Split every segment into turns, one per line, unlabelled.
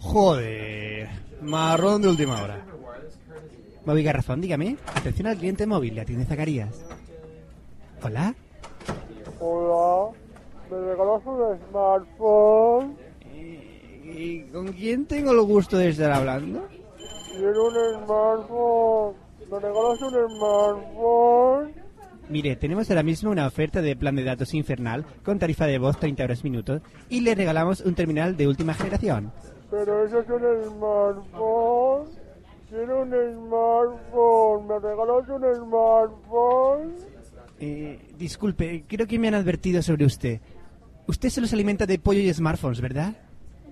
Joder, marrón de última hora. Movigarrafón, dígame. Atención al cliente móvil, le atiende Zacarías. Hola.
Hola, ¿me regalas un smartphone?
¿Y con quién tengo el gusto de estar hablando?
Quiero un smartphone. ¿Me regalas un smartphone?
Mire, tenemos ahora mismo una oferta de plan de datos infernal con tarifa de voz 30 euros minutos y le regalamos un terminal de última generación.
Pero eso es un smartphone. Quiero un smartphone. ¿Me regalas un smartphone?
Eh, disculpe, creo que me han advertido sobre usted. Usted se los alimenta de pollo y smartphones, ¿verdad?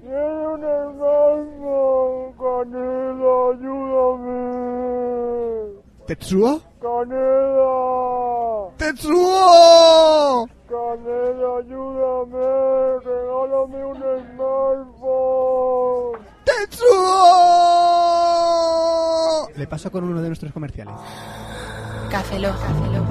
Quiero un smartphone. Canela, ayúdame.
¿Tetsuo?
Canela.
¡Tetsuo!
Canela, ayúdame. Regálame un smartphone.
¡Tetsuo! Le paso con uno de nuestros comerciales.
Café Lock. Café Lock.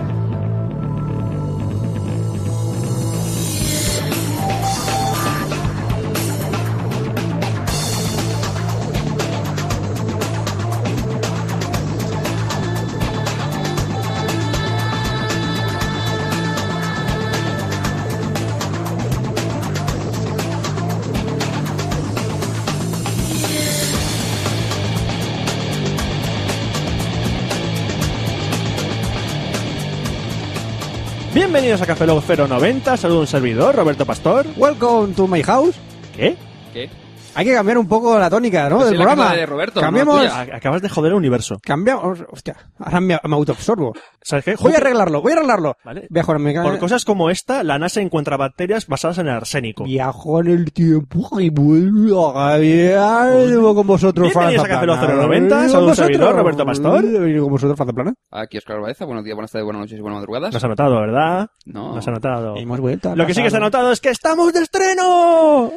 Bienvenidos a Café Logfero 90, saludo un servidor, Roberto Pastor.
Welcome to my house.
¿Qué?
¿Qué?
Hay que cambiar un poco la tónica, ¿no?
Pues
del
es la
programa.
cámara de Roberto, no
cambiamos,
tuya.
A- Acabas de joder el universo.
cambiamos. Hostia, ahora me, me autoabsorbo.
¿Sabes qué?
Voy a
Justo-
arreglarlo, voy a arreglarlo.
Vale.
Viajo, en el-
Por cosas como esta, la NASA encuentra bacterias basadas en arsénico.
Viajo en el tiempo y vuelvo a cambiar. Vivo con vosotros,
Bienvenidos a
Franza
Café Lock
Plana.
090,
Vivo
soy
con
un
vosotros.
servidor, Roberto Pastor.
Vivo con vosotros, Franza Plana.
Aquí Oscar Baeza, buenos días, buenas tardes, buenas noches y buenas madrugadas.
Nos ha notado, ¿verdad?
No.
Nos ha notado.
Hemos vuelto. al
Lo que sí que se ha
pasado.
notado es que estamos de estreno.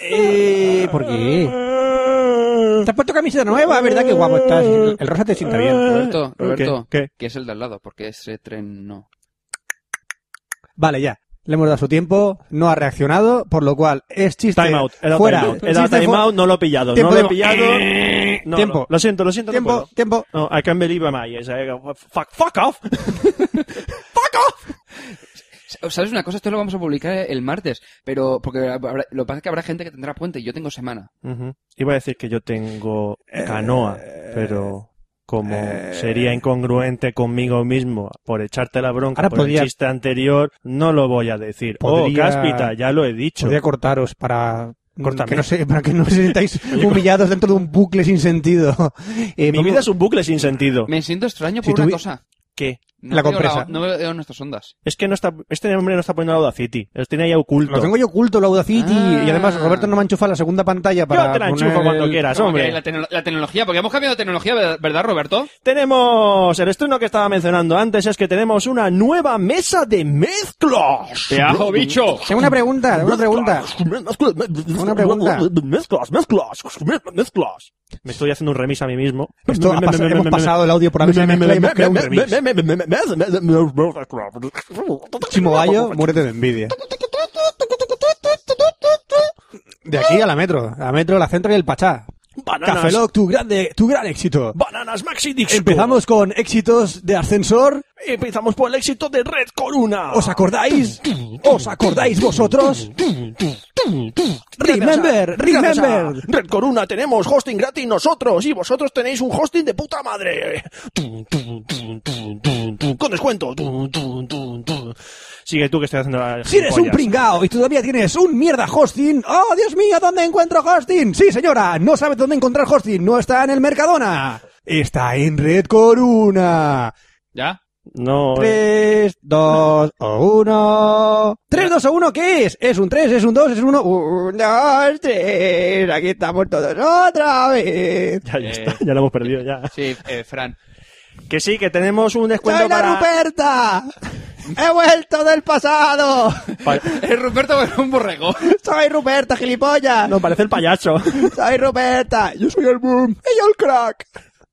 Eh, ¿Por qué? Te has puesto camiseta nueva, ¿verdad? Qué guapo estás.
Eh.
El rosa te sienta bien.
Roberto, Roberto,
¿Qué? ¿Qué?
que es el de al lado, porque ese tren no.
Vale, ya. Le hemos dado su tiempo, no ha reaccionado, por lo cual es chiste.
Time out. He dado
fuera.
time out. He dado
Chiste
time
fu-
out, no lo he pillado.
Tiempo
no lo he
de-
pillado. No,
Tiempo.
no. Lo siento, lo siento. no
Tiempo,
puedo.
tiempo.
No, I can't believe my eyes. I go, Fuck, fuck off. fuck off.
¿Sabes una cosa? Esto lo vamos a publicar el martes, pero porque habrá- lo que pasa es que habrá gente que tendrá puente y yo tengo semana.
Ujú. Iba a decir que yo tengo canoa,
Eh,
pero como sería incongruente conmigo mismo por echarte la bronca
Ahora
por
podría-
el chiste anterior, no lo voy a decir.
Podría-
Oh, cáspita, ya lo he dicho.
Podría cortaros para
Córtame.
que no se, para que no os sintáis humillados dentro de un bucle sin sentido. Eh,
Mi
vamos-
vida es un bucle sin sentido.
Me siento extraño
Si
por una
tuvi-
cosa.
¿Qué?
No
La
veo
compresa.
no veo nuestras ondas.
Es que no está, este hombre no está poniendo Audacity. Lo tiene ahí oculto.
Lo tengo yo oculto, la Audacity,
Ah.
y además Roberto no me enchufa la segunda pantalla para
Yo te la
poner
enchufo cuando
el-
quieras,
Como que
hombre.
eh, La, tecno- la tecnología, porque hemos cambiado de tecnología, ¿ver- ¿verdad, Roberto?
Tenemos el estreno que estaba mencionando antes, es que tenemos una nueva mesa de mezclas.
¡Te ajo, bicho!
Tengo una pregunta, una pregunta. Una pregunta.
Mezclas, mezclas, mezclas. Me estoy haciendo un remis a mí mismo.
Esto ha pas- hemos pasado el audio por la mesa de mezcla y hemos creado un remix. Chimo Gallo, muérete de envidia. De aquí a la metro, a la metro, la centro y el Pachá.
Bananas.
Café Lock, tu grande, tu gran éxito.
Bananas Maxi Disco.
Empezamos con éxitos de ascensor.
Empezamos por el éxito de Red Corona.
¿Os acordáis? ¿Os acordáis vosotros? Remember,
Gracias a
remember.
Red Corona tenemos hosting gratis nosotros y vosotros tenéis un hosting de puta madre. Tun, tun, tun, tun, tun, tun, Con descuento. Tun, tun, tun, tun. Sigue tú que estoy haciendo la
Si eres un
gilipollas.
pringao y todavía tienes un mierda hosting, ¡oh, Dios mío, ¿dónde encuentro hosting? Sí, señora, no sabes dónde encontrar hosting, no está en el Mercadona. Está en Red Corona.
¿Ya?
No. eh,
3, 2 o 1. 3, 2 o 1, ¿qué es? Es un 3, es un 2, es un 1. 1, 2, 3. Aquí estamos todos otra vez.
Ya, ya
Eh.
está, ya lo hemos perdido ya.
Sí, eh, Fran.
Que sí, que tenemos un
¡Soy
descuento
la
para,
Ruperta! ¡He vuelto del pasado!
para-
Eh, Roberto es un borrego.
¡Soy Ruperta, gilipollas!
No, parece el payaso.
¡Soy Ruperta! ¡Yo soy el boom! ¡Y yo el crack!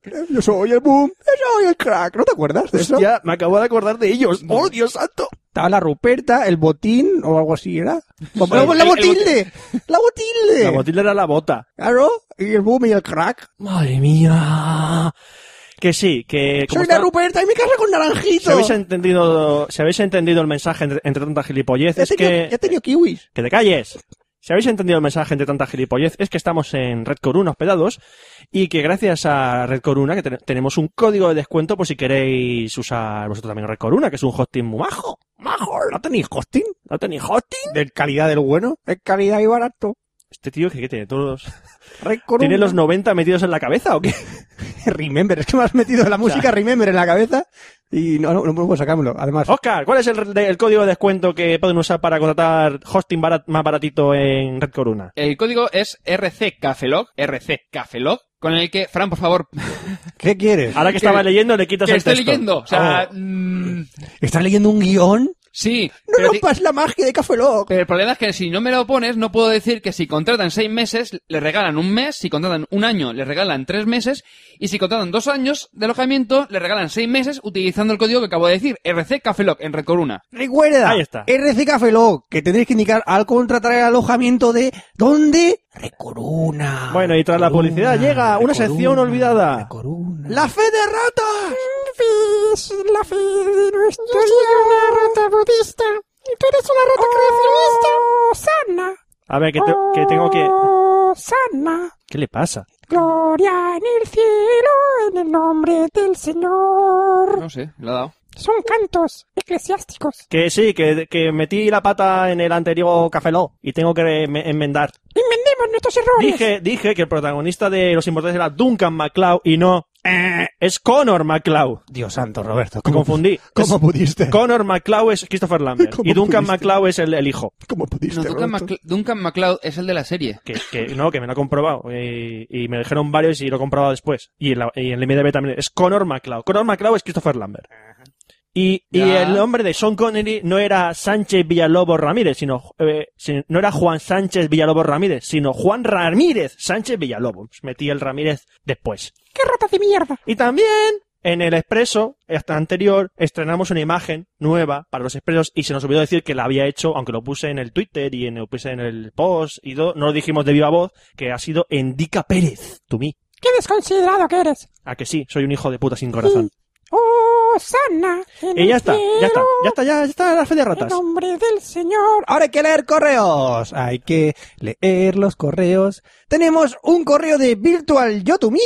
Eh, Yo soy el boom, yo soy el crack. ¿No te acuerdas de eso?
Ya, me acabo de acordar de ellos. ¡Oh, Dios santo!
Estaba la Ruperta, el botín o algo así, ¿era? pues
el-
¡La,
el- el
botilde! ¡La botilde!
La botilda era la bota.
Claro, y el boom y el crack.
Madre mía. Que sí, que... como
Soy
está-
la Ruperta y me casa con
Si
naranjito.
habéis entendido, si habéis entendido el mensaje entre, entre tanta gilipollez,
Ya he
es
tenido,
que...
ya he tenido kiwis.
¡Que te calles! Si habéis entendido el mensaje entre tanta gilipollez, es que estamos en Red Corona hospedados y que gracias a Red Corona que ten- tenemos un código de descuento por si queréis usar vosotros también Red Corona, que es un hosting muy majo. Majo,
¿No tenéis hosting?
¿no tenéis hosting?
De calidad del bueno. De calidad y barato.
Este tío que, que tiene todos...
Record
¿Tiene
un-
los 90 metidos en la cabeza o qué?
Remember, es que me has metido la música Remember en la cabeza y no, no, no puedo sacármelo. Además,
Oscar, ¿cuál es el, de- el código de descuento que pueden usar para contratar hosting barat- más baratito en Red Corona?
El código es RCCafelog, RCCafelog, con el que, Fran, por favor,
¿qué quieres?
Ahora que estaba
¿Qué?
leyendo, le quitas
que
el
estoy
texto.
leyendo. O sea,
Oh.
mm,
¿Estás leyendo un guión?
sí.
No
pero ti-
rompas la magia de Café Lock.
Pero el problema es que si no me lo pones, no puedo decir que si contratan seis meses, le regalan un mes, si contratan un año, le regalan tres meses, y si contratan dos años de alojamiento, le regalan seis meses utilizando el código que acabo de decir, RC Cafeloc en Red Corona.
Recuerda,
Ahí está.
RC Café Lock, que tendréis que indicar al contratar el alojamiento de ¿dónde? Recoruna.
Bueno, y tras la publicidad llega una sección olvidada.
Recoruna. La fe de ratas.
la fe de nuestro Yo soy una rata budista. Y tú eres una rata creacionista.
Oh.
sana.
A ver, que, te- que tengo que...
Oh, sana.
¿Qué le pasa?
Gloria en el cielo en el nombre del Señor.
No sé, lo ha dado.
Son cantos eclesiásticos.
Que sí, que, que metí la pata en el anterior Café Lock y tengo que em- enmendar.
Enmendemos nuestros errores.
Dije, dije que el protagonista de Los Importantes era Duncan MacLeod y no... eh, es Connor MacLeod.
Dios santo, Roberto.
Me
¿cómo-
confundí.
¿Cómo
Es-
pudiste?
Connor MacLeod es Christopher Lambert
¿Cómo
y Duncan
pudiste?
MacLeod es el- el hijo.
¿Cómo
No,
pudiste?
Duncan,
Roberto?
Macla- Duncan MacLeod es el de la serie.
Que, que no, que me lo he comprobado. Y, y me dijeron varios y lo he comprobado después. Y en, la, y en el IMDb también. Es Connor MacLeod. Connor MacLeod es Christopher Lambert. Y, y
Ya.
el nombre de Sean Connery no era Sánchez Villalobos Ramírez, sino, eh, si- no era Juan Sánchez Villalobos Ramírez, sino Juan Ramírez Sánchez Villalobos. Metí el Ramírez después.
¡Qué rata de mierda!
Y también en el Expreso, hasta anterior, estrenamos una imagen nueva para los Expresos y se nos olvidó decir que la había hecho, aunque lo puse en el Twitter y en, lo puse en el post y todo, no lo dijimos de viva voz, que ha sido Endica Pérez, tú mí.
¡Qué desconsiderado que eres!
A que sí, soy un hijo de puta sin corazón.
¡Oh, sana! En
Y ya
el
está, ya está,
cielo,
ya está, ya está la fe de
En
ratas.
nombre del Señor.
Ahora hay que leer correos. Hay que leer los correos. Tenemos un correo de Virtual Yo to Me.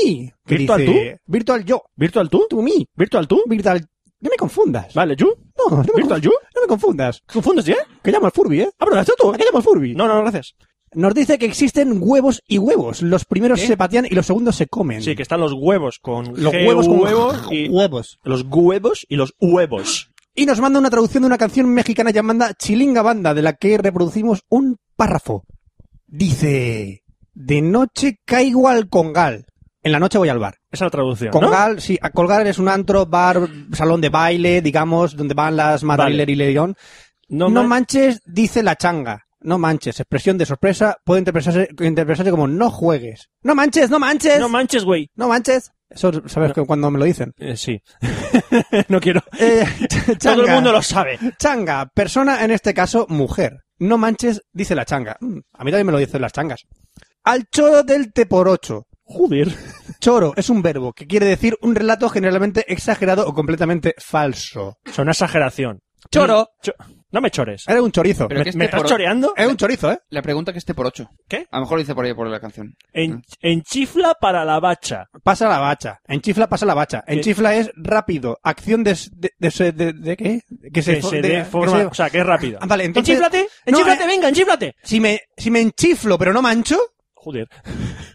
que
¿Virtual
dice, Virtual Yo
¿Virtual tú?
to Me.
¿Virtual tú?
Virtual. No me confundas.
Vale, ¿you?
No, no me,
¿Virtual
confundas.
you?
no me confundas.
¿Te ¿Confundes, eh?
Que llamo al Furby, ¿eh?
Ah, pero la has hecho tú.
¿A qué llamo al Furby?
No, no, no, gracias.
Nos dice que existen huevos y huevos. Los primeros
¿Qué?
se patean y los segundos se comen.
Sí, que están los huevos con
los
G,
huevos con
huevo y
huevos.
los huevos y los huevos.
Y nos manda una traducción de una canción mexicana llamada Chilinga Banda, de la que reproducimos un párrafo. Dice, de noche caigo al congal. En la noche voy al bar.
Esa es la traducción, ¿no?
Congal, sí, a colgar es un antro, bar, salón de baile, digamos, donde van las Madalena
Vale.
y León. No,
man-
manches, dice la changa. No manches, expresión de sorpresa, puede interpretarse, interpretarse como no juegues. No manches, no manches,
no
no,
manches, güey.
manches. Eso sabes que cuando me lo dicen.
Eh, sí. no quiero.
Eh, changa,
Todo el mundo lo sabe.
Changa, persona, en este caso, mujer. No manches, dice la changa. Mm, A mí también me lo dicen las changas. Al choro del te por ocho.
Joder.
Choro es un verbo que quiere decir un relato generalmente exagerado o completamente falso.
Es una exageración.
Choro.
Cho- no me chores.
Era un chorizo.
Pero
¿Me,
que este
me estás
por-
choreando?
Era un chorizo, ¿eh?
La pregunta que esté por ocho.
¿Qué?
A lo mejor lo dice por ahí por la canción.
En, en chifla para la bacha.
Pasa la bacha. En chifla pasa la bacha. En
Que-
chifla es rápido. Acción de... de, de, de- de- de- qué? Que
Que
fo-
se
de-
dé
que
forma.
se-
O sea, que es rápida.
Ah, vale, entonces-
¡Enchíflate!
No,
¡Enchíflate,
eh.
venga, enchíflate!
si, me, si me enchiflo pero no mancho,
Joder.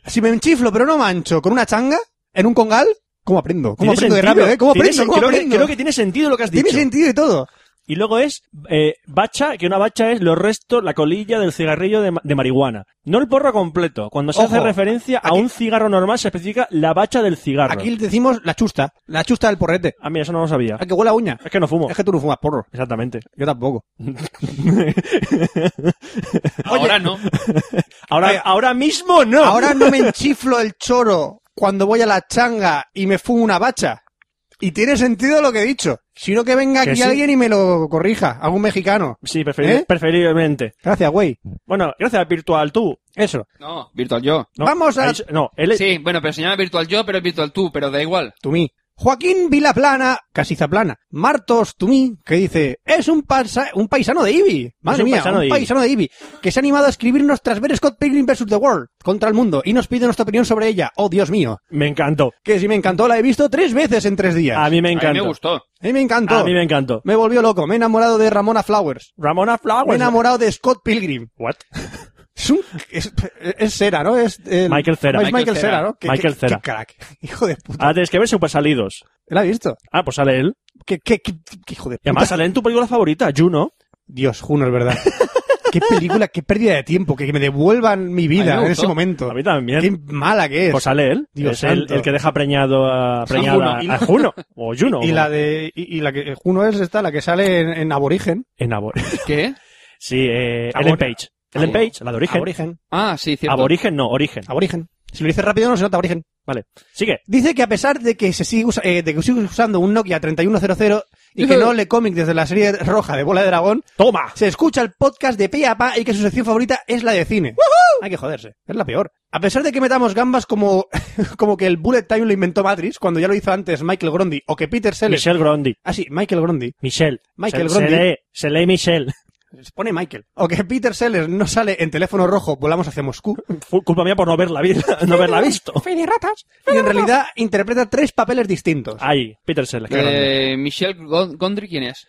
si me enchiflo pero no mancho con una changa, en un congal, ¿cómo aprendo?
Tiene
¿Cómo aprendo de
sentido.
rápido, eh? ¿Cómo
Tiene
aprendo?
sen-
¿Cómo
creo, que,
aprendo?
creo que tiene sentido lo que has
Tiene
dicho.
sentido y todo.
Y luego es eh, bacha, que una bacha es los restos, la colilla del cigarrillo de, ma- de marihuana. No el porro completo. Cuando se
Ojo,
hace referencia a
aquí-
un cigarro normal se especifica la bacha del cigarro.
Aquí decimos la chusta. La chusta del porrete.
Ah, mira, eso no lo sabía.
A que huele a uña.
Es que no fumo.
Es que tú no fumas porro.
Exactamente.
Yo tampoco.
Ahora no.
Ahora, ahora mismo no.
Ahora no me enchiflo el choro cuando voy a la changa y me fumo una bacha. Y tiene sentido lo que he dicho. Sino que venga
Que
aquí
sí.
alguien y me lo corrija. Algún mexicano.
Sí, preferi-
¿Eh?
preferiblemente.
Gracias, güey.
Bueno, gracias, Virtual Tú.
Eso.
No, Virtual Yo.
No,
Vamos a-
ha dicho- no, él es-
Sí, bueno, pero se llama Virtual Yo, pero es Virtual Tú, pero da igual.
Tumí. Joaquín Vilaplana, Casizaplana, Martos Tumí, que dice, es un, paisa- un paisano de Ibi. Madre
un
mía,
paisano
un
de Ibi.
paisano de Ibi. Que se ha animado a escribirnos tras ver Scott Pilgrim vs. The World, contra el mundo, y nos pide nuestra opinión sobre ella. Oh, Dios mío.
me encantó.
Que si me encantó, la he visto tres veces en tres días.
A mí me
A mí me
encantó.
gustó.
A mí me encantó.
A mí me encantó.
Me volvió loco. Me he enamorado de Ramona Flowers.
Ramona
Me he
Flowers.
enamorado de Scott Pilgrim.
What?
Es un... Es, es Cera, ¿no? Es el-
Michael Cera.
Es Michael
Michael
Cera,
Cera.
¿no? Qué-
Michael
qué-
Cera.
qué crack. Hijo de puta.
Ahora Ah, tienes que ver Super Salidos.
¿La has visto?
Ah, pues sale él.
¿Qué, qué, qué- qué hijo de
Y además
puta?
sale en tu película favorita, Juno.
Dios, Juno, es verdad. qué película, qué pérdida de tiempo. Que me devuelvan mi
A mí
vida
me
en
gustó.
ese momento.
A mí también.
Qué mala que es.
Pues sale él.
Dios
es el,
santo.
el que deja preñado a, preñada
Juno.
a Juno. O Juno.
y la de y, y la que Juno es esta, la que sale en, en Aborigen.
En Abor.
¿Qué?
Sí, eh,
Abor-
Ellen Page. Ellen Page, la de origen.
Aborigen.
Ah, sí, cierto.
Aborigen, no, origen.
Aborigen. Si lo dices rápido no se nota Aborigen.
Vale. Sigue.
Dice que a pesar de que se sigue, usa- eh, de que sigue usando un Nokia 3100 y que no le cómic desde la serie roja de Bola de Dragón,
Toma.
se escucha el podcast de pe a pa y que su sección favorita es la de cine. Hay que joderse, es la peor. A pesar de que metamos gambas como, como que el Bullet Time lo inventó Matrix, cuando ya lo hizo antes Michael Grundy, o que Peter Sellers...
Michelle Grondi.
Ah, sí, Michael Grundy.
Michelle.
Michael
se, se
Grundy.
lee, se lee Michelle.
Se pone Michael. O que Peter Sellers no sale en teléfono rojo, volamos hacia Moscú.
Fu- Culpa mía por no haberla, vi- no haberla visto.
Fe de ratas.
Y en realidad interpreta tres papeles distintos.
Ahí, Peter Sellers. qué grande.
Eh, Michelle Gon- Gondry, ¿quién es?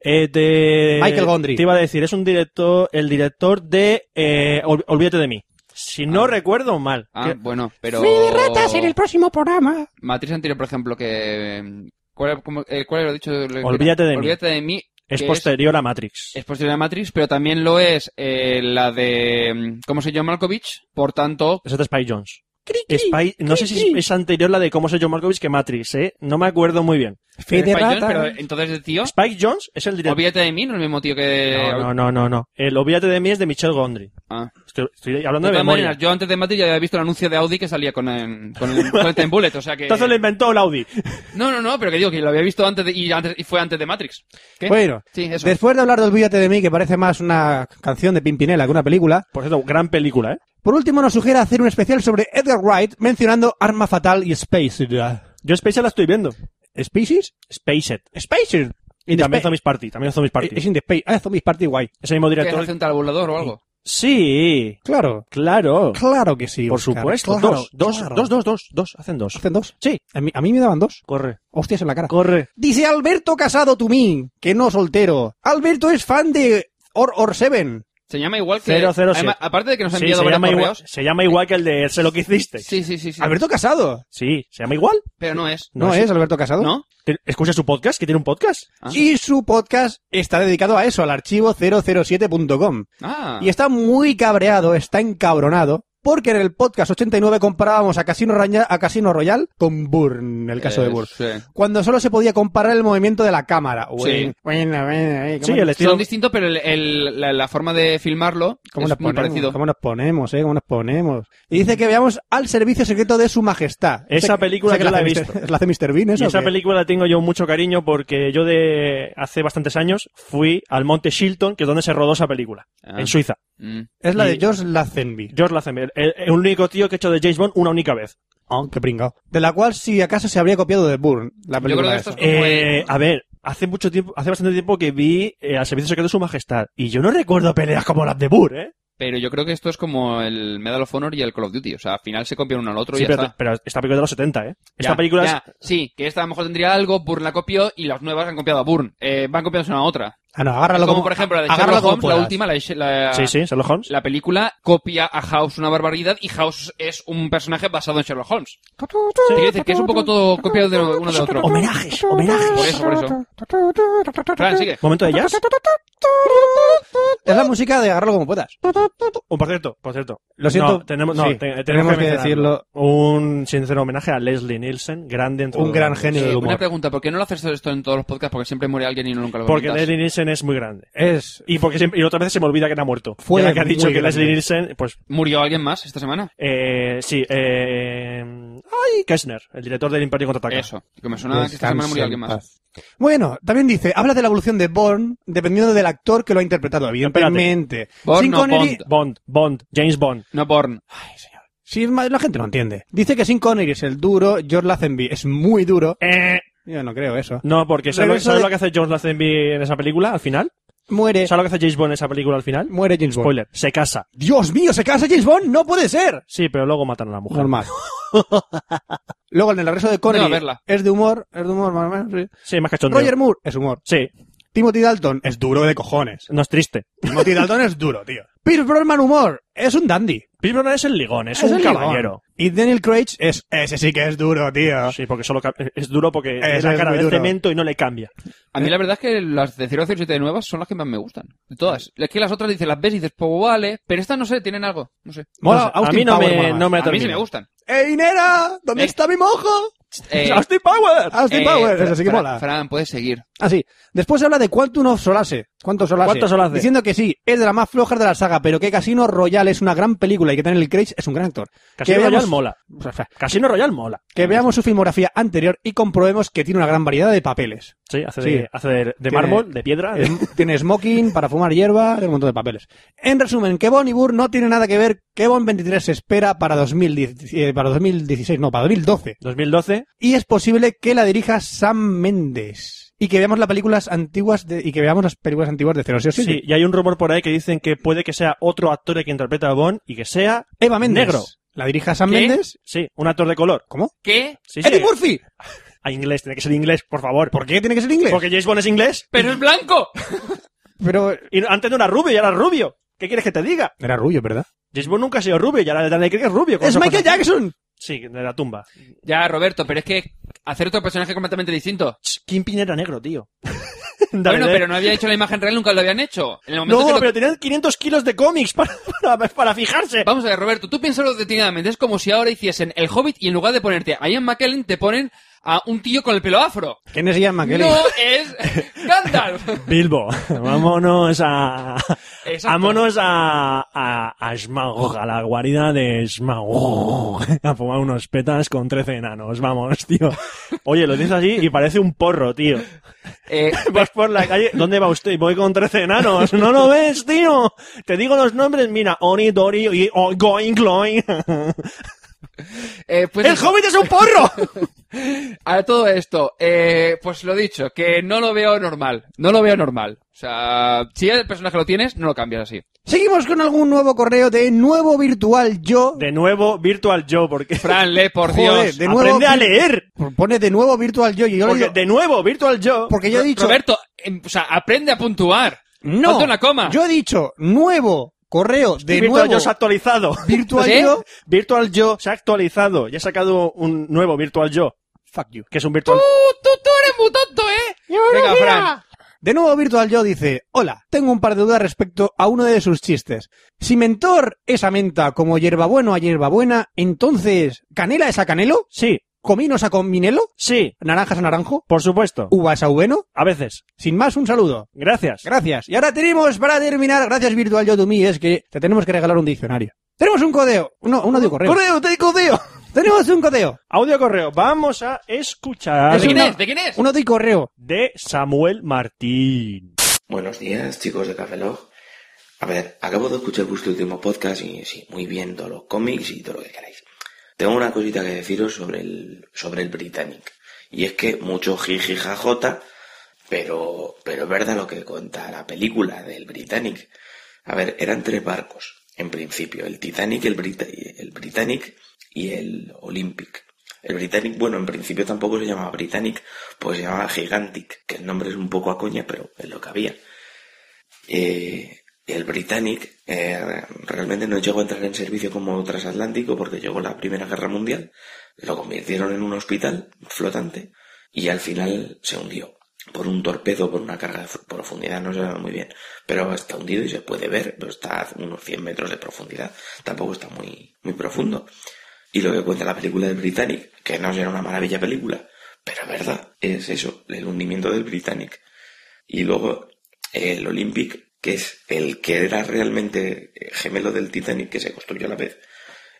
Eh, de-
Michael Gondry.
Te iba a decir, es un director, el director de eh, Ol- Olvídate de mí. Si no
Ah.
recuerdo mal.
Ah,
Que-
bueno, pero...
Fe de ratas en el próximo programa.
Matriz anterior, por ejemplo, que... mm, ¿Cuál, era- cómo- eh, cuál era lo dicho?
Olvídate de mí.
Olvídate de mí.
es
que
posterior a Matrix.
Es posterior a Matrix, pero también lo es eh, la de... mm, ¿Cómo se llama Malkovich? Por tanto...
Es de Spy Jones. Spy- no sé si es, es anterior la de cómo se John Markovich que Matrix, ¿eh? No me acuerdo muy bien.
Fe de
Spike Jonze,
rata.
pero entonces el tío...
Spike Jones es el director.
Olvídate de mí, no es el mismo tío que...
No, no, no, no, no. El Olvídate de mí es de Michelle Gondry.
Ah.
Estoy, estoy
De
hablando de,
todas
memoria.
maneras, yo antes de Matrix ya había visto el anuncio de Audi que salía con, em, con el, con el Time Bullet, o sea que...
Entonces lo inventó el Audi.
No, no, no, pero que digo que lo había visto antes de, y, antes, y fue antes de Matrix. ¿Qué?
Bueno,
Sí, eso.
después de hablar de Olvídate de mí, que parece más una canción de Pimpinela que una película,
Por cierto, gran película, ¿eh?
por último nos sugiere hacer un especial sobre Edgar Wright mencionando Arma Fatal y Space.
Yo Space la estoy viendo.
¿Species?
Spaced.
Spaces.
Y también
Zombies
Zombies Party. También Zombies Party.
Es in the space. Ah, Zombies Party, guay.
Ese mismo
¿Qué,
director.
hace un tabulador o algo?
Sí,
Claro.
claro.
Claro que sí.
Por
Oscar,
supuesto.
claro,
dos, dos,
claro.
dos, dos, dos, dos. Hacen dos.
¿Hacen dos?
Sí.
A mí, a mí me daban dos.
Corre,
Hostias en la cara.
corre.
Dice Alberto Casado Tumín, que no soltero. Alberto es fan de Or Or Seven.
Se llama igual que...
Cero, cero, siete.
aparte de que nos ha
Sí,
enviado
se,
varios
llama igual,
correos...
se llama igual que el de Sé lo que hiciste.
Sí, sí, sí, sí.
Alberto Casado.
Sí, se llama igual.
Pero no es.
No, es Alberto Casado.
¿No?
Te- Escucha su podcast, que tiene un podcast.
Ah.
Y su podcast está dedicado a eso, al archivo 007.com.
Ah.
Y está muy cabreado, está encabronado, porque en el podcast 89 comparábamos a Casino, Royale, a Casino Royale con Burn, el caso de
Eh,
Burn.
sí.
Cuando solo se podía comparar el movimiento de la cámara. Bueno, bueno, bueno, eh,
Sí,
¿cómo-
el estilo.
Son distintos, pero el- el- la, la forma de filmarlo
¿Cómo
es
nos
muy
ponemos?
parecido.
¿Cómo nos ponemos, eh? ¿Cómo nos ponemos? Y dice que veamos al servicio secreto de su majestad.
Esa película
que
yo la
hace
he
Mr. ¿La hace Mr. Bean
Y
eso?
esa
o qué?
película la tengo yo mucho cariño porque yo de hace bastantes años fui al Monte Shilton, que es donde se rodó esa película,
Ah.
en Suiza.
Mm.
Es la de
y-
George Lazenby.
George Lazenby, el, el único tío que he hecho de James Bond una única vez.
Oh, qué pringao. De la cual, si acaso, se habría copiado de Burn, la película
creo que
esa.
esto
Eh,
Bueno.
a ver, hace mucho tiempo, hace bastante tiempo que vi eh, al servicio secreto de su majestad y yo no recuerdo peleas como las de Burr, ¿eh?
Pero yo creo que esto es como el Medal of Honor y el Call of Duty. O sea, al final se copian uno al otro
Sí,
y ya
pero,
está.
pero esta película es de los 70, ¿eh? Esta
Ya,
película es-
ya. Sí, que esta a lo mejor tendría algo, Burn la copió y las nuevas han copiado a Burn. Eh, van copiándose una a otra.
Ah, no, agárralo
Como,
como,
por ejemplo la de
agárralo
Sherlock
como
Holmes, la
puedas.
última, la, de She- la-
Sí, sí, Sherlock Holmes.
la película copia a House una barbaridad y House es un personaje basado en Sherlock Holmes. Te quiero decir que es un poco todo copiado de uno de otro.
Homenajes, homenajes.
Por eso, por eso. Fran, sigue.
Momento de jazz.
Es la música de agárralo como puedas.
Oh, por cierto, por cierto.
Lo siento.
No, tenemos, no,
Sí,
te- tenemos,
tenemos que
mencionarlo. Un sincero homenaje a Leslie Nielsen, gran dentro
Un gran genio del
Eh, una
humor.
pregunta, ¿por qué no lo haces esto en todos los podcasts? Porque siempre muere alguien y no nunca lo
Porque
comentas.
Leslie Nielsen es muy grande.
Es...
Y porque siempre, y otra vez se me olvida que era muerto.
Fue
Y ahora que ha dicho
muy
que
grande.
Leslie Nielsen, pues,
¿Murió alguien más esta semana?
eh, sí, eh, ¡Ay! Kessner, el director del Imperio Contraataca.
Eso. Que me suena que esta semana murió alguien más.
Bueno, también dice, habla de la evolución de Bourne dependiendo del actor que lo ha interpretado, evidentemente.
Bourne
Sin
o
Connery-
Bond.
Bond, Bond, James Bond.
No porn.
Sí, es más- la gente no entiende. Dice que Sin Connery es el duro, George Lazenby es muy duro.
Eh,
Yo no creo eso.
no, porque ¿sabes, lo-
Regreso
sabes
de- Eh.
lo que hace John Lazenby en esa película al final?
Muere,
¿Sabes lo que hace James Bond en esa película al final?
muere James Bond.
Spoiler, se casa.
Dios mío, ¿se casa James Bond? No puede ser.
Sí, pero luego matan a la mujer.
Normal. Luego en el regreso de Connery
Debo verla.
es de humor, es de humor más o menos. sí.
Sí, más cachondeo.
Roger Moore es humor.
Sí,
Timothy Dalton es duro de cojones.
no es triste.
Timothy Dalton es duro, tío. Pierce Brosnan humor, es un dandy.
Pierce Brosnan es el ligón, es,
el
un
ligón.
caballero.
Y Daniel Craig es ese sí que es duro, tío.
Sí, porque solo ca- es duro porque
Ese
es la
Ah. es
cara
muy
de
duro.
cemento y no le cambia.
A
Eh.
mí la verdad es que las de 007 nuevas son las que más me gustan. De todas. Es que las otras dices, las ves y dices, pues vale. Pero estas no sé, tienen algo. No sé.
Mola,
No sé, a
Austin
mí no
Power
me,
mola más.
no me
A mí sí
termina.
me gustan.
¡Ey, Nera! ¿Dónde
Eh.
está mi mojo?
Eh,
¡Austin Power!
Austin
eh,
Powers, eso sí que
Fran-
mola.
Fran, puedes seguir.
Así. Ah, Después se habla de Quantum of Solace. ¿Cuánto Solace?
¿Cuánto Solace?
Diciendo que sí, es de las más flojas de la saga, pero que Casino Royale es una gran película y que Daniel Craig es un gran actor.
Casino
que
Royal
veamos-
mola. Casino Royal mola.
Que veamos su filmografía anterior y comprobemos que tiene una gran variedad de papeles.
Sí, hace
Sí.
de, hace de, de
Tiene-
mármol, de piedra. de-
tiene smoking para fumar hierba, tiene un montón de papeles. En resumen, que Bon y Burr no tiene nada que ver, que Bon 23 se espera para, 2010, eh, para 2016, no, para 2012.
2012.
Y es posible que la dirija Sam Mendes. Y que veamos las películas antiguas de- y que veamos las películas antiguas de 007.
Sí, y hay un rumor por ahí que dicen que puede que sea otro actor el que interpreta a Bond y que sea
Eva Méndez.
Negro.
La dirija Sam
¿Qué?
Mendes.
Sí, un actor de color.
¿Cómo?
¿Qué?
Sí, sí.
¡Eddie Murphy!
A inglés, tiene que ser inglés, por favor.
¿Por qué tiene que ser inglés?
Porque James Bond es inglés.
¡Pero es blanco!
Pero
Y antes no era rubio, y ahora es rubio. ¿Qué quieres que te diga?
era rubio, ¿verdad?
James Bond nunca ha sido rubio, y ahora Daniel Craig es rubio. con
¡Es
esa
Michael
cosa.
Jackson!
Sí, de la tumba.
Ya, Roberto, pero es que hacer otro personaje completamente distinto.
Ch, Kingpin era negro, tío. Dale,
Bueno,
dale.
pero no había hecho la imagen real, nunca lo habían hecho. En el momento
No,
que lo-
pero tenían 500 kilos de cómics para, para, para fijarse.
Vamos a ver, Roberto, tú piénsalo detenidamente. Es como si ahora hiciesen El Hobbit y en lugar de ponerte a Ian McKellen, te ponen a un tío con el pelo afro.
¿Quién es Ian McKellen?
No es Gandalf.
Bilbo, vámonos a.
Exacto.
Vámonos a. A, a Smaug, a la guarida de Smaug. A fumar unos petas con 13 enanos, vamos, tío. Oye, lo dices así y parece un porro, tío.
Eh,
Vas por la calle, ¿dónde va usted? Voy con 13 enanos, ¿no lo ves, tío? Te digo los nombres, mira, Oni, Dori y o- Going, Gloin.
eh, pues
¡El hobbit es un porro!
a todo esto, eh, pues lo dicho, que no lo veo normal. No lo veo normal. O sea, si el personaje lo tienes, no lo cambias así.
Seguimos con algún nuevo correo de nuevo virtual yo.
De nuevo, Virtual Joe, porque.
Fran, lee, por
Joder,
Dios.
de nuevo
Aprende a
vir-
leer.
Pone de nuevo virtual yo y yo le
Porque,
digo-
de nuevo, Virtual Joe.
porque yo he dicho...
Roberto, em, o sea, aprende a puntuar.
no,
Ponte una coma.
yo he dicho nuevo correo de
Virtual
nuevo
Joe se ha actualizado.
virtual
¿Sí?
yo.
Virtual Joe se ha actualizado. Ya ha sacado un nuevo Virtual Joe. Fuck you. Que es un virtual.
Tú, tú, tú eres muy tonto, ¿eh? Venga, Fran.
De nuevo Virtual Joe dice, hola, tengo un par de dudas respecto a uno de sus chistes. Si mentor es a menta como hierbabueno a hierbabuena, entonces, ¿canela es a canelo?
Sí,
¿Cominos a cominelo?
sí,
¿Naranjas a naranjo?
por supuesto.
¿Uva es a uveno?
A veces.
Sin más, un saludo.
Gracias.
Gracias. Y ahora tenemos, para terminar, gracias Virtual Joe to me, es que te tenemos que regalar un diccionario. Tenemos un codeo. No, un audio correo.
Correo, te correo.
Tenemos un codeo.
Audio correo. Vamos a escuchar.
¿De quién
una-
es? ¿De quién es?
Un audio correo.
de Samuel Martín.
Buenos días, chicos de Café Log. A ver, acabo de escuchar vuestro último podcast y sí, muy bien, todos los cómics y todo lo que queráis. Tengo una cosita que deciros sobre el, sobre el Britannic. Y es que mucho jiji jajota, pero, pero es verdad lo que cuenta la película del Britannic. A ver, eran tres barcos, en principio, el Titanic, el, Brita- el Britannic y el Olympic. El Britannic, bueno, en principio tampoco se llamaba Britannic, pues se llamaba Gigantic, que el nombre es un poco a coña, pero es lo que había. Eh, el Britannic eh, realmente no llegó a entrar en servicio como transatlántico porque llegó la Primera Guerra Mundial, lo convirtieron en un hospital flotante y al final se hundió por un torpedo, por una carga de fr- profundidad, no se sabe muy bien, pero está hundido y se puede ver, pero está a unos 100 metros de profundidad, tampoco está muy, muy profundo. Y lo que cuenta la película del Britannic, que no será una maravilla película, pero es verdad, es eso, el hundimiento del Britannic. Y luego el Olympic, que es el que era realmente gemelo del Titanic que se construyó a la vez,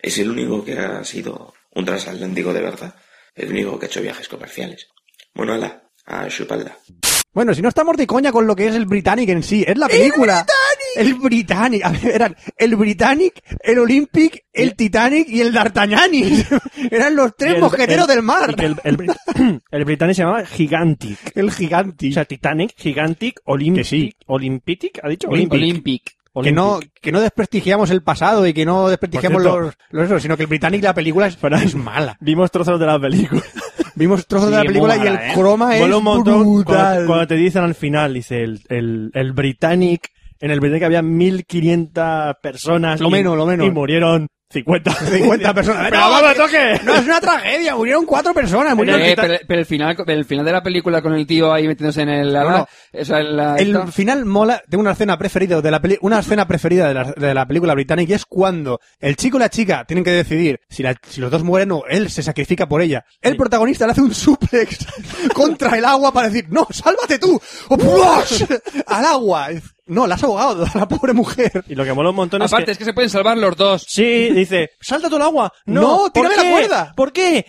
es el único que ha sido Un transatlántico de verdad. El único que ha hecho viajes comerciales. Bueno, ala, a chuparla.
Bueno, si no estamos de coña con lo que es el Britannic en sí, es la película. ¡El Britannic! A ver, eran el Britannic, el Olympic, el Titanic y el D'Artagnani. Eran los tres
Y el-
mosqueteros
el-
del mar.
y que El, el, brit- el británico se llamaba Gigantic.
El gigante.
O sea, Titanic, Gigantic, Olympic.
Que sí.
Olympic, ¿ha dicho?
Olympic.
que no, que no desprestigiamos el pasado y que no
Por
desprestigiamos
cierto-
los, los esos, sino que el Britannic la película es, es mala.
Vimos trozos de la película.
Vimos trozos de la
Sí,
película
muy
y el
mala, ¿eh?
croma es
Mola un montón
brutal.
Cuando, cuando te dicen al final, dice el, el, el Britannic, en el Britannic había 1500 personas.
Lo
y-
menos, lo menos.
Y murieron 50.
50 personas.
¡Pero vamos, toque!
No, es una tragedia, murieron cuatro personas,
Eh,
murieron
pero, pero el final, el final de la película con el tío ahí metiéndose en el ala,
No,
o sea, en la-
El
esta-
final mola, tengo una escena preferida de la peli, una escena preferida de la, de la película británica y es cuando el chico y la chica tienen que decidir si, la- si los dos mueren o él se sacrifica por ella. El protagonista le hace un suplex contra el agua para decir, no, sálvate tú, O ¡pruash! al agua. No, la has ahogado a la pobre mujer.
Y lo que mola un montón
Aparte,
es que...
es que se pueden salvar los dos.
Sí, dice, salta tú al agua. No,
No, tírame
¿por
la
qué?
cuerda.
¿Por qué?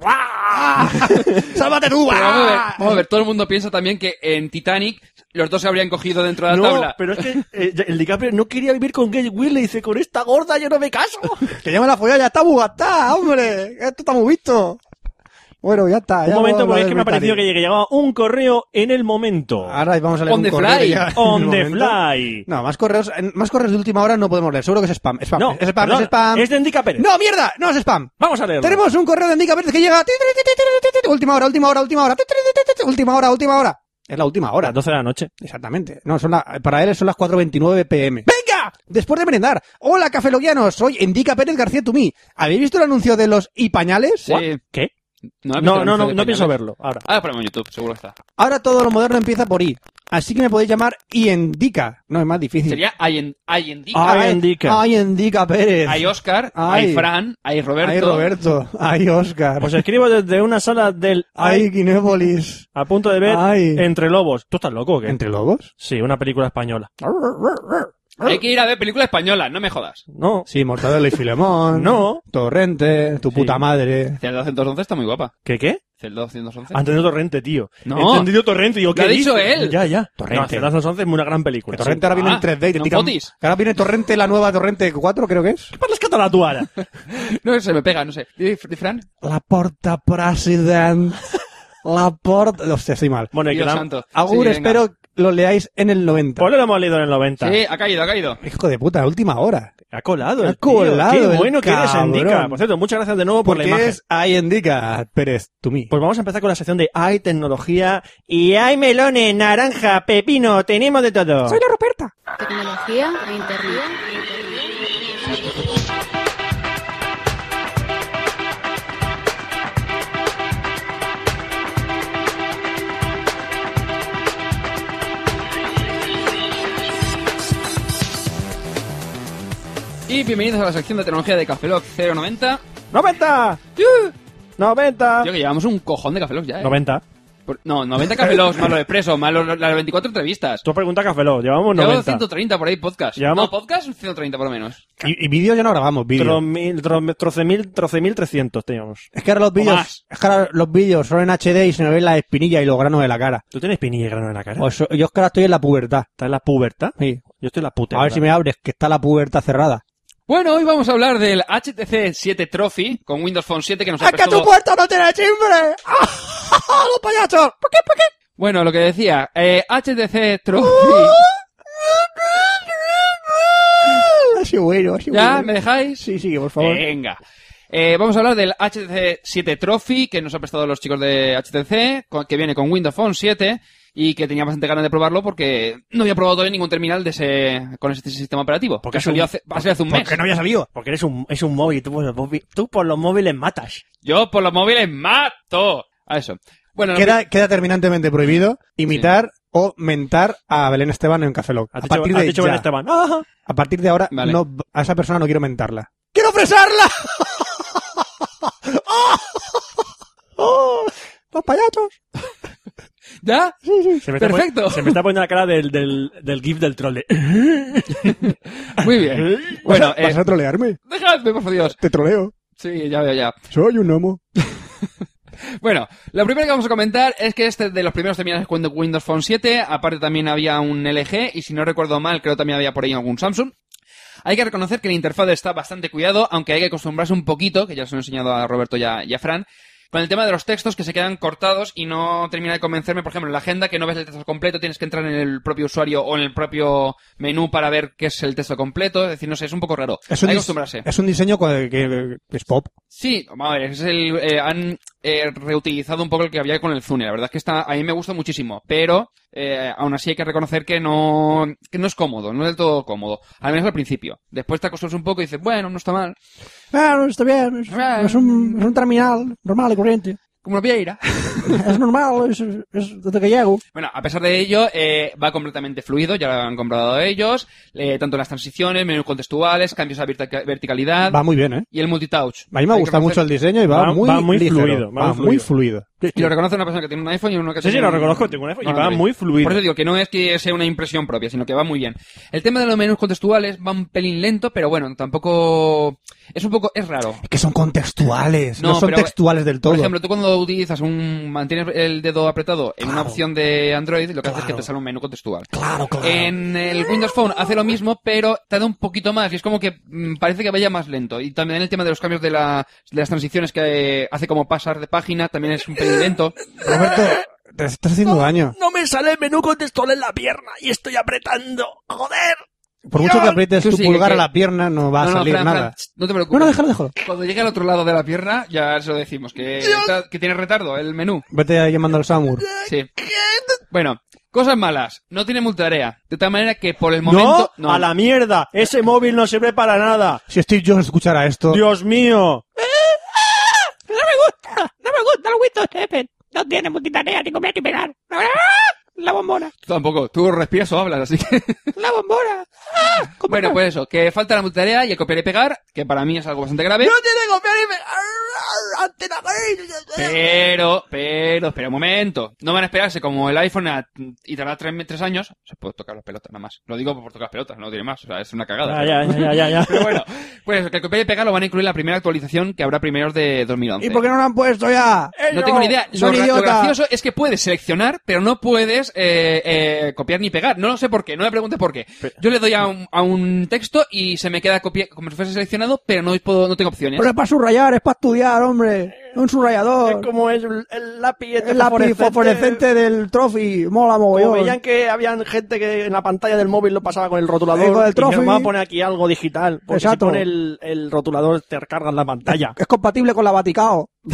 Sálvate tú.
Pero vamos, a ver,
¡ah!
vamos a ver, todo el mundo piensa también que en Titanic los dos se habrían cogido dentro de la
No,
tabla.
pero es que eh, el DiCaprio no quería vivir con Gay Will. Le dice, con esta gorda yo no me caso.
Que llama la follada, ya está bugatá, hombre. Esto está muy visto. Bueno, ya está.
un momento, porque es que me ha parecido que llegaba un correo en el momento.
Ahora vamos a leer
On
un
the
correo
fly.
que llega en
On
un
the
momento.
fly.
No, más correos, en- más correos de última hora no podemos leer. Seguro que es spam. Spam.
No,
es spam,
perdón,
es spam.
es de Endica Pérez.
No, mierda, no es spam.
Vamos a leerlo.
Tenemos un correo de Endica Pérez que llega. Última hora, última hora, última hora. Última hora, última hora. Es la última
A
hora.
las 12 de la noche.
Exactamente. No, son la- para él son las 4.29 pm. ¡Venga! Después de merendar. Hola, cafeloguianos. Soy Endica Pérez García Tumí. ¿Habéis visto el anuncio de los y pañales?
Sí.
¿Qué?
No,
No,
he visto el
no,
anuncio
no,
de
no pienso
pañales.
verlo. Ahora.
Ahora Ah, ponemos en YouTube, seguro que está.
Ahora todo lo moderno empieza por I. Así que me podéis llamar Iendica. No, es más difícil.
Sería hay en- hay en
Ah,
Dica,
Ay, Endica.
Ay, Endica Pérez.
hay Oscar,
Ay.
hay Fran, hay Roberto.
Ay, Roberto. Ay, Oscar.
Os Pues escribo desde una sala del
Ay, Kinépolis.
a punto de ver
Ay.
Entre Lobos. ¿Tú estás loco o qué?
¿Entre lobos?
Sí, una película española.
Hay que ir a ver película española, no me jodas.
No.
Sí, Mortadelo y Filemón.
No.
Torrente, tu
Sí.
puta madre.
Zelda 211 está muy guapa.
¿Qué qué?
Zelda 211.
Antonio Torrente, tío.
No.
Entendido Torrente. Digo,
Lo
¿qué
ha dicho
dice?
él.
Ya, ya.
Torrente.
No, Las 11 es una gran película.
Que Torrente ahora viene
Ah,
en 3D y te
no
pican-
fotis.
Ahora viene Torrente, la nueva Torrente 4, creo que es.
¿Qué parles català tu ara?
No, se me pega, no sé. ¿Y Fr- Fran?
La porta president. La porta... Hostia, estoy mal.
Bueno, y
Dios
que la-
santo.
Agur,
Sí, venga.
espero lo leáis en el 90.
Pues lo hemos leído en el 90.
Sí, ha caído, ha caído.
Hijo de puta, última hora.
Ha colado.
Ha
el tío.
colado
Qué
el
bueno que eres,
cabrón.
Endica. Por cierto, muchas gracias de nuevo por la
Porque
imagen.
es I indica Pérez to me.
Pues vamos a empezar con la sección de hay tecnología y hay melones, naranja, pepino, tenemos de todo.
Soy la Ruperta.
Tecnología e internet.
Y bienvenidos a la sección de tecnología de Cafeloc 090.
¡90! ¡90!
Yo que llevamos un cojón de Cafeloc ya, eh.
90.
Por- No, 90 Cafelocs, más los expresos, más los- las 24 entrevistas.
Tú pregunta Cafeló, llevamos
Llevamos
90.
130 por ahí podcast.
Llevamos-
No, podcast 130 por lo menos.
Y, y vídeos ya no grabamos, vídeos.
Tromil- trom- Trocemil, trocemil trescientos teníamos.
Es que ahora los vídeos,
más.
es que ahora los vídeos son en HD y se me ven las espinillas y los granos de la cara.
¿Tú tienes pinilla y grano en la cara?
Pues, yo es que ahora estoy en la pubertad.
¿Estás en la pubertad?
Sí.
Yo estoy en la puta.
A ver si me abres, que está la pubertad cerrada.
Bueno, hoy vamos a hablar del HTC 7 Trophy con Windows Phone 7 que nos ha
¡Es que
prestado...
tu puerta no tiene timbre! ¡Ah, los payasos! ¿Por qué, por qué?
Bueno, lo que decía, eh, HTC Trophy...
Ha sido bueno, ha sido
¿Ya?
bueno.
¿Me dejáis?
Sí, sí, por favor.
Venga. Eh, vamos a hablar del HTC 7 Trophy que nos ha prestado los chicos de HTC, con- que viene con Windows Phone 7 y que tenía bastante ganas de probarlo porque no había probado todavía ningún terminal de ese, con este sistema operativo.
Porque
Porque ha
es un-
salido hace, ha salido hace un mes.
Porque no había salido.
Porque eres un, es un móvil, tú por, los móvil- tú por los móviles matas.
Yo por los móviles mato. A eso. Bueno, lo
Queda, queda terminantemente prohibido imitar o mentar a Belén Esteban en Café Lock.
Has
A
dicho-
partir
has
de
dicho
ya.
Belén Esteban. ¡Ah!
A partir de ahora,
Vale.
no, a esa persona no quiero mentarla. ¡Quiero fresarla! ¡Oh! ¡Los payasos!
que- ¿Ya?
Se me está
Perfecto.
poni- se me está poniendo la cara del, del, del gif del troll. de-
Muy bien.
Bueno,
Bueno,
¿Vas, a,
eh,
vas a trolearme?
dejadme, por Dios.
Te troleo.
Sí, ya veo, ya.
Soy un homo.
Bueno, lo primero que vamos a comentar es que este de los primeros terminales con Windows Phone 7, aparte también había un LG y si no recuerdo mal creo también había por ahí algún Samsung. Hay que reconocer que el interfaz está bastante cuidado, aunque hay que acostumbrarse un poquito, que ya os lo he enseñado a Roberto y a, y a Fran, con el tema de los textos que se quedan cortados y no termina de convencerme, por ejemplo, en la agenda que no ves el texto completo, tienes que entrar en el propio usuario o en el propio menú para ver qué es el texto completo, es decir, no sé, es un poco raro. Hay
Es un,
que
dis-
acostumbrarse.
es un diseño cua- que, que es pop.
Sí, vamos a ver, es el, eh, han eh, reutilizado un poco el que había con el Zune. La verdad es que está, a mí me gusta muchísimo, pero eh, aún así hay que reconocer que no, que no es cómodo, no es del todo cómodo. Al menos al principio. Después te acostumbras un poco y dices, bueno, no está mal.
Claro, está bien. Es,
Ah. es un-
un, terminal normal y corriente.
Como lo voy a ir.
Es normal, es, desde que llego.
Bueno, a pesar de ello, eh, va completamente fluido, ya lo han comprobado ellos, eh, tanto las transiciones, menús contextuales, cambios a vertica- verticalidad
Va muy bien, ¿eh?
y el multitouch.
A mí
Ah,
me ha
Hay que
gustado mucho
reconocer-
el diseño y va,
Va-
muy,
va muy
ligero.
fluido, va
Va
muy
muy fluido.
Y lo reconoce una persona que tiene un iPhone y uno que
Sí, sí,
tiene
lo
un-
reconozco, tengo un iPhone y
un
va muy fluido.
Por eso digo que no es que sea una impresión propia, sino que va muy bien. El tema de los menús contextuales va un pelín lento, pero bueno, tampoco... Es un poco... es raro.
Que son contextuales, no, son
pero,
textuales del todo.
Por ejemplo, tú cuando utilizas un... mantienes el dedo apretado en una
Claro.
opción de Android, lo que hace es que
Claro.
te sale un menú contextual.
claro, claro.
En el Windows Phone hace lo mismo, pero tarda un poquito más. Y es como que mm, parece que vaya más lento. Y también el tema de los cambios de, la- de las transiciones que eh, hace como pasar de página también es un pelín lento.
Roberto, te estás haciendo daño.
No me sale el menú contextual en la pierna y estoy apretando. ¡Joder!
Por mucho que aprietes
Tú
tu
sigue,
pulgar
que-
a la pierna, no va a
No, no,
salir
Fran,
nada.
Fran, ch, no te
No,
preocupes.
no, déjalo, déjalo.
Cuando llegue al otro lado de la pierna, ya eso decimos, que, está- que tiene retardo el menú.
Vete llamando al Samur.
Sí. Bueno, cosas malas. No tiene multitarea. De tal manera que por el momento...
¡No! ¡A la mierda! Ese móvil no sirve para nada.
Si Steve Jobs escuchara esto,
¡Dios mío!
¡No me gusta! ¡No me gusta el Windows 7! No tiene multitarea ni comer ni pegar. ¡Ah! La bombona.
Tú tampoco. Tú respiras o hablas, así que...
La bombona. ¡Ah! Comer.
bueno, pues eso. Que falta la multitarea y el copiar y pegar, que para mí es algo bastante grave.
No tiene comer ni pegar. ¡Ah! Antena gay.
Pero, pero, espera un momento. No van a esperarse como el iPhone a- y tardará tres, tres años. Se puede tocar las pelotas, nada más. Lo digo por tocar las pelotas, no tiene más. O sea, es una cagada.
Ya, ya, ya, ya, ya.
Pero bueno, pues eso, que el copiar y pegar lo van a incluir en la primera actualización que habrá primeros de 2011.
¿Y por qué no lo han puesto ya?
No tengo ni idea. Lo,
Son
gra- lo
idiota.
gracioso es que puedes seleccionar, pero no puedes eh, eh, copiar ni pegar. No lo sé por qué, no me preguntes por qué. Yo le doy a un, a un texto y se me queda copi- como si fuese seleccionado, pero no, puedo, no tengo opciones.
Pero es para subrayar, es para estudiar, hombre. Un
Es
subrayador.
como es el, el lápiz este
El lápiz fosforescente del trophy. Mola
Como
mogollón.
veían que habían gente que en la pantalla del móvil lo pasaba con el
Ahí
rotulador.
con el
y dijeron,
trophy.
vamos a poner aquí algo digital. Porque
Exacto.
si pone el, el rotulador te recargan la pantalla.
Es compatible con la Vaticao.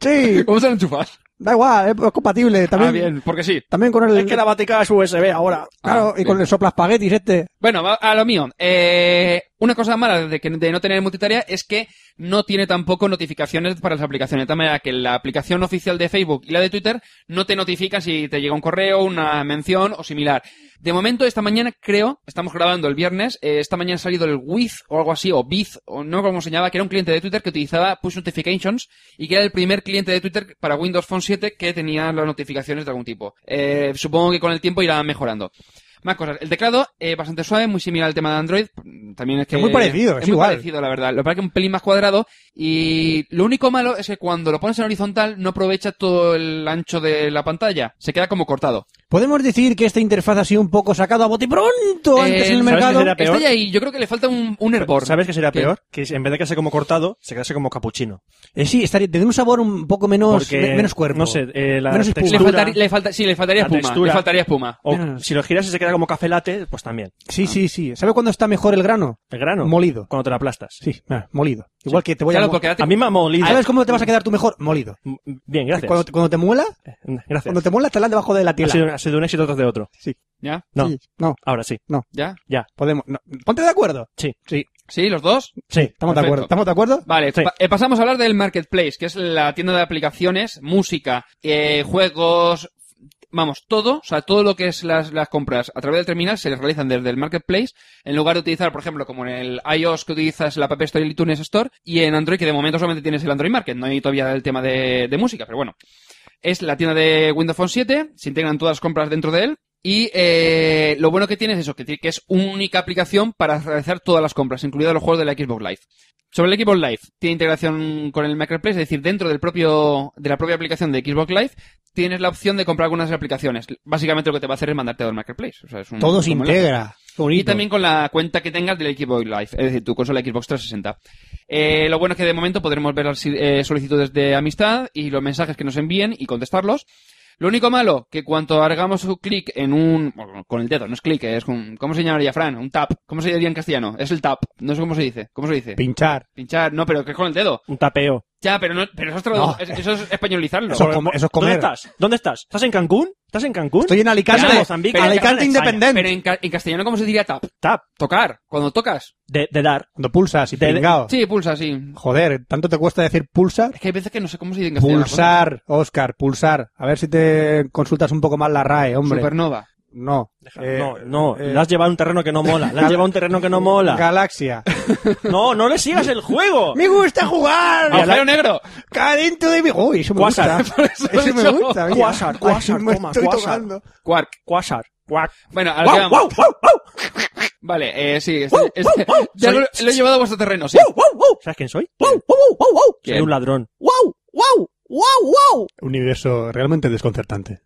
Sí,
¿Cómo se lo enchufas?
da igual, es es compatible.
Ah,
También,
bien, porque sí.
también con el...
es que la Vaticana es USB ahora.
Claro,
Ah,
y con
bien.
el sopla espaguetis este.
Bueno, va- a lo mío. Eh, una cosa mala de, que, de no tener multitarea es que no tiene tampoco notificaciones para las aplicaciones. De tal manera que la aplicación oficial de Facebook y la de Twitter no te notifican si te llega un correo, una mención o similar. De momento, esta mañana creo, estamos grabando el viernes, eh, esta mañana ha salido el Wiz o algo así, o Biz, o no como se llamaba, que era un cliente de Twitter que utilizaba Push Notifications y que era el primer cliente de Twitter para Windows Phone 7 que tenía las notificaciones de algún tipo. Eh, supongo que con el tiempo irá mejorando. Más cosas. El teclado eh, bastante suave, muy similar al tema de Android. También es que
Es muy parecido, es
muy
igual.
parecido, la verdad. Lo que pasa es que un pelín más cuadrado. Y lo único malo es que cuando lo pones en horizontal no aprovecha todo el ancho de la pantalla. Se queda como cortado.
Podemos decir que esta interfaz ha sido un poco sacado a bote pronto
Eh,
antes en
¿sabes
el mercado.
qué será? peor?
Este ya ahí, yo creo que le falta un, un hervor.
¿Sabes qué sería
¿Qué?
peor? Que en vez de quedarse como cortado, se quedase como capuchino.
Eh, sí, estaría, tendría un sabor un poco menos,
Porque,
me- menos cuerpo.
no sé, eh, la
Menos espuma.
Le
textura...
faltaría, le falta, sí, le faltaría
La
espuma.
textura.
Le faltaría espuma.
O
Menos-
si lo giras y se queda como café latte, pues también.
Sí, sí, sí. ¿Sabe cuándo está mejor el grano?
El grano.
Molido.
Cuando te lo aplastas.
Sí, ah, molido. Igual que te voy a...
Claro,
mo-
porque ahora te- Ah,
A mí me ha molido.
¿Sabes cómo te vas a quedar tú mejor? Molido.
Bien, gracias. Mm,
Cuando, te- cuando te muela,
Gracias.
cuando te muela, te la debajo de la
Ha
tela.
sido, ha sido un éxito tras de otro.
¿Ya?
No,
Sí, ¿Ah, no,
ahora sí.
¿Ya?
podemos... no. Ponte de acuerdo.
Sí.
Sí,
¿Sí? ¿Los dos?
Sí.
estamos
Perfecto.
de acuerdo. ¿Estamos de acuerdo?
Vale,
Sí.
pa- eh, pasamos a hablar del Marketplace, que es la tienda de aplicaciones, música, eh, juegos, vamos, todo, o sea, todo lo que es las, las compras a través del terminal se les realizan desde el Marketplace, en lugar de utilizar, por ejemplo, como en el iOS que utilizas la App Store y el iTunes Store, y en Android que de momento solamente tienes el Android Market, no hay todavía el tema de, de música, pero bueno. Es la tienda de Windows Phone 7, se integran todas las compras dentro de él, Y eh, lo bueno que tiene es eso, que tiene- que es única aplicación para realizar todas las compras, incluidos los juegos de la Xbox Live. Sobre el Xbox Live, tiene integración con el Marketplace, es decir, dentro del propio, de la propia aplicación de Xbox Live, tienes la opción de comprar algunas aplicaciones. Básicamente lo que te va a hacer es mandarte al Marketplace. O sea, es un-
Todo se
como la-
integra. Qué bonito.
y también con la cuenta que tengas del Xbox Live, es decir, tu consola Xbox 360. Eh, lo bueno es que de momento podremos ver las eh, solicitudes de amistad y los mensajes que nos envíen y contestarlos. Lo único malo, que cuanto hagamos un clic en un... bueno, con el dedo, no es clic, es un... ¿Cómo se llamaría, Fran? Un tap. ¿Cómo se diría en castellano? Es el tap. No sé cómo se dice. ¿Cómo se dice?
Pinchar.
Pinchar. No, pero que es con el dedo.
Un tapeo.
Ya, pero, no, pero eso, es tradu- es- eso es españolizarlo.
Eso es com- eso
¿Dónde
es comer.
estás? ¿Dónde estás? ¿Estás en Cancún? ¿Estás en Cancún?
Estoy en Alicante.
Pero-
Mozambique,
Alicante
España.
independiente.
Pero en, ca- en castellano, ¿cómo se diría tap?
Tap.
Tocar. Cuando tocas.
De, de dar.
Cuando pulsas y
De-
pringao.
Sí, pulsa, sí.
Joder, ¿tanto te cuesta decir pulsar?
Es que hay veces que no sé cómo se dice en castellano.
Pulsar, Oscar, pulsar. A ver si te consultas un poco más la RAE, hombre.
Supernova.
No. Eh,
no, no.
eh,
la has llevado a un terreno que no mola. La has llevado a un terreno que no mola.
Galaxia.
No, no le sigas el juego.
¡Me gusta jugar!
Agujero negro.
Calento de mi... ¡Uy, eso me
Quasar.
gusta! Eso,
he
me
dicho.
gusta, mira.
Quasar, Quasar,
Ay, me
toma,
estoy
Quasar.
tocando.
Quark.
Quasar. Quack.
Bueno, ahora
¡Wow,
que vamos.
wow, wow, wow!
Vale, eh, sí. este- este- ya
Soy-
lo, lo he llevado a vuestro terreno, sí.
¿Sabes quién soy? Soy
¿Quién?
un ladrón.
Universo realmente desconcertante.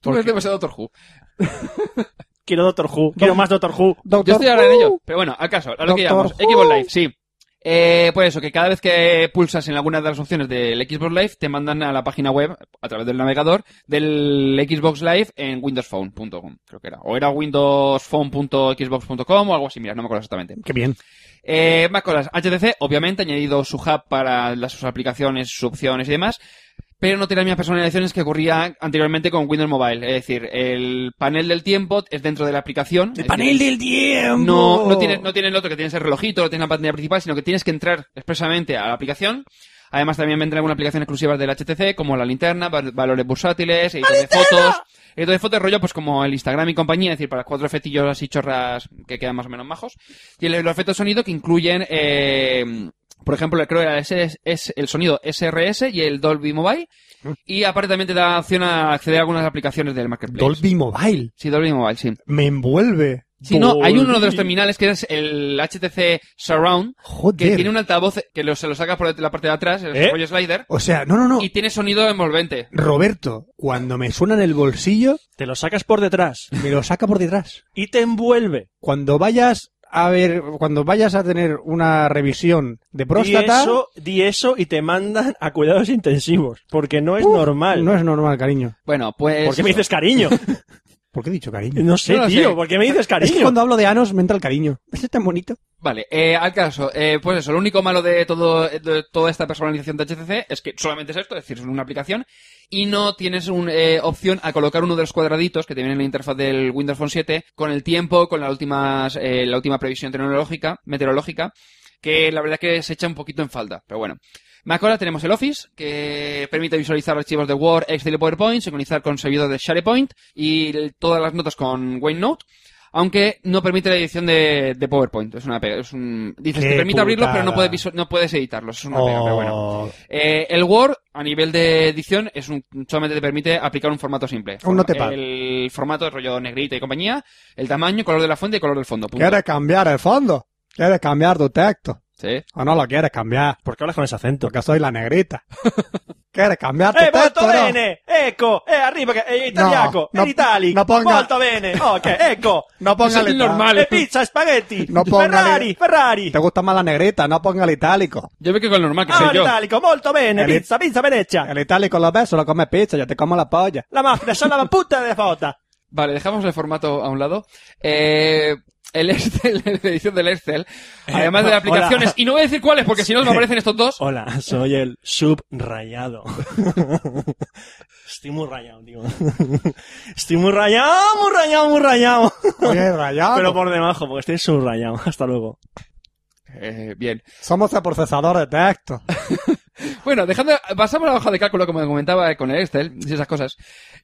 Tú eres demasiado Doctor Who.
Quiero Doctor Who. Quiero más Doctor Who.
Doctor,
Yo estoy ahora en ello. Pero bueno, al caso, a lo que
Doctor
llamamos. Xbox Live, sí. Eh, pues eso, que cada vez que pulsas en alguna de las opciones del Xbox Live, te mandan a la página web, a través del navegador, del Xbox Live en windowsphone.com, creo que era. O era windowsphone.xbox.com o algo así, mira, no me acuerdo exactamente.
Qué bien.
Eh, más cosas. HTC, obviamente, ha añadido su hub para las, sus aplicaciones, sus opciones y demás. Pero no tiene las mismas personalizaciones que ocurría anteriormente con Windows Mobile. Es decir, el panel del tiempo es dentro de la aplicación. es decir,
del tiempo!
No, no tienes, no tienes lo otro que tienes el relojito, no tienes la pantalla principal, sino que tienes que entrar expresamente a la aplicación. Además, también vendrán algunas aplicaciones exclusivas del HTC, como la linterna, val- valores bursátiles, editor de fotos. Editor de fotos, rollo, pues como el Instagram y compañía, es decir, para cuatro efectillos así chorras que quedan más o menos majos. Y el- los efectos de sonido que incluyen, eh, por ejemplo, creo que era el SS es el sonido SRS y el Dolby Mobile. Y aparte también te da opción a acceder a algunas aplicaciones del Marketplace.
Dolby Mobile.
Sí, Dolby Mobile, sí.
Me envuelve.
Sí, no, hay uno de los
Dolby.
terminales que es el HTC Surround, que
Joder.
tiene un altavoz que lo- se lo sacas por la parte de atrás, el
¿Eh?
rollo slider,
O sea, no, no, no.
y tiene sonido envolvente.
Roberto, cuando me suena en el bolsillo,
Te lo sacas por detrás.
me lo saca por detrás.
Y te envuelve.
cuando vayas a ver, cuando vayas a tener una revisión de próstata,
Di eso, di eso y te mandan a cuidados intensivos. Porque no es normal.
no es normal, cariño.
Bueno, pues...
¿Por qué me dices cariño?
¿Por qué he dicho cariño?
No sé,
No lo
tío.
sé.
¿Por qué me dices
Es que
cariño?
cuando hablo de anos me entra el cariño. ¿Es tan bonito?
Vale, eh, al caso, eh, pues eso, lo único malo de todo de toda esta personalización de HTC es que solamente es esto, es decir, es una aplicación y no tienes un, eh, opción a colocar uno de los cuadraditos que te viene en la interfaz del Windows Phone 7 con el tiempo, con las últimas, eh, la última previsión tecnológica, meteorológica, que la verdad es que se echa un poquito en falta, pero bueno. Más ahora tenemos el Office, que permite visualizar archivos de Word, Excel y PowerPoint, sincronizar con servidores de SharePoint y el- todas las notas con OneNote, aunque no permite la edición de, de PowerPoint. Es una pega. Es un, dices,
Qué
te permite abrirlos, pero no
putada.
puedes, visu- no puedes editarlos. Es una pega, Ah, pero bueno.
Oh,
Eh, el Word, a nivel de edición, es un, solamente te permite aplicar un formato simple.
Un notepad.
El formato de rollo negrita y compañía, el tamaño, color de la fuente y color del fondo. punto.
¿Quieres cambiar el fondo? ¿Quieres cambiar tu texto?
Sí.
¿O no lo quieres cambiar?
¿Por qué hablas con ese acento?
Porque soy la negrita. ¿Quieres cambiar tu
Eh,
texto?
molto
o no?
bene, ecco, eh, arriba, che è italiaco,
No,
in
no,
italico,
no ponga-
molto bene, ok, ecco,
No ponga el
Sono normale. Eh, pizza, spaghetti,
No ponga
Ferrari,
le-
Ferrari,
¿Te gusta más la negrita? No ponga el itálico.
Yo veo que con lo normal que
ah,
soy yo.
l'italico, molto bene,
Eh, le-
pizza, pizza, venezia,
El itálico lo ves, solo come pizza, yo te como la polla.
la mafia, sono la puttana delle foto.
Vale, dejamos el formato a un lado. Eh, el Excel, la edición del Excel, además de las
Eh, hola.
aplicaciones, y no voy a decir cuáles porque si no me aparecen estos dos.
Hola, soy el subrayado. Estoy muy rayado, tío. Estoy muy rayado, muy rayado, muy rayado.
Oye, rayado.
Pero por debajo, porque estoy subrayado. Hasta luego.
Eh, bien.
Somos el procesador de texto.
Bueno, dejando, pasamos a la hoja de cálculo, como comentaba eh, con el Excel y esas cosas.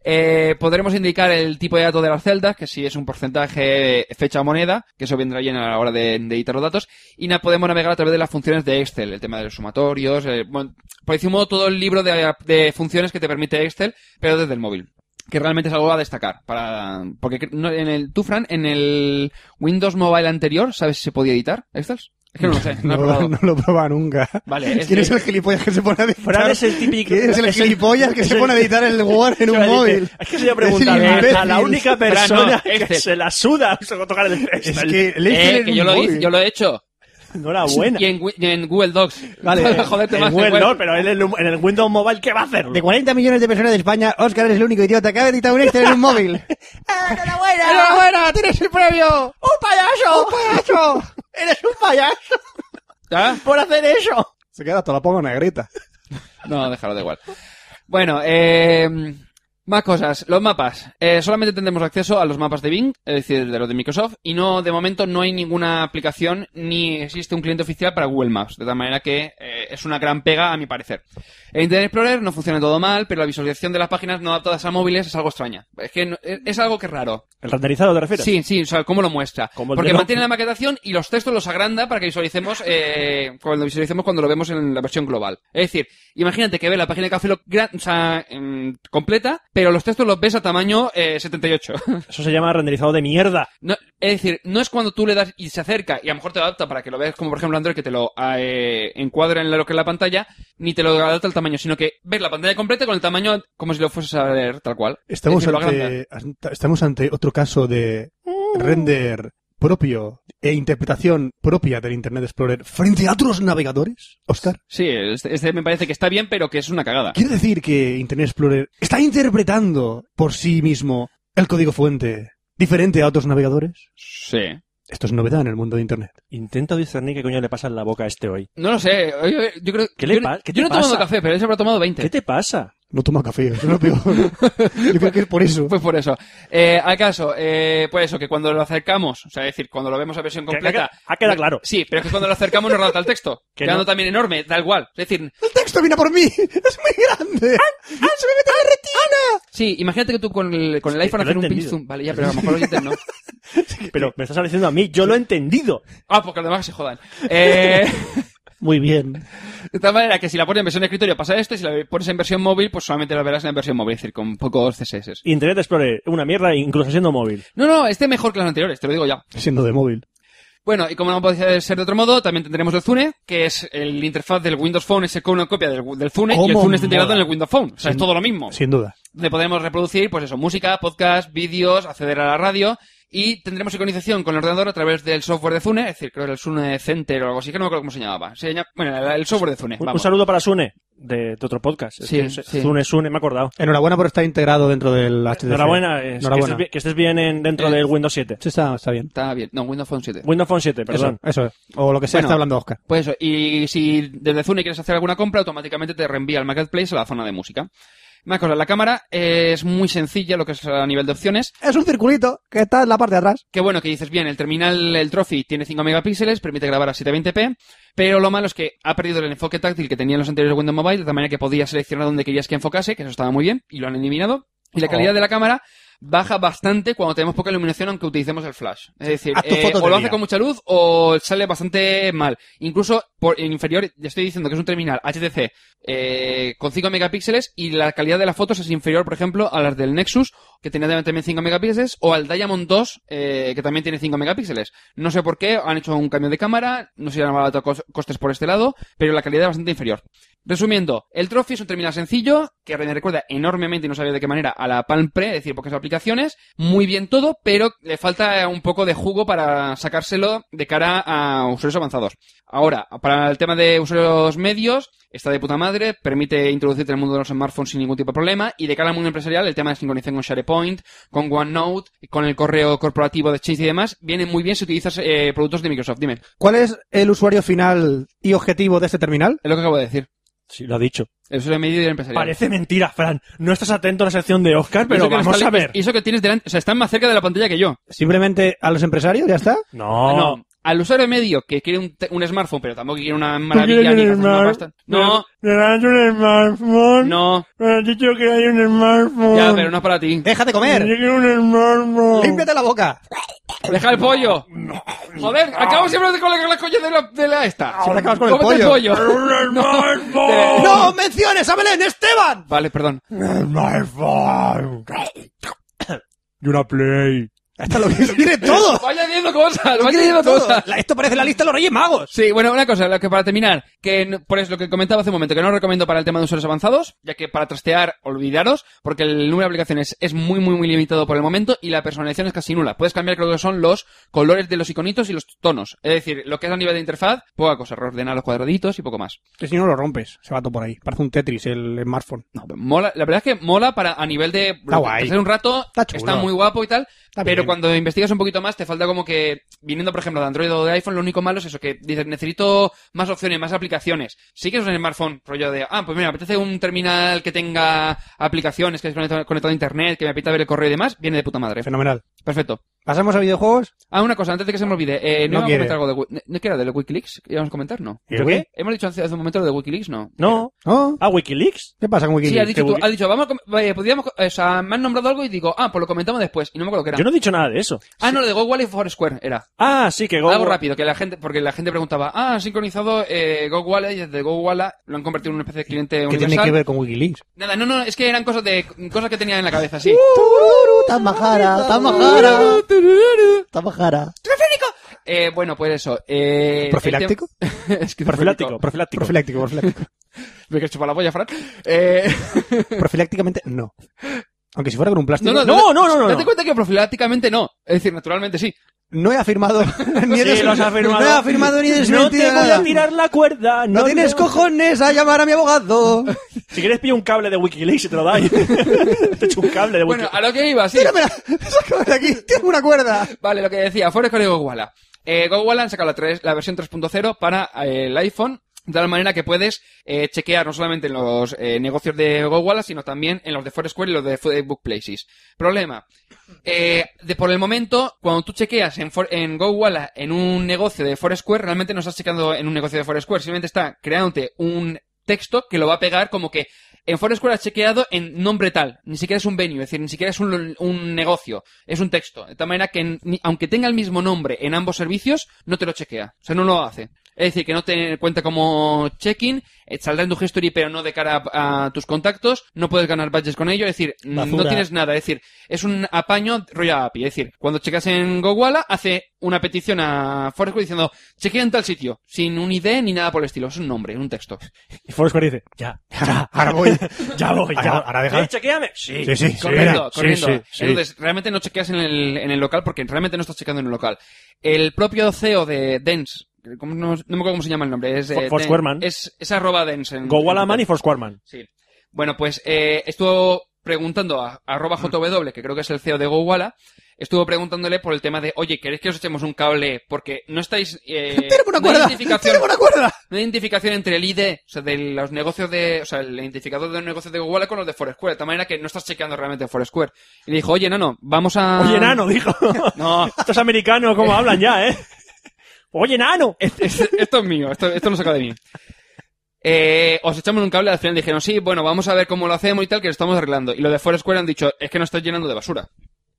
Eh, podremos indicar el tipo de dato de las celdas, que si es un porcentaje, fecha o moneda, que eso vendrá bien a la hora de, de editar los datos. Y na- podemos navegar a través de las funciones de Excel, el tema de los sumatorios, eh, bueno, por decir un modo, todo el libro de, de funciones que te permite Excel, pero desde el móvil. que realmente es algo a destacar para porque cre- no- en el tú Fran en el Windows Mobile anterior sabes si se podía editar Excels es que no lo sé no, lo he probado
no lo proba nunca.
Vale, es
¿Quién
que-
es el gilipollas que se pone a editar?
Fran es el típico-
¿Quién es el
es el-
gilipollas que
es
se
el-
pone a editar el Word en
Iba
un
a decir,
móvil?
Es que se iba a
Es el
preguntar
imbécil. este
a, a la única
Pero no,
persona que
Excel.
se la suda tocar el Excel.
Es que le
Eh,
hice en
que
un
yo lo
móvil.
hice yo lo he hecho
Enhorabuena.
y en, Wi- y en Google Docs
Vale,
Para joderte
Ah, En
más en
Google,
web.
no, pero en el, en el Windows Mobile, ¿qué va a hacer?
De 40 millones de personas de España, Oscar es el único idiota que ha editado un Excel en un móvil.
¡Ah, ¡Enhorabuena! ¡Tienes el premio! ¡Un payaso! ¡Un payaso! ¡Eres un payaso
¿Ah?
por hacer eso! Se queda hasta la pongo negrita.
No, déjalo da igual. Bueno, eh, más cosas. Los mapas. Eh, solamente tendremos acceso a los mapas de Bing, es decir, de los de Microsoft, y no, de momento no hay ninguna aplicación ni existe un cliente oficial para Google Maps, de tal manera que eh, es una gran pega a mi parecer. En Internet Explorer no funciona todo mal, pero la visualización de las páginas no adaptadas a móviles es algo extraña. Es que no- es es algo que es raro.
¿El renderizado te refieres?
Sí, sí, o sea, cómo lo muestra.
Como el
Porque
de no-
mantiene la maquetación y los textos los agranda para que visualicemos eh, cuando visualicemos cuando lo vemos en la versión global. Es decir, imagínate que ves la página de Café Lock gran- o sea, em, completa, pero los textos los ves a tamaño eh, 78.
Eso se llama renderizado de mierda.
No, es decir, no es cuando tú le das y se acerca y a lo mejor te lo adapta para que lo veas como por ejemplo Android que te lo eh, encuadra en lo que es la pantalla, ni te lo adapta al tamaño, sino que ves la pantalla completa con el tamaño como si lo fueses a ver tal cual. Es
Estamos
decir, lo agranda.
ante, anta- estamos ante otro caso de render propio e interpretación propia del Internet Explorer frente a otros navegadores, Oscar.
Sí, este, este me parece que está bien, pero que es una cagada.
Quiere decir que Internet Explorer está interpretando por sí mismo el código fuente diferente a otros navegadores.
Sí.
Esto es novedad en el mundo de Internet.
Intento discernir qué coño le pasa en la boca a este hoy.
No lo sé. Yo, yo creo
¿Qué le
yo-
pa- qué
yo
te
no he tomado
pasa?
café, pero él se habrá tomado 20.
¿Qué te pasa?
No toma café, es lo peor. Yo creo que es por eso.
Pues por eso. Eh, al caso, eh, pues eso, que cuando lo acercamos, o sea, es decir, cuando lo vemos a versión
Que- que-
completa.
ha quedado claro.
Sí, pero es que cuando lo acercamos nos rata el texto.
Que
quedando
no.
también enorme, da igual. Es decir,
¡El texto viene a por mí! ¡Es muy grande! Ah, ¡Se me mete la retina!
sí, imagínate que tú con el, con el
Sí,
iPhone
lo he
hacer un pinch
entendido.
zoom. Vale, ya, pero a lo mejor lo oyentes no.
Pero me estás diciendo a mí, yo lo he entendido.
Ah, porque los demás se jodan. Eh,
Muy bien.
de tal manera que si la pones en versión de escritorio pasa esto, y si la pones en versión móvil, pues solamente la verás en versión móvil, es decir, con pocos CSS.
Internet Explorer, una mierda, incluso siendo móvil.
No, no, este mejor que los anteriores, te lo digo ya.
Siendo de móvil.
Bueno, y como no podía ser de otro modo, también tendremos el Zune, que es el interfaz del Windows Phone, es con una copia del, del Zune, y el
¿Cómo
Zune está integrado en
mola?
el Windows Phone. O sea, es todo lo mismo.
Sin duda.
Donde podremos reproducir, pues eso, música, podcast, vídeos, acceder a la radio, y tendremos sincronización con el ordenador a través del software de Zune, es decir, creo que era el Zune Center o algo así, que no me acuerdo cómo se llamaba. Se llama- bueno, el- el software de Zune,
Un, un
vamos.
saludo para Sune, de, de otro podcast. Es
Sí,
que
sí.
es- Sune, Sune, me he acordado.
Enhorabuena por estar integrado dentro del HTC.
Enhorabuena, es- Que,
Enhorabuena.
estés, bi- que estés bien en- dentro
Eh.
del Windows 7.
Sí, está, está bien.
Está bien, no, Windows Phone 7.
Windows Phone 7, perdón.
Eso, eso es. O lo que sea
Bueno.
está hablando Oscar.
Pues eso, y si desde Zune quieres hacer alguna compra, automáticamente te reenvía al Marketplace a la zona de música. Más cosas, la cámara es muy sencilla lo que es a nivel de opciones.
Es un circulito que está en la parte de atrás.
Que bueno, que dices, bien, el terminal, el Trophy tiene 5 megapíxeles, permite grabar a 720p, pero lo malo es que ha perdido el enfoque táctil que tenía en los anteriores Windows Mobile, de tal manera que podías seleccionar dónde querías que enfocase, que eso estaba muy bien, y lo han eliminado. Y la
Oh.
calidad de la cámara baja bastante cuando tenemos poca iluminación, aunque utilicemos el flash. Es decir,
Haz tus
eh,
fotos
o
de
lo
día.
hace con mucha luz o sale bastante mal. Incluso por en inferior, ya estoy diciendo que es un terminal HTC eh, con 5 megapíxeles y la calidad de las fotos es inferior, por ejemplo, a las del Nexus, que tenía también 5 megapíxeles, o al Diamond 2, eh, que también tiene 5 megapíxeles. No sé por qué, han hecho un cambio de cámara, no se han barato cos- costes por este lado, pero la calidad es bastante inferior. Resumiendo, el Trophy es un terminal sencillo que me recuerda enormemente, y no sabía de qué manera, a la Palm Pre, es decir, pocas aplicaciones, muy bien todo, pero le falta un poco de jugo para sacárselo de cara a usuarios avanzados. Ahora, para el tema de usuarios medios, está de puta madre, permite introducirte en el mundo de los smartphones sin ningún tipo de problema, y de cara al mundo empresarial, el tema de sincronización con SharePoint, con OneNote, con el correo corporativo de Exchange y demás, viene muy bien si utilizas eh, productos de Microsoft. Dime, es
¿Cuál es el usuario final y objetivo de este terminal?
lo que acabo de decir.
Sí, lo ha dicho.
El usuario medio y el empresarial.
Parece mentira, Fran. No estás atento a la sección de Oscar,
Y eso
pero
que no
vamos
está
a
le-
ver.
Y eso que tienes delante, o sea, están más cerca de la pantalla que yo.
Simplemente a los empresarios, ya está.
No.
Ah, No, al usuario medio que quiere un, te- un smartphone, pero tampoco quiere una maravilla
quieres
ni
un
gastarse una
smart-
pasta. No,
¿Me das un smartphone?
no,
Me
Eh,
has dicho que hay un smartphone.
Eh.
ya, pero no es para ti.
Déjate
Yo
comer.
quiero un smartphone.
Límpiate la boca.
¡Deja el pollo! Joder, acabo siempre de colegar la coña de la, de la esta.
Siempre acabas con el
Cómete
pollo.
Te-
¡No menciones a Belén Esteban!
Eh, Vale, perdón.
Y una play. Esto lo, lo quiere todo.
Vaya diciendo cosas,
Lo
vaya
quiere
diciendo
todo.
cosas.
La- Esto parece la lista de los Reyes Magos.
Sí, bueno, una cosa, lo que para terminar, que no- por eso lo que comentaba hace un momento, que no recomiendo para el tema de usuarios avanzados, ya que para trastear, olvidaros, porque el número de aplicaciones es muy, muy, muy limitado por el momento y la personalización es casi nula. Puedes cambiar, creo que son los colores de los iconitos y los tonos. Es decir, lo que es a nivel de interfaz, poca cosa, reordenar los cuadraditos y poco más.
Que si no lo rompes, se va todo por ahí. Parece un Tetris el smartphone.
No, pero mola, la verdad es que mola para a nivel de
Está guay.
hacer un rato,
Está chulo.
muy guapo y tal, pero
bien.
cuando investigas un poquito más te falta como que viniendo por ejemplo de Android o de iPhone, lo único malo es eso que dices, necesito más opciones, más aplicaciones. Sí que es un smartphone rollo de, ah, pues mira, me apetece un terminal que tenga aplicaciones, que esté conectado, conectado a internet, que me apetece ver el correo y demás, viene de puta madre.
Fenomenal.
Perfecto.
¿Pasamos a videojuegos?
Ah, una cosa, antes de que se me olvide, eh,
No
no,
quiere.
quiero comentar algo de, Wi- ¿no- ¿no que era de lo WikiLeaks? ¿Íbamos a comentar? No.
¿El qué?
Hemos dicho hace hace un momento lo de WikiLeaks, no.
No.
¿No?
¿A Wikileaks?
¿Qué pasa con
Sí,
Wikileaks?
has dicho,
que
tú,
Wiki-
has dicho, vamos, a com- eh, podíamos, co- o sea, me han nombrado algo y digo, ah, pues lo comentamos después, y no me acuerdo qué era.
Yo no he dicho nada de eso.
Ah, no, lo de Go Wall y Foursquare era.
Ah, sí, que Go.
Algo rápido, que la gente, porque la gente preguntaba, ah, han sincronizado eh, Go Wallet y desde Go Wallet lo han convertido en una especie de cliente
¿Qué
universal.
tiene que ver con Wikileaks?
Nada, no, no, es que eran cosas de cosas que tenía en la cabeza, sí.
Uh.
Tamajara, Tamajara, Tamajara.
Eh, bueno, pues eso. Eh, el
¿Profiláctico?
tem-
Profiláctico,
Esquizofrénico.
profiláctico.
Profiláctico, profiláctico.
Me quieres chupar la polla, Fran. Eh,
Profilácticamente, no. Aunque si fuera con un plástico.
No, no, no, no,
Date
no.
cuenta que profilácticamente no. Es decir, naturalmente sí.
No he afirmado ni he
Sí,
des-
lo has afirmado.
No he afirmado ni
No
desmentido
te voy
nada.
a tirar la cuerda.
No, tienes
cojo.
cojones a llamar a mi abogado.
Si quieres, pilla un cable de Wikileaks y te lo da. te echo un cable de
Bueno,
Wikileaks.
a lo que iba, sí.
Tíramela, sácame de aquí, tírame una cuerda.
Vale, lo que decía, Foursquare y GoWala. Eh, GoWala han sacado la, tres- la versión 3.0 para eh, el iPhone, de tal manera que puedes eh, chequear no solamente en los eh, negocios de GoWala, sino también en los de Foursquare y los de Facebook Places. Problema. Eh, de por el momento, cuando tú chequeas en, For- en GoWala en un negocio de Foursquare, realmente no estás checando en un negocio de Foursquare, simplemente está creándote un texto que lo va a pegar como que en Foursquare has chequeado en nombre tal, ni siquiera es un venue, es decir, ni siquiera es un, un negocio, es un texto. De tal manera que, en- ni- aunque tenga el mismo nombre en ambos servicios, no te lo chequea, o sea, no lo hace. Es decir, que no te cuenta como check-in, eh, saldrá en tu history, pero no de cara a, a tus contactos, no puedes ganar badges con ello, es decir, no
Basura.
tienes nada, es decir, es un apaño rollo API, es decir, cuando checas en GoWala, hace una petición a Foursquare diciendo, chequea en tal sitio, sin un ID ni nada por el estilo, es un nombre, un texto.
Y Foursquare dice, ya, ya,
Ahora voy.
ya voy, ya.
Ahora- ahora deja-
Eh, chequeame. Sí.
Sí, sí, sí.
corriendo,
Sí,
corriendo.
sí, sí.
Entonces, realmente no chequeas en el, en el local porque realmente no estás checando en el local. El propio CEO de Dens, ¿cómo no, no me acuerdo cómo se llama el nombre, es,
For-
eh,
Foursquareman.
Den- es, es arroba Dens. En,
Go
en-
Man y Foursquareman.
Sí. Bueno, pues eh, estuvo preguntando a arroba JW, que creo que es el CEO de GoWala, estuvo preguntándole por el tema de, oye, ¿queréis que os echemos un cable? Porque no estáis... Eh,
Tírame
no
una
hay
cuerda.
identificación-
Tírame una cuerda.
no hay identificación entre el ID, o sea, de los negocios de, o sea, el identificador de los negocios de Google con los de Foursquare, de tal manera que no estás chequeando realmente Foursquare. Y le dijo, oye, nano, vamos a...
Oye, nano, dijo.
No,
Estos americanos, ¿cómo hablan ya, eh? Oye, nano.
este- este- esto es mío, esto, esto lo saca de mí. Eh, os echamos un cable, al final dijeron, sí, bueno, vamos a ver cómo lo hacemos y tal, que lo estamos arreglando. Y los de Foursquare han dicho, es que nos estás llenando de basura.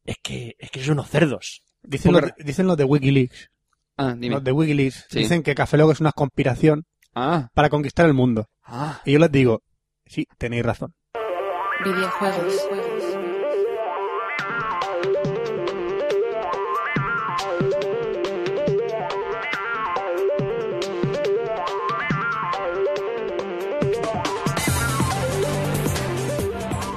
Es que, es que son unos cerdos.
Dicen los, dicen los de Wikileaks.
Ah, dime.
Los de Wikileaks
Sí.
dicen que Café Lock es una conspiración
Ah,
para conquistar el mundo.
ah.
Y yo les digo, sí, tenéis razón.
videojuegos,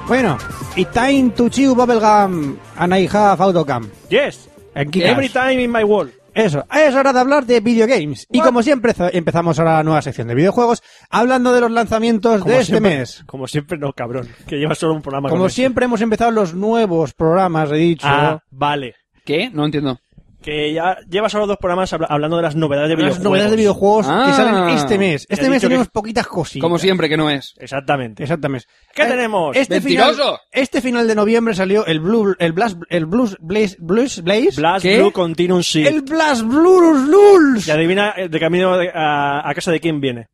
Bueno, it's time to chew bubblegum and I have autocam.
Yes.
En Kikas.
Every time in my wall.
Eso, es hora de hablar de videogames. Y como siempre, zo- empezamos ahora la nueva sección de videojuegos, hablando de los lanzamientos de este
siempre,
mes.
Como siempre, no, cabrón. Que lleva solo un programa.
Como
con eso.
siempre, hemos empezado los nuevos programas, he dicho.
Ah, vale.
¿Qué? No entiendo.
Que ya lleva solo dos programas habla- hablando de las novedades de
las
videojuegos.
novedades de videojuegos que
Ah.
salen este mes. Este
Ya he
mes
dicho
tenemos
que-
poquitas cositas.
Como siempre que no es.
Exactamente.
Exactamente.
¿Qué tenemos?
Este final,
¡Mentiroso!
este final de noviembre salió el Blue, el Blast, el Blues Blaze, Blues Blaze.
Blast
¿Qué?
Blue Continuum Shield.
El Blast Blues Luls.
Y adivina eh, de camino de- a, a casa de quién viene.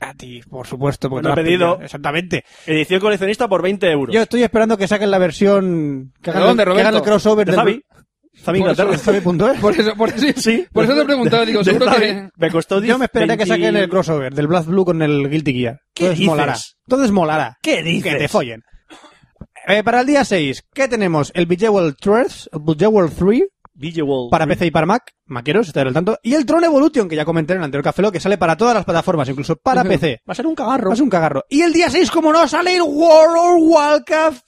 A ti, Ah, por supuesto, porque
Bueno,
te lo has
he pedido.
pillado. Exactamente.
Edición coleccionista por 20 euros.
Yo estoy esperando que saquen la versión. Que
¿De dónde,
el- que hagan el
Roberto?
crossover
¿De
del-
Javi? Zami Inglaterra.
Zami.es.
Por eso, por eso,
Sí.
por eso te he preguntado, digo,
De
seguro
Zami.
que...
Me costó 10.
Yo me esperaré a que
20.
saquen el crossover del Blood Blue con el Guilty Gear.
¿Qué
Entonces
dices?
molará. Entonces molará.
¿Qué dices?
Que te follen. Eh, para el día 6, ¿qué tenemos? El Bejeweled 3, Bejeweled 3
Visual.
para PC y para Mac, maqueros, estar al tanto, y el Tron Evolution, que ya comenté en el anterior Café Lock, que sale para todas las plataformas, incluso para PC.
Va a ser un cagarro.
Es un cagarro. Y el día 6, como no, sale el World of Warcraft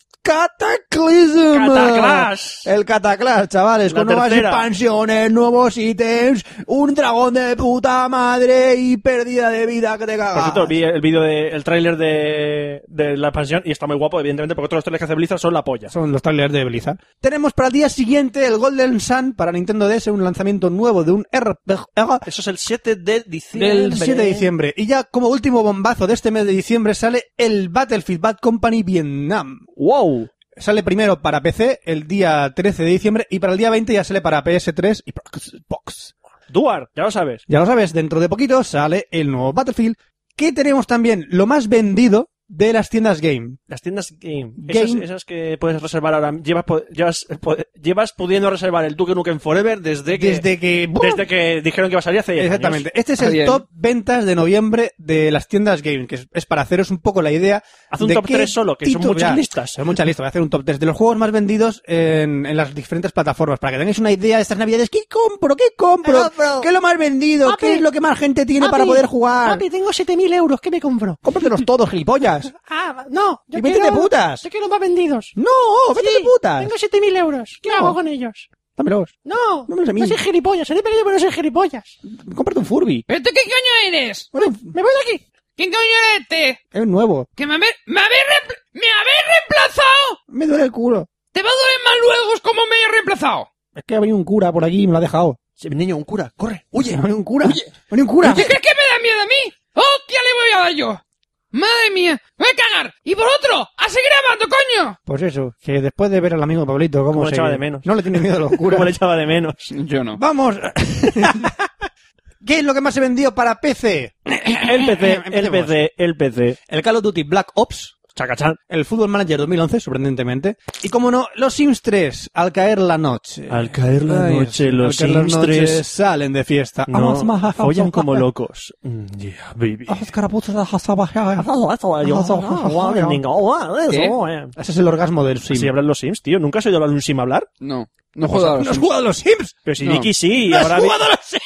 Cataclysm.
Cataclash.
El Cataclash, chavales,
La
con nuevas
tercera.
expansiones, nuevos ítems, un dragón de puta madre y pérdida de vida que te
Por
cagas.
cierto, vi el vídeo de- el tráiler de, de la expansión y está muy guapo, evidentemente, porque todos los trailers que hace Blizzard son la polla.
Son los trailers de Blizzard. Tenemos para el día siguiente el Golden Sun para Nintendo DS, un lanzamiento nuevo de un RPG
Eso es el 7 de diciembre.
del 7 de diciembre. Y ya como último bombazo de este mes de diciembre sale el Battlefield Bad Company Vietnam.
¡Wow!
Sale primero para PC el día 13 de diciembre y para el día 20 ya sale para PS3 y para Xbox.
Duar, ya lo sabes.
Ya lo sabes, dentro de poquito sale el nuevo Battlefield que tenemos también lo más vendido de las tiendas game.
Las tiendas Game. Esas,
Game.
esas que puedes reservar ahora. Llevas, po- llevas, po- llevas pudiendo reservar el Duke Nukem Forever desde que,
Desde que...
desde Ah, que dijeron que iba a salir hace 10 años.
Exactamente. Este es el
Bien.
top ventas de noviembre de las tiendas game, que es, es para haceros un poco la idea.
Haz un
de
top
qué
3 solo, que son
título-
muchas
ya,
listas. ¿eh?
Son muchas listas. eh, Voy a hacer un top 3 de los juegos más vendidos en, en las diferentes plataformas, para que tengáis una idea de estas navidades. ¿Qué compro? ¿Qué compro? ¿Qué es lo más vendido? ¿Qué es lo que más gente tiene para poder jugar?
Papi, tengo 7.000 euros, ¿qué me compro?
Cómpratelos todos, gilipollas.
Ah, no.
Y vete de putas.
Yo quiero más vendidos.
No, ¡Oh, vete
Sí,
de putas.
Tengo 7.000 euros. ¿Qué
No.
hago con ellos?
Dámelos.
No,
No me los a mí.
no soy gilipollas. Seré pequeño, pero no soy gilipollas.
Cómprate un Furby.
¿Pero tú qué coño eres?
Bueno,
Me voy de aquí.
¿Quién coño eres este?
es nuevo.
Que me habéis... ¿Me habéis, reempl- ¿Me habéis reemplazado?
Me duele el culo.
Te va a doler más luego como me hayas reemplazado.
Es que ha venido un cura por aquí y me lo ha dejado.
Niño, un cura, corre.
Oye, ha venido un cura. Oye, ha venido un cura.
¿Qué crees que me da miedo a mí? ¡Hostia, le voy a dar yo! ¡Madre mía! ¡Me voy a cagar! ¡Y por otro! ¡A seguir grabando, coño!
Pues eso, que después de ver al amigo Pablito, cómo
Cómo le
se...
echaba de menos.
No le tiene miedo a los
¿Cómo le
curas.
echaba de menos?
Yo no.
¡Vamos! ¿Qué es lo que más se vendió para PC?
El PC, el
Empecemos.
PC, el PC.
El Call of Duty Black Ops,
Chacachán.
el Football Manager 2011, sorprendentemente, y como no, los Sims 3, al caer la noche.
Al caer la
Ay,
noche,
al
los
caer las
Sims
noches
3
salen de fiesta.
No, follan como locos. Mm, Yeah, baby.
Ah, Ese es el orgasmo del Sim.
Si hablan los Sims, tío. ¿Nunca has oído hablar de un Sim hablar?
No. No juego a los
¿No has jugado a los Sims?
Pero si
No.
Nicky sí, y
¿No has
ahora... vi-
jugado a los Sims?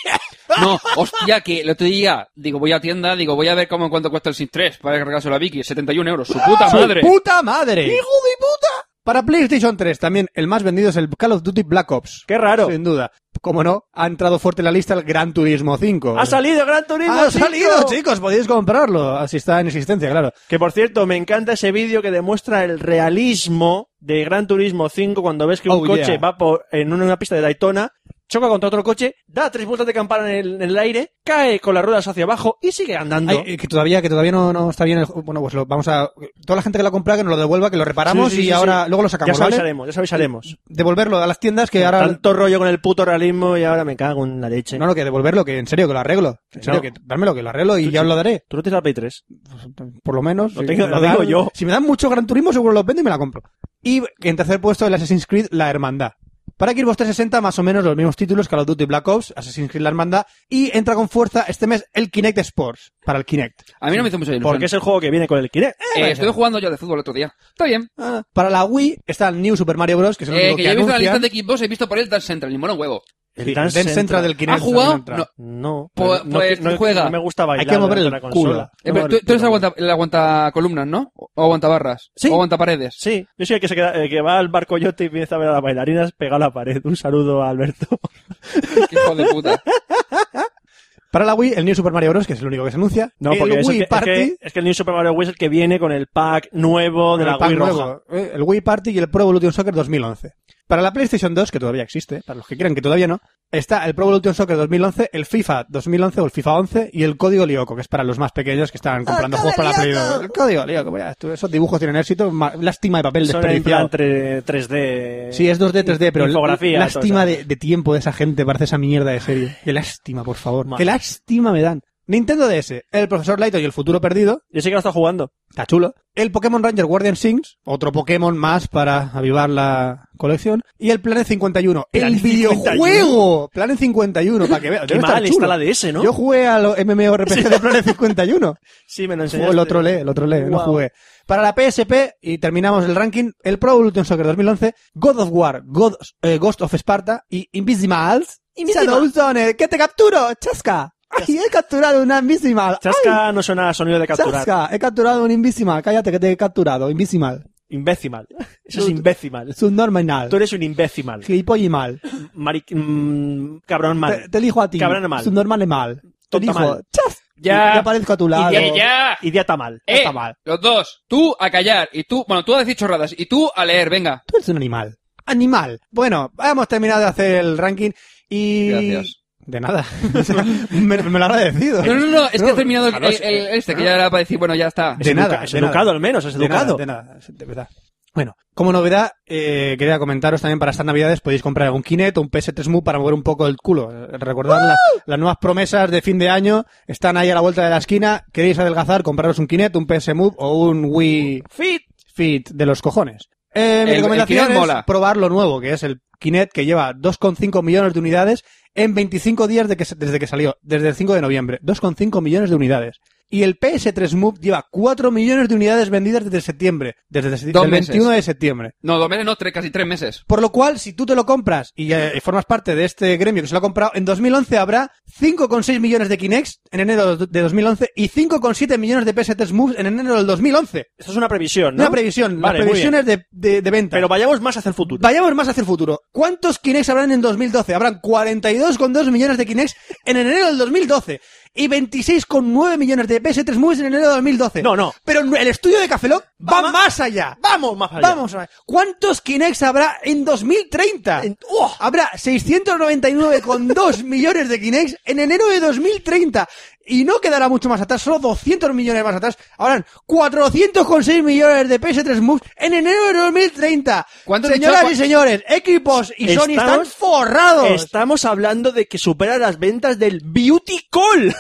No, hostia, que el otro día, digo, voy a tienda, digo, voy a ver cómo en cuánto cuesta el Sims 3 para cargárselo a Vicky, 71 euros, su puta
¡Su
madre.
¡Puta madre! ¡Hijo de puta! Para PlayStation 3 también el más vendido es el Call of Duty Black Ops.
¡Qué raro!
Sin duda. Como no, ha entrado fuerte en la lista el Gran Turismo 5.
¡Ha salido Gran Turismo
¡Ha
5!
salido, chicos! Podéis comprarlo. Así está en existencia, claro.
Que por cierto, me encanta ese vídeo que demuestra el realismo de Gran Turismo 5 cuando ves que un
Oh,
coche
yeah.
va por, en una, una pista de Daytona, choca contra otro coche, da tres vueltas de campana en el, en el aire, cae con las ruedas hacia abajo y sigue andando.
Ay, eh, que todavía, que todavía no, no está bien. el ju- bueno, pues lo, vamos a. Toda la gente que lo ha comprado que nos lo devuelva, que lo reparamos
Sí, sí,
y
sí,
ahora
sí.
luego lo
ya
sacamos.
os
¿vale?
avisaremos, ya os avisaremos.
Devolverlo a las tiendas que ahora.
Tanto rollo con el puto realismo y ahora me cago en la leche.
No, no, que devolverlo, que en serio, que lo arreglo. En serio,
no.
que dármelo, que lo arreglo y
Tú
ya
sí.
os lo daré.
Tú no tienes la Play 3.
por lo menos.
Lo
si
tengo-
me
lo digo
dan-
yo.
Si me dan mucho Gran Turismo, seguro los vendo y me la compro. Y en tercer puesto, el Assassin's Creed, La Hermandad. Para Xbox 360, más o menos los mismos títulos, Call of Duty Black Ops, Assassin's Creed La Hermandad, y entra con fuerza este mes el Kinect Sports, para el Kinect.
A mí no me hizo mucha ilusión.
Porque es el juego que viene con el Kinect.
Eh, estoy jugando yo de fútbol el otro día. Está bien.
Ah, Para la Wii está el New Super Mario Bros., que es el
Eh,
único
que
que,
yo he visto la lista
anuncian.
de equipos, he visto por ahí el Dance Central, ni mono huevo.
Sí, el
Dance
Dance Central
Central.
del Kinect.
¿Has jugado?
también entra.
No.
No,
Pues-
pero no,
pues
no-
juega.
no me gusta bailar.
Hay que mover
delante de
el
la consola.
culo.
Eh, pero tú, tú eres el aguanta, el aguanta columnas, ¿no? O o aguanta barras.
Sí.
O aguanta paredes.
Sí, yo soy el que, se queda, el que va al barco yote y empieza a ver a las bailarinas pegado a la pared. Un saludo a Alberto.
Hijo de puta.
Para la Wii, el New Super Mario Bros., que es el único que se anuncia.
No,
el
porque es, el
Wii
que, es
Party.
que- es que el New Super Mario Wii es el que viene con el pack nuevo de
Con
la
el pack
Wii roja.
nuevo, eh, el Wii Party y el Pro Evolution Soccer 2011. Para la PlayStation 2, que todavía existe, para los que crean que todavía no, está el Pro Evolution Soccer 2011, el FIFA 2011 o el FIFA 11 y el código Lyoko, que es para los más pequeños que están comprando juegos para la Play 2. Ah, El código Lyoko, mira, tú- esos dibujos tienen éxito, ma- lástima de papel
Son en plan
desperdiciado.
tre- 3D.
Sí, es 2D, 3D, pero
Infografía,
lástima
todo eso.
de, de tiempo de esa gente, parece esa mierda de serie. Qué lástima, por favor.
Madre.
Qué lástima me dan.
Nintendo DS, el profesor Laito y el futuro perdido,
Yo sé que lo está jugando.
está chulo. El Pokémon Ranger Guardian Sings, otro Pokémon más para avivar la colección. Y el Planet 51, el
Planet
videojuego. Planet 51, para que veas.
Qué
debe estar
mal
chulo.
está la DS, ¿no?
Yo jugué al MMORPG de Planet 51.
Sí, me lo
Jugué,
enseñaste.
el otro lee, el otro lee, no
Guau.
jugué. Para la PSP, y terminamos el ranking, el Pro Evolution Soccer 2011, God of War, God- eh, Ghost of Sparta y Invisimals. Shadowzone, que te capturo, chasca. Ay, he capturado una Invisimal. Ay,
Chasca no suena a sonido de capturar.
chasca, he capturado una Invisimal. Cállate que te he capturado, Invisimal.
Imbécimal. Eso es imbécimal.
Subnormal.
Tú eres un imbécimal.
Gilipollimal.
Mari- mm, cabrón
Te,
mal.
te elijo a ti.
Cabrón mal.
Subnormal mal. Te
Tonta
elijo.
mal.
Chas.
Ya.
Yo aparezco a tu lado.
¡Ya, ya!
Idiota mal.
¡Eh! Los dos. Tú a callar. Y tú... Bueno, tú a decir chorradas. Y tú a leer. Venga.
Tú eres un animal. Animal. Bueno, hemos terminado de hacer el ranking y...
Gracias.
De nada. O sea, me, me lo ha agradecido.
No, no, no. Es que he terminado el,
claro, es
el- el- este, que ya era para decir, bueno, ya está.
De
Es
nada,
educa- Es
de nada.
educado al menos, es
De nada,
educado.
de nada, de verdad. Bueno, como novedad, eh, quería comentaros también para estas navidades podéis comprar un Kinect o un PS3 Move para mover un poco el culo. Eh, Recordad la- las nuevas promesas de fin de año, están ahí a la vuelta de la esquina. ¿Queréis adelgazar? Compraros un Kinect, un PS Move o un Wii
Fit.
Fit de los cojones. Eh, mi
El- el
recomendación
Kinect
es
mola.
probar lo nuevo, que es el Kinect, que lleva 2,5 millones de unidades en 25 días de que se- desde que salió, desde el 5 de noviembre. 2,5 millones de unidades. Y el PS3 Move lleva 4 millones de unidades vendidas desde septiembre, desde el
Dos
21
meses.
de septiembre.
No, dos meses no. Tres, casi tres meses.
Por lo cual, si tú te lo compras y eh, formas parte de este gremio que se lo ha comprado, en 2011 habrá 5,6 millones de Kinects en enero de 2011 y 5,7 millones de PS3 Moves en enero del 2011.
Esto es una previsión, ¿no?
Una previsión,
Vale,
las
muy bien.
previsiones de, de, de venta.
Pero vayamos más hacia el futuro.
Vayamos más hacia el futuro. ¿Cuántos Kinects habrán en 2012? Habrán 42,2 millones de Kinects en enero del 2012 y 26,9 millones de PS3 Movies en enero del 2012.
No, no.
Pero el estudio de Cafeloc va,
Va ma-
más allá.
Vamos más allá.
Vamos, a ver. ¿cuántos Kinects habrá en 2030?
En- ¡Oh!
Habrá 699,2 millones de Kinects en enero de 2030. Y no quedará mucho más atrás, solo 200 millones más atrás. Habrán 400,6 millones de PS3 Moves en enero de 2030.
¿Cuánto he
Señoras
dicho?
y señores, equipos y Sony están forrados.
Estamos hablando de que supera las ventas del Beauty Call.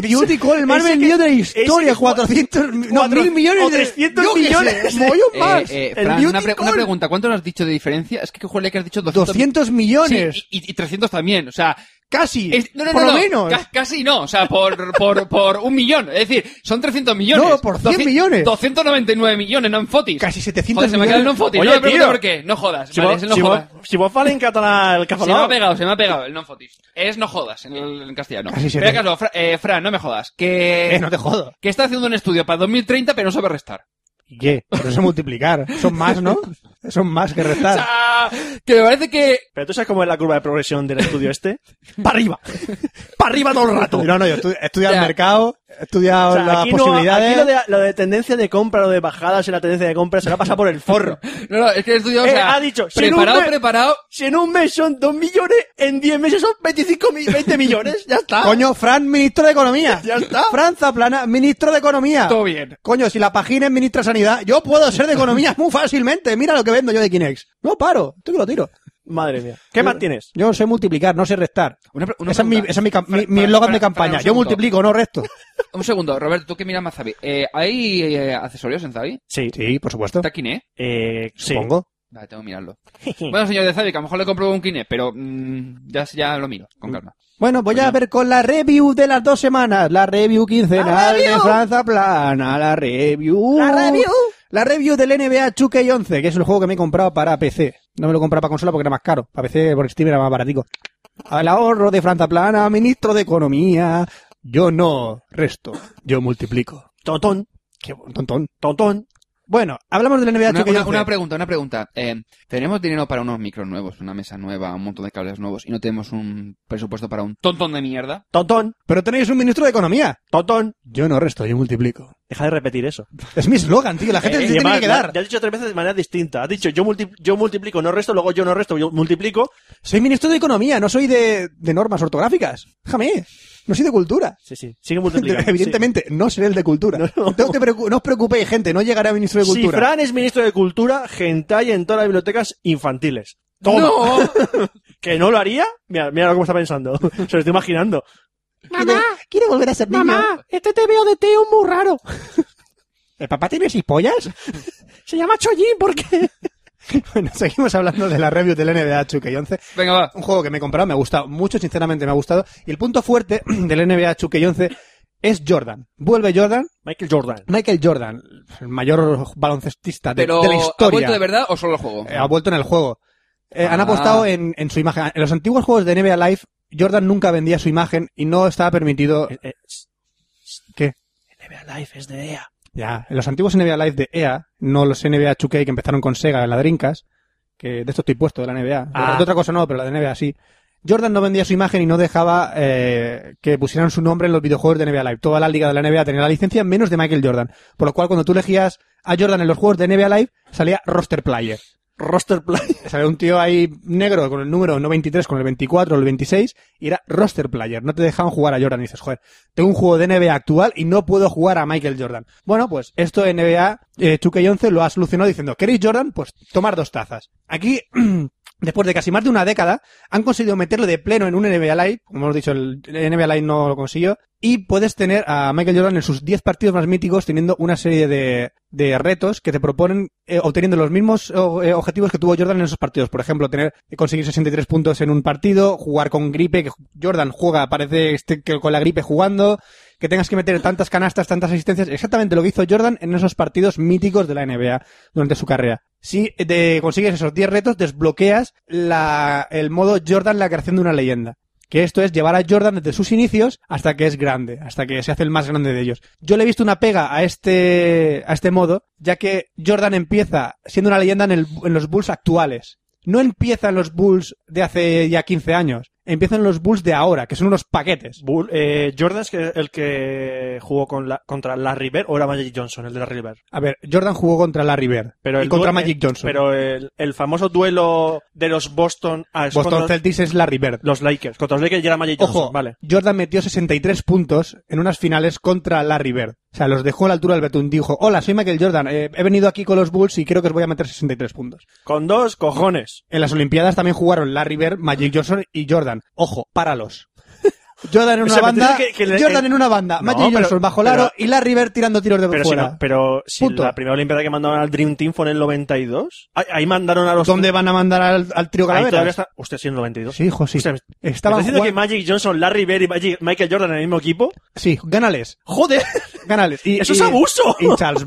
Beauty Call, el más
Ese que-
vendido de la
ese que-
historia, 400, no,
cuatro-
mil millones
o
de-
300
yo qué sé,
millones.
mogollón
Eh,
más.
eh,
El
Fran,
Beauty
una, pre- una
Call,
pregunta. ¿Cuánto nos has dicho de diferencia? Es que, joder, que has dicho 200...
200 millones.
Sí, y, y 300 también. O sea...
Casi,
es- no, no,
por
no,
lo
no,
menos.
ca- casi no, o sea, por, por, por un millón. Es decir, son 300 millones.
No, por 100
Doci-
millones.
299 millones, no en fotis.
Casi 700
Joder, se me ha
millones.
quedado el no en fotis.
Oye,
no me pregunto
tío.
por qué. No jodas.
Si
vale,
vos,
es el no
si vos,
jodas.
si vos fala en catalán el
Se me ha
catalán.
pegado, se me ha pegado el non fotis. Es no jodas en, el, en castellano.
Casi se
pero
te-
acaso, Fra- eh, Fran, no me jodas. Que,
Eh, no te jodo.
que está haciendo un estudio para 2030, pero no sabe restar.
¿Y qué? Pero eso es multiplicar. Son más, ¿no? Son más que restar.
Ah, que me parece que.
Pero tú sabes cómo es la curva de progresión del estudio este. Para arriba. Para arriba todo el rato.
No, no, yo estu- he estudiado
Ya.
el mercado, he estudiado
O sea,
las
aquí no-
posibilidades.
aquí lo, de, lo de tendencia de compra, lo de bajadas y la tendencia de compra se la pasa por el forro.
No, no, es que el estudio. o
Eh,
sea,
ha dicho, sin
Preparado,
un mes-
preparado.
Si en un mes son 2 millones, en 10 meses son 25 mi- 20 millones. Ya está.
Coño, Fran, ministro de Economía.
Ya está.
Franza Plana, ministro de
Ah.
Economía.
Todo bien.
Coño, si la página es ministra de Sanidad, yo puedo ser de Economía muy fácilmente. Mira lo que vendo yo de Kinex. No paro, tú que lo tiro.
Madre mía. ¿Qué más tienes?
Yo sé multiplicar, no sé restar.
Una pre- una
ese es mi,
pregunta.
ese es mi, cam- mi-
Fran,
mi
Fran,
eslogan de
Fran, Fran,
campaña.
un
yo
segundo.
multiplico, no resto.
Un segundo, Roberto, tú que miras más Zabi. Eh, ¿Hay eh, accesorios en Zabi?
Sí.
Sí, por supuesto.
¿Está Kine?
Eh, sí.
Supongo.
Vale, tengo que mirarlo. Bueno, señor de Zabi, que a lo mejor le compro un Kine, pero mm, ya, ya lo miro, con calma.
Bueno, voy a ver con la review de las dos semanas. La review quincenal de Franza Plana. La review. La review. La review del NBA 2K11, E. que es el juego que me he comprado para PC. No me lo he comprado para consola porque era más caro. Para PC por Steam era más baratico. Al ahorro de Franza Plana, ministro de Economía. Yo no resto, yo multiplico.
Totón.
Qué tontón.
Totón.
Bueno, hablamos del NBA
Una,
2K11.
una- una pregunta, una pregunta. Eh, tenemos dinero para unos micros nuevos, una mesa nueva, un montón de cables nuevos y no tenemos un presupuesto para un tontón de mierda.
Totón.
Pero tenéis un ministro de Economía.
Totón.
Yo no resto, yo multiplico.
Deja de repetir eso.
Es mi eslogan, tío. La gente
Eh,
se
y además,
tiene que
ya-
dar.
Ya has dicho tres veces de manera distinta. Has dicho yo, multi- yo multiplico, no resto, luego yo no resto, yo multiplico.
Soy ministro de Economía, no soy de, de normas ortográficas. Déjame. No soy de cultura.
Sí, sí. Sigue multiplicando. sí.
Evidentemente, no seré el de cultura. No, te preocu- no os preocupéis, gente, no llegará ministro de
Si
cultura.
Fran es ministro de Cultura, Gentai en todas las bibliotecas infantiles. ¡Toma!
¡No!
¿Que no lo haría? Mira, mira cómo está pensando. Se lo estoy imaginando.
Mamá,
Quiere volver a ser niño.
Mamá, este te veo de tío muy raro.
¿El papá tiene seis pollas?
Se llama Chollín porque...
bueno, seguimos hablando de la review del NBA 2K11.
Venga, va.
E Un juego que me he comprado, me ha gustado mucho, sinceramente me ha gustado. Y el punto fuerte del NBA 2K11 E es Jordan. Vuelve Jordan,
Michael Jordan.
Michael Jordan, el mayor baloncestista de,
Pero,
de la
¿ha
historia.
vuelto de verdad o solo el juego?
Eh, ha vuelto en el juego. Eh, Han
Ah.
apostado en, en su imagen. En los antiguos juegos de NBA Live, Jordan nunca vendía su imagen y no estaba permitido.
Eh, eh, s-
¿Qué?
NBA Life es de E EA.
Ya, en los antiguos NBA Live de EA, no los NBA 2K que empezaron con Sega en ladrincas, que de esto estoy puesto, de la NBA. De-
Ah.
De otra cosa no, pero la de NBA sí. Jordan no vendía su imagen y no dejaba eh, que pusieran su nombre en los videojuegos de NBA Live. Toda la liga de la NBA tenía la licencia, menos de Michael Jordan. Por lo cual, cuando tú elegías a Jordan en los juegos de NBA Live, salía roster player.
Roster Play.
Sale un tío ahí negro con el número no 23, con el 24 o el 26 y era roster player. No te dejaban jugar a Jordan. Y dices, joder, tengo un juego de NBA actual y no puedo jugar a Michael Jordan. Bueno, pues esto en NBA eh, 2K11 lo ha solucionado diciendo, ¿queréis Jordan? Pues tomar dos tazas. Aquí, después de casi más de una década, han conseguido meterlo de pleno en un NBA Live. Como hemos dicho, el NBA Live no lo consiguió. Y puedes tener a Michael Jordan en sus 10 partidos más míticos teniendo una serie de, de retos que te proponen eh, obteniendo los mismos o- eh, objetivos que tuvo Jordan en esos partidos. Por ejemplo, tener conseguir 63 puntos en un partido, jugar con gripe, que Jordan juega, parece este- que con la gripe jugando, que tengas que meter tantas canastas, tantas asistencias, exactamente lo que hizo Jordan en esos partidos míticos de la NBA durante su carrera. Si te consigues esos 10 retos, desbloqueas la, el modo Jordan, la creación de una leyenda. Que esto es llevar a Jordan desde sus inicios hasta que es grande, hasta que se hace el más grande de ellos. Yo le he visto una pega a este, a este modo, ya que Jordan empieza siendo una leyenda en, el- en los Bulls actuales. No empiezan los Bulls de hace ya 15 años, empiezan los Bulls de ahora, que son unos paquetes.
Bull, eh, Jordan es que- el que jugó con la, contra la River o era Magic Johnson, el de la River.
A ver, Jordan jugó contra Larry Bird
Pero
y
el
contra
duel-
Magic Johnson.
Pero el, el famoso duelo de los Boston ah, a
Boston
contra
Celtics es Larry Bird.
los Lakers. Contra los Lakers ya era Magic
Ojo,
Johnson, vale.
Jordan metió 63 puntos en unas finales contra Larry Bird. O sea, los dejó a la altura del Betún. Dijo, hola, soy Michael Jordan, eh, he venido aquí con los Bulls y creo que os voy a meter 63 puntos.
Con dos cojones.
En las Olimpiadas también jugaron Larry Bird, Magic Johnson y Jordan. Ojo, páralos. Jordan en
O
una
sea, me
banda,
tienes que- que le-
Jordan
eh,
en una banda,
No,
Magic
pero-
Johnson bajo el aro
pero-
y Larry Bird tirando tiros de
Pero si,
fuera.
no- pero si
Punto.
la primera Olimpiada que mandaron al Dream Team fue en el 92, ahí, ahí mandaron a los...
¿Dónde van a mandar al, al trío
Ahí todavía
Calaveras?
está... Hostia, sí, en el 92.
Sí, hijo, sí.
Hostia, ¿me ¿Estás
Estaban
diciendo que
jugando-
Magic Johnson, Larry Bird y Magic- Michael Jordan en el mismo equipo?
Sí, gánales.
¡Joder!
Gánales. Y-
¡Eso es
y-
abuso!
y Charles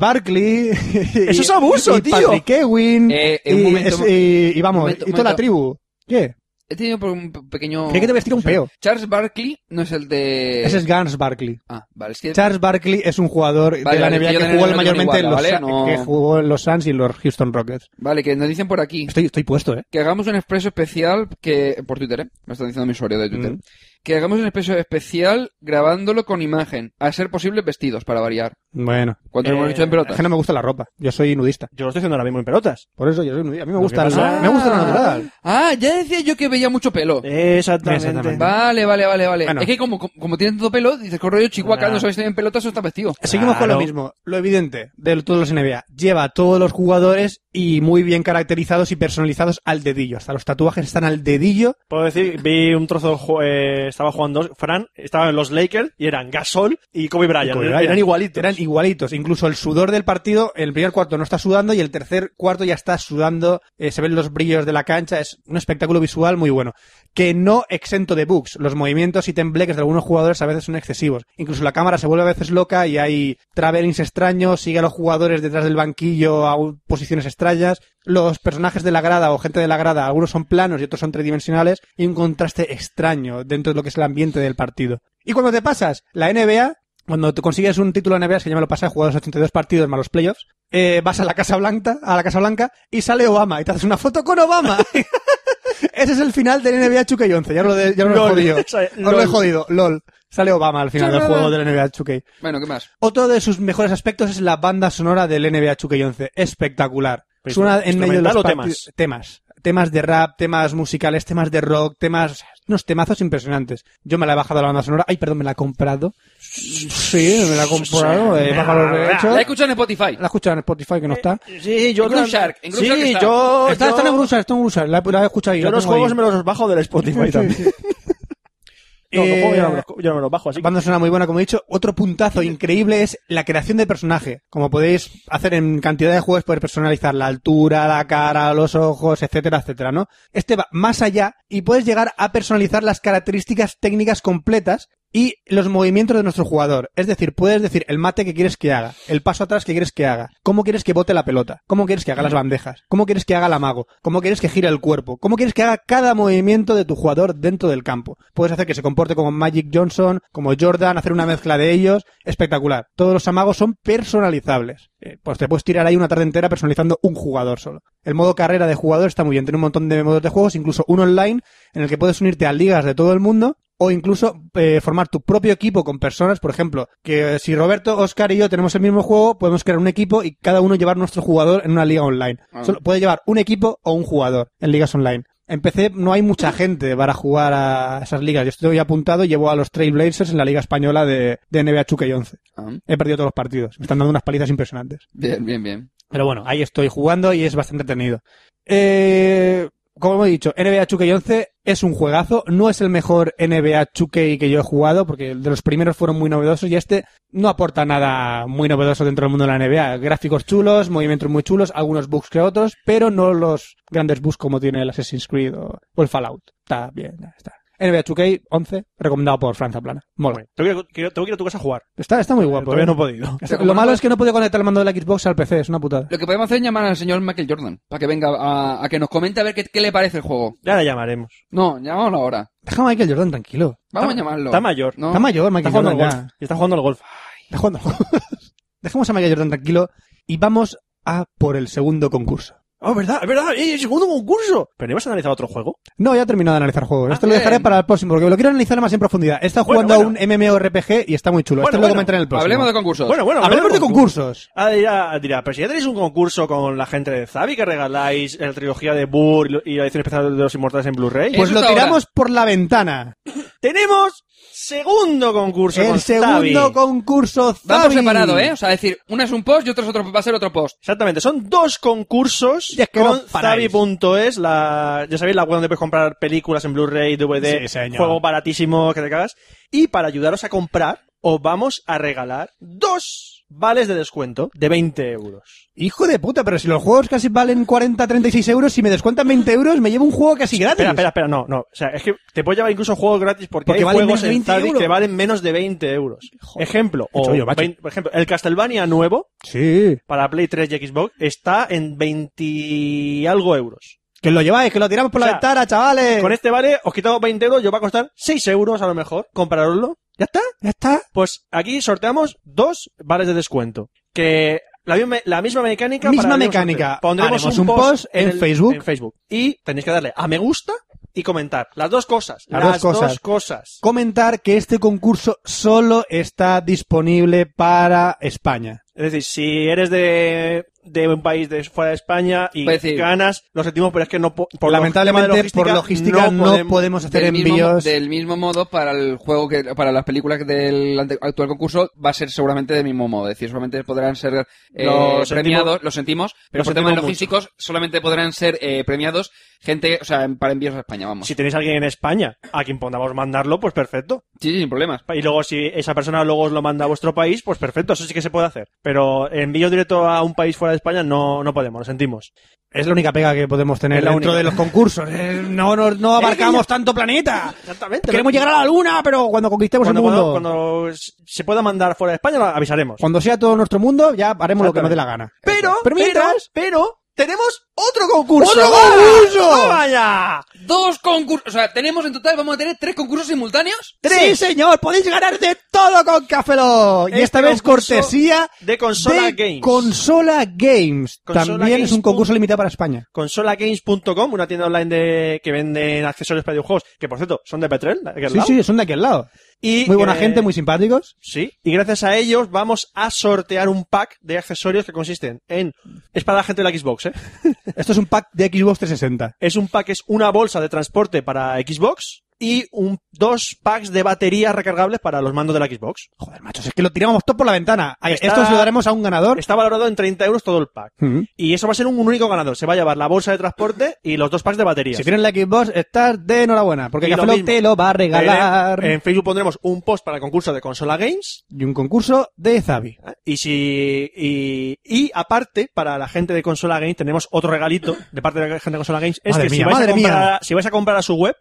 Barkley.
Eso
y-
es abuso,
y
tío.
Patrick Ewing.
Eh, eh,
y,
un momento,
es- y- y vamos,
un momento,
y toda la
momento.
tribu. ¿Qué?
He tenido por un pe- pequeño...
Creí que te vestía un peo.
Charles Barkley no es el de...
Ese es Gans Barkley.
Ah, vale, es que...
Charles Barkley es un jugador
Vale,
de la
vale,
NBA
yo
que
también
jugó
lo tengo
mayormente en los,
igual, ¿vale? No-
que jugó en los Suns y en los Houston Rockets.
Vale, que nos dicen por aquí
Estoy, estoy puesto, ¿eh?
que hagamos un expreso especial que... Por Twitter, ¿eh? Me están diciendo mi usuario de Twitter.
Mm.
Que hagamos un expreso especial grabándolo con imagen. A ser posible, vestidos, para variar.
Mm. Bueno,
¿Cuánto
Eh,
hemos hecho en
es
pelotas?
que no me gusta la ropa. Yo soy nudista.
Yo lo estoy haciendo ahora mismo en pelotas.
Por eso yo soy nudista. A mí me
Lo
gusta,
que
la-
pasa-
me gusta lo natural.
Ah, ya decía yo que veía mucho pelo.
Eh. Exactamente.
Exactamente.
Vale, vale, vale, vale.
Bueno.
Es que como, como, como tienen todo pelo, dices, correo chihuahua,
Nah.
no sabes si tienen pelotas o están vestidos.
Seguimos con lo
Claro.
mismo. Lo evidente de todos los NBA. Lleva a todos los jugadores y muy bien caracterizados y personalizados al dedillo. Hasta los tatuajes están al dedillo
Puedo decir, vi un trozo, ju- eh, estaba jugando Fran, estaban los Lakers y eran Gasol y Kobe Bryant.
Kobe
Eran-
Bryant.
Eran igualitos.
Eran igualitos. Incluso el sudor del partido, el primer cuarto no está sudando y el tercer cuarto ya está sudando. eh, se ven los brillos de la cancha. Es un espectáculo visual muy bueno. Que no exento de bugs. Los movimientos y tembleques de algunos jugadores a veces son excesivos. Incluso la cámara se vuelve a veces loca y hay travelings extraños, sigue a los jugadores detrás del banquillo a un- posiciones extrañas. Los personajes de la grada o gente de la grada, algunos son planos y otros son tridimensionales. Y un contraste extraño dentro de lo que es el ambiente del partido. Y cuando te pasas la NBA, cuando tú consigues un título en NBA, que ya me lo pasé, he jugado los 82 partidos más los playoffs, eh, vas a la Casa Blanca, a la Casa Blanca y sale Obama y te haces una foto con Obama. Ese es el final del NBA 2K11, ya os lo, de- ya os lo he
Lol.
jodido.
O sea,
Os lo he
lol.
jodido, lol. Sale Obama al final del
Obama.
juego del NBA 2K.
Bueno, ¿qué más?
Otro de sus mejores aspectos es la banda sonora del NBA 2K11. Espectacular.
Pero
Pues
Suena en medio de los
¿instrumental o
partidos- temas. Temas de rap, temas musicales, temas de rock, temas... Unos temazos impresionantes. Yo me la he bajado la banda sonora. Ay, perdón, me la he comprado. Sí, me la he comprado. He bajado los derechos.
La he escuchado en Spotify.
La he escuchado en Spotify, que no está.
Sí, yo
En Groove
tam-
Shark, en Groove
sí,
Shark está.
yo,
Está,
yo-
está en Brusa, está en Brusa. La, he- la he escuchado ahí.
yo
la
los
tengo
juegos
ahí.
me los bajo del Spotify
Sí,
también.
sí, sí.
No, los
Eh,
juegos yo no me los, co- yo no me los bajo, así que...
Banda sonora muy buena, como he dicho. Otro puntazo increíble es la creación de personaje. Como podéis hacer en cantidad de juegos, poder personalizar la altura, la cara, los ojos, etcétera, etcétera, ¿no? Este va más allá y puedes llegar a personalizar las características técnicas completas y los movimientos de nuestro jugador. Es decir, puedes decir el mate que quieres que haga, el paso atrás que quieres que haga, cómo quieres que bote la pelota, cómo quieres que haga las bandejas, cómo quieres que haga el amago, cómo quieres que gire el cuerpo, cómo quieres que haga cada movimiento de tu jugador dentro del campo. Puedes hacer que se comporte como Magic Johnson, como Jordan, hacer una mezcla de ellos. Espectacular. Todos los amagos son personalizables. Eh, pues te puedes tirar ahí una tarde entera personalizando un jugador solo. El modo carrera de jugador está muy bien. Tiene un montón de modos de juegos, incluso un online en el que puedes unirte a ligas de todo el mundo o incluso eh, formar tu propio equipo con personas, por ejemplo, que eh, si Roberto, Oscar y yo tenemos el mismo juego, podemos crear un equipo y cada uno llevar nuestro jugador en una liga online. Solo puede llevar un equipo o un jugador en ligas online. En PC no hay mucha gente para jugar a esas ligas. Yo estoy apuntado y llevo a los Trailblazers en la liga española de, de NBA 2K11.
Ah,
He perdido todos los partidos. Me están dando unas palizas impresionantes.
bien, bien, bien.
Pero bueno, ahí estoy jugando y es bastante entretenido. Eh, como he dicho, NBA 2K11 es un juegazo. No es el mejor NBA 2K que yo he jugado, porque de los primeros fueron muy novedosos y este no aporta nada muy novedoso dentro del mundo de la NBA. Gráficos chulos, movimientos muy chulos, algunos bugs que otros, pero no los grandes bugs como tiene el Assassin's Creed o, o el Fallout. Está bien, ya está. NBA 2K11, recomendado por Franza Plana. Mola.
Bueno, tengo, que, ir- quiero- tengo que ir a tu casa a jugar.
Está, está muy guapo.
Todavía
¿eh?
no he podido.
Lo malo es que no puedo conectar el mando de la Xbox al PC, es una putada.
Lo que podemos hacer es llamar al señor Michael Jordan para que venga a, a que nos comente a ver qué, qué le parece el juego.
Ya la llamaremos.
No, llamámoslo ahora.
Deja a Michael Jordan tranquilo.
Vamos
Está-
a llamarlo.
está mayor.
No.
Está mayor
Está
Michael
jugando al
Jordan
golf.
ya.
Y está jugando al golf.
Está jugando al golf. Dejemos a Michael Jordan tranquilo y vamos a por el segundo concurso.
Oh, verdad, es verdad. ¡Eh, segundo concurso! Pero no ibas a analizar otro juego.
No, ya he terminado de analizar juegos.
Ah,
Esto lo
bien.
dejaré para el próximo porque lo quiero analizar más en profundidad. He estado
Bueno,
jugando
bueno.
a un MMORPG y está muy chulo. Esto
Bueno,
es lo que
bueno.
comentaré en el próximo.
Hablemos de concursos.
Bueno, bueno,
Hablemos de
concurso.
concursos.
Ah, dirá, dirá, pero si ya tenéis un concurso con la gente de Zabi que regaláis la trilogía de Burr y lo- y la edición especial de Los Inmortales en Blu-ray. pues,
Eh.
Pues
Eso
lo
está
tiramos por la ventana.
tenemos segundo concurso con
El
Zabi.
segundo concurso
Va por
Zabi.
separado, ¿eh? O sea, decir, una es un post y otro es otro, va a ser otro post.
Exactamente, son dos concursos
Y es que
con
no paráis.
Zabi.es, la, ya sabéis, la web donde puedes comprar películas en Blu-ray, DVD,
Sí,
juego
señor.
juegos baratísimos que te cagas. Y para ayudaros a comprar, os vamos a regalar dos vales de descuento de 20 euros.
Hijo de puta, pero si los juegos casi valen 40, 36 euros, si me descuentan 20 euros, me llevo un juego casi gratis.
Espera, espera, espera, no, no. O sea, es que te puedes llevar incluso juegos gratis porque,
Porque
hay
valen menos
juegos
de
en
20
Zabi
euros.
que valen menos de 20 euros. Ejemplo, o
chollo, macho.
20 por ejemplo, el Castlevania nuevo
Sí.
para Play 3 y Xbox está en 20 y algo euros.
Que lo lleváis, que lo tiramos por
O
la
sea,
ventana, chavales.
Con este vale, os quitamos 20 euros, yo va a costar 6 euros a lo mejor, compraroslo. ¿Ya está?
Ya está.
Pues aquí sorteamos dos vales de descuento. Que la, misma- la misma mecánica.
Misma
para el mismo
mecánica.
sorteo. Pondremos
Haremos
un
un
post,
post en
el-
Facebook.
en Facebook. Y tenéis que darle a me gusta y comentar. Las dos cosas.
Las
las
dos cosas.
Dos cosas.
Comentar que este concurso solo está disponible para España.
Es decir, si eres de, de un país de fuera de España y
Pues sí.
ganas, lo sentimos, pero es que no po- por
Lamentablemente,
log- tema
por
de
logística no, podemos, hacer
Del mismo,
envíos.
del mismo modo para el juego que para las películas del ante- actual concurso va a ser seguramente del mismo modo, es decir, solamente podrán ser eh,
Lo
premiados,
sentimos-
lo sentimos, pero
lo
por temas
sentimos
logísticos solamente podrán ser eh, premiados gente, o sea, en- para envíos a España, vamos.
Si
Sí,
tenéis a alguien en España a quien podamos mandarlo, pues perfecto.
sí, sin problemas.
Y luego, si esa persona luego os lo manda a vuestro país, pues perfecto, eso sí que se puede hacer. Pero envío directo a un país fuera de España no, no podemos, lo sentimos.
Es la única pega que podemos tener
Es la
dentro
única.
de los concursos. Eh, No, no, no abarcamos tanto planeta.
Exactamente.
Queremos llegar a la luna, pero cuando conquistemos
cuando,
el mundo.
cuando, cuando se pueda mandar fuera de España, lo avisaremos.
Cuando sea todo nuestro mundo, ya haremos lo que nos dé
Exactamente.
la gana.
Pero,
Pero mientras-
pero, pero, tenemos otro concurso.
¡Otro
¡Vaya!
concurso!
¡Vaya!
Dos concursos, o sea, tenemos en total, vamos a tener tres concursos simultáneos.
Sí, señor, podéis ganar de todo con Cafelo. Y
Este
esta vez
concurso
cortesía
de Consola
de
Games.
Consola Games.
Consola
También
Games
es un concurso
punto-
limitado para España.
Consolagames.com, una tienda online de, que venden accesorios para videojuegos, que por cierto, son de Petrel. de aquel
Sí,
lado.
sí, son de aquel lado.
Y
Muy buena
que-
gente, muy simpáticos.
Sí, y gracias a ellos vamos a sortear un pack de accesorios que consisten en... Es para la gente de la Xbox, ¿eh?
Esto es un pack de Xbox 360.
Es un pack, es una bolsa de transporte para Xbox, y un, dos packs de baterías recargables para los mandos de la Xbox.
Joder, machos, es que lo tiramos todo por la ventana. Ay,
Está-
Esto se lo daremos a un ganador. Mm.
Está valorado en 30 euros todo el pack.
Ujú.
Y eso va a ser un, un único ganador. Se va a llevar la bolsa de transporte y los dos packs de baterías.
Si tienes la Xbox, estás de enhorabuena, porque
Y
Café
lo
Lock
mismo. Eh,
te lo va a regalar.
En, en Facebook pondremos un post para el concurso de consola games.
Y un concurso de Zabi.
¿eh? Y si y, y aparte, para la gente de consola games, tenemos otro regalito de parte de la gente de consola games. Es
Madre
que si,
mía,
vais
madre
a comprar,
mía.
si vais a comprar a su web,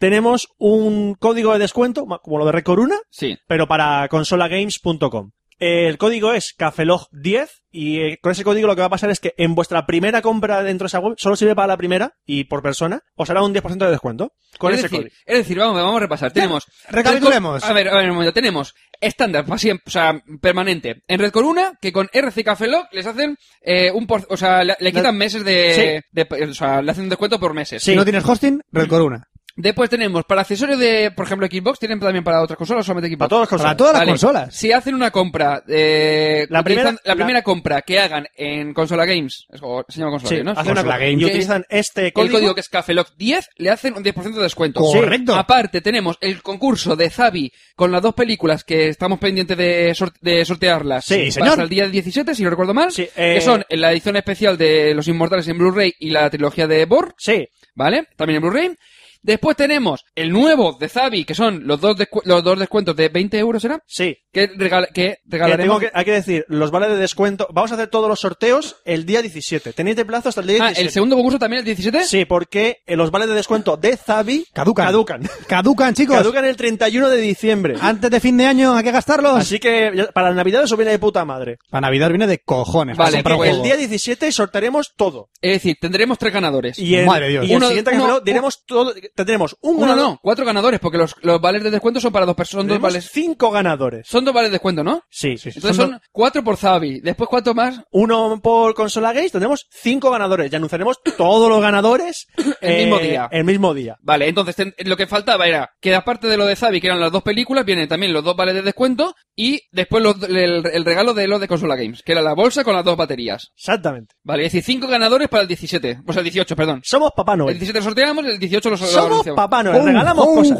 tenemos un código de descuento, ma- como lo de Recoruna,
Sí.
pero para consolagames.com. El código es cafelog10 y eh, con ese código lo que va a pasar es que en vuestra primera compra dentro de esa web, solo sirve para la primera y por persona, os hará un 10% de descuento. Con
es
ese
decir,
código.
es decir, vamos, vamos a repasar. Tenemos.
recapitulemos.
A ver, a ver, un momento. Tenemos estándar, pa' siempre, o sea, permanente. En Red Corona, que con RC Café Lock les hacen eh, un por, o sea, le, le quitan meses de, de- O sea, le hacen un descuento por meses.
Si no tienes hosting, Red Corona.
Después tenemos para accesorios de, por ejemplo, Xbox, tienen también para otras consolas, o solamente Xbox.
Para todas las consolas.
Para todas las
Vale.
consolas.
Si hacen una compra, eh,
La
la,
primera-
primera, la
la-
primera compra que hagan en Consola Games, es- o se llama Consola
Sí,
Games, ¿no?
hacen una
Consola
cosa.
Games.
Y utilizan este
El
código.
código que es CafeLock10 le hacen un 10% de descuento.
Correcto.
Sí. Aparte, tenemos el concurso de Zabi con las dos películas que estamos pendientes de, sor- de sortearlas.
Sí,
Hasta
señor.
el día 17, si no recuerdo mal.
Sí, eh,
Que son la edición especial de Los Inmortales en Blu-ray y la trilogía de Bor,
Sí,
¿vale? También en Blu-ray. Después tenemos el nuevo de Zabi, que son los dos, descu- los dos descuentos de 20 euros, ¿será?
sí.
Que, regala- que
Que tengo
regalaremos.
que- hay que decir, los vales de descuento. Vamos a hacer todos los sorteos el día 17. Tenéis de plazo hasta el día
Ah,
17.
el segundo concurso también el 17.
Sí, porque eh, los vales de descuento de Zabi
Caducan.
caducan.
Caducan, chicos.
Caducan el 31 de diciembre.
Antes de fin de año hay que gastarlos.
Así que ya- para Navidad os viene de puta madre.
Para Navidad viene de cojones. para
Vale,
comprar
pues
un
El
juego.
día 17 sortearemos todo.
Es decir, tendremos tres ganadores.
Y el,
Madre Dios.
Y el
Uno-
siguiente
uno-
campeonato diremos todo, tendremos un
Uno
ganador.
no, cuatro ganadores, porque los, los vales de descuento son para dos personas. Son dos
Tenemos
vales,
cinco ganadores.
son dos vales de descuento, ¿no?
Sí, sí,
Entonces son, cuatro por Zabi, después cuatro más.
uno por consola games, tendremos cinco ganadores. Ya anunciaremos todos los ganadores eh,
El mismo día.
El mismo día.
Vale, entonces ten- lo que faltaba era que aparte de lo de Zabi, que eran las dos películas, vienen también los dos vales de descuento y después los- el, el regalo de los de Consola Games, que era la bolsa con las dos baterías.
Exactamente.
Vale, es decir, cinco ganadores para el 17, o sea, 18, perdón.
Somos Papá
El
Noel.
17 lo sorteamos, el 18 lo lo
Somos
anunciamos.
Papá Noel. Regalamos
¡Ho,
cosas.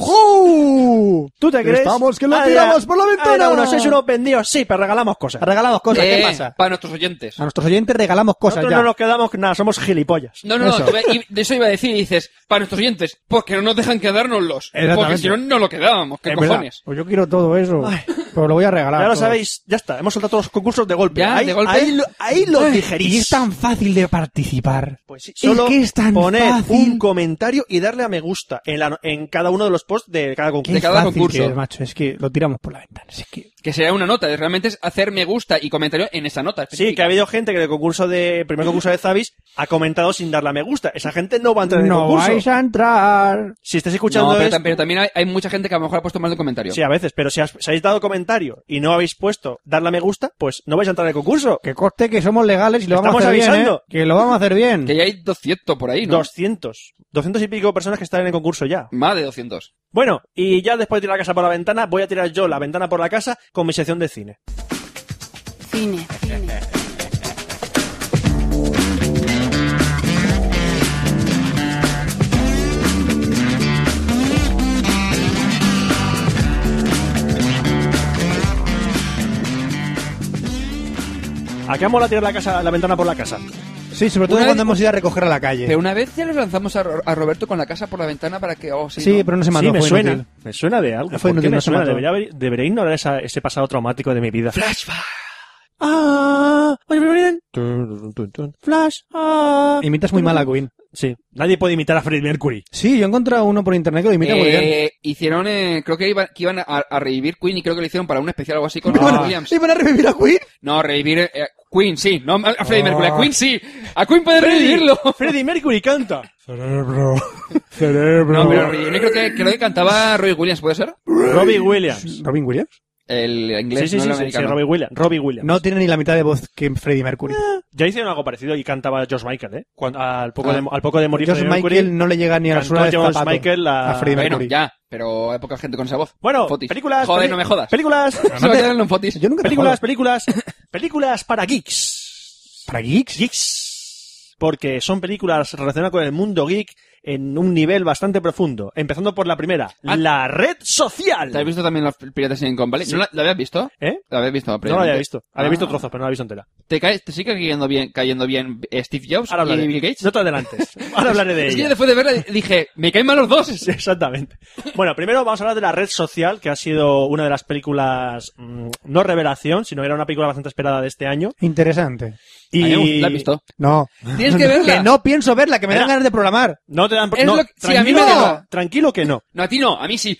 ho!
¿Tú te crees?
Estamos que lo
Ah,
tiramos
ya.
por la
Ah,
ventana.
era uno, sois unos vendidos, sí, pero regalamos cosas.
Regalamos cosas. ¿Qué
Eh,
pasa?
Para nuestros oyentes.
A nuestros oyentes regalamos cosas
Nosotros
Pues ya.
no nos quedamos nada, somos gilipollas.
No, no, no,
Eso.
te iba- y de eso iba a decir, y dices, para nuestros oyentes, pues que no nos dejan quedárnoslos. Porque
Exactamente.
si no, no lo quedábamos, qué
Es verdad.
cojones.
Pues yo quiero todo eso. Pero lo voy a regalar.
Ya lo
todo.
sabéis, ya está, hemos soltado todos los concursos de golpe.
Ya,
ahí,
de golpe.
Ahí, lo- ahí lo
Ay,
digerís.
Y es tan fácil de participar.
Pues sí,
Es
solo
que es tan
poner
fácil.
un comentario y darle a me gusta en, la- en cada uno de los posts de cada
Qué
concurso.
de cada
fácil
concurso.
que es, macho. Es que lo tiramos por la ventana. Es que...
Que será una nota, es- realmente es hacer me gusta y comentario en esa nota.
Sí, que
específica.
ha habido gente que en el concurso de el primer concurso de Zavis ha comentado sin darle a me gusta. Esa gente no va a entrar en el
No
concurso.
vais a entrar.
Si estáis
No,
escuchando
pero,
esto-
tam- pero también hay, hay mucha gente que a lo mejor ha puesto más de un comentario.
Sí, a veces, pero si, has- si habéis dado comentario y no habéis puesto darle a me gusta, pues no vais a entrar en el concurso.
Que coste que somos legales y lo vamos
Estamos
a hacer bien.
avisando.
¿eh? Que lo vamos a hacer bien.
Que ya hay 200 por ahí, ¿no?
200. 200 y pico personas que están en el concurso ya.
Más de 200.
Bueno, y ya después de tirar la casa por la ventana, voy a tirar yo la ventana por la casa con mi sección de cine.
Cine. Cine.
¿A qué mola tirar la, casa, la ventana por la casa?
Sí, sobre todo
Una
cuando
vez-
hemos ido a recoger a la calle.
Pero una vez ya los lanzamos a, Ro- a Roberto con la casa por la ventana para que... Oh, sí,
Sí,
¿no?
pero no se mandó.
sí, me
fue
suena.
inútil. Ah,
Me suena de algo.
Fue
¿Por qué
inútil,
me
no se
suena?
mató.
Debería, haber- debería ignorar esa- ese pasado traumático de mi vida.
Flashback.
Ah, oye, ¿me vienen? Tun, tun, tun. Flash. Ah.
Imitas muy mal a Queen.
Sí, nadie puede imitar a Freddie Mercury.
Sí, yo he encontrado uno por internet que lo imita muy bien.
Eh, hicieron, eh, creo que iban, que iban a, a revivir Queen y creo que lo hicieron para un especial o algo así con
¿Iban
Robin
a-
Williams.
¿Iban a revivir a Queen? Ah.
No, revivir eh, Queen, sí. No a Freddie Mercury, a Queen sí. A Queen puede revivirlo.
Freddie Mercury canta.
Cerebro. Cerebro.
No, pero revivir, creo que, creo que cantaba Roy Williams, ¿puede ser?
Robbie Williams.
¿Robin Williams?
El
Sí,
inglés,
sí, sí,
no el
sí, sí,
americano.
Robbie Williams. Robbie Williams.
No tiene ni la mitad de voz que Freddie
Eh,
Mercury.
Ya hicieron algo parecido y cantaba George Michael, ¿eh? Cuando- al, poco
Ah.
de, al poco de morir
George
Freddie Mercury.
Michael no le llega ni a la
cantó
suela del
George
zapato
Michael la-
a Freddie
bueno,
Mercury.
ya, pero hay poca gente con esa voz.
Bueno,
Fotis.
películas.
Joder,
peli-
no me jodas.
Películas.
Se va a quedar en los fotis.
Yo nunca te
películas,
jodo.
películas. películas para geeks.
¿Para geeks?
Geeks. Porque son películas relacionadas con el mundo geek en un nivel bastante profundo. Empezando por la primera,
Ah.
la red social.
¿Te has visto también los piratas sin Company? ¿No la, la habías visto?
¿Eh?
¿La habías visto?
No la había visto. Había
Ah.
visto trozos, pero no la había visto entera.
¿Te, cae, ¿Te sigue cayendo bien, cayendo bien eh, Steve Jobs
Ahora hablaré.
y Bill Gates?
No te adelantes. Ahora hablaré de
es que yo
ella.
después de verla dije, me caen mal los dos.
Sí, exactamente. Bueno, primero vamos a hablar de la red social, que ha sido una de las películas, mm, no revelación, sino era una película bastante esperada de este año.
Interesante.
Y...
Ay, ¿La has visto?
No.
Tienes que verla.
Que no pienso verla, que me dan
Mira.
ganas de programar.
No te dan...
Es
no,
lo que- sí, a mí
tranquilo
me
que
da.
no, Tranquilo que no.
No, a ti no, a mí sí.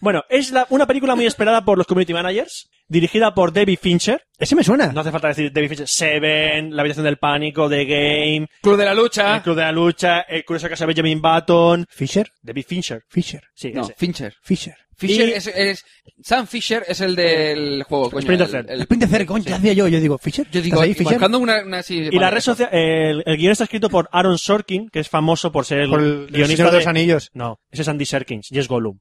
Bueno, es la- una película muy esperada por los community managers, dirigida por David Fincher.
Ese me suena.
No hace falta decir David Fincher, Seven, La habitación del pánico, The Game,
Club de la
El
lucha.
Club de la Lucha, El curioso caso de Benjamin Button,
Fisher.
David Fincher.
Fisher.
Sí,
No,
ese.
Fincher.
Fisher.
Fisher
Y-
es, es- Sam Fisher es el del juego, coño.
Splinter
el-
Cell.
el-
Splinter Cell, coño, ¿qué hacía yo? Yo digo, Fisher.
Yo digo,
¿Estás ahí,
y
Fisher?
buscando una, una así,
Y la
vale,
red social, el, el guion está escrito por Aaron Sorkin, que es famoso por ser el,
Por el
guionista
Señor de los Anillos.
No, ese es Andy Serkins, y es Gollum.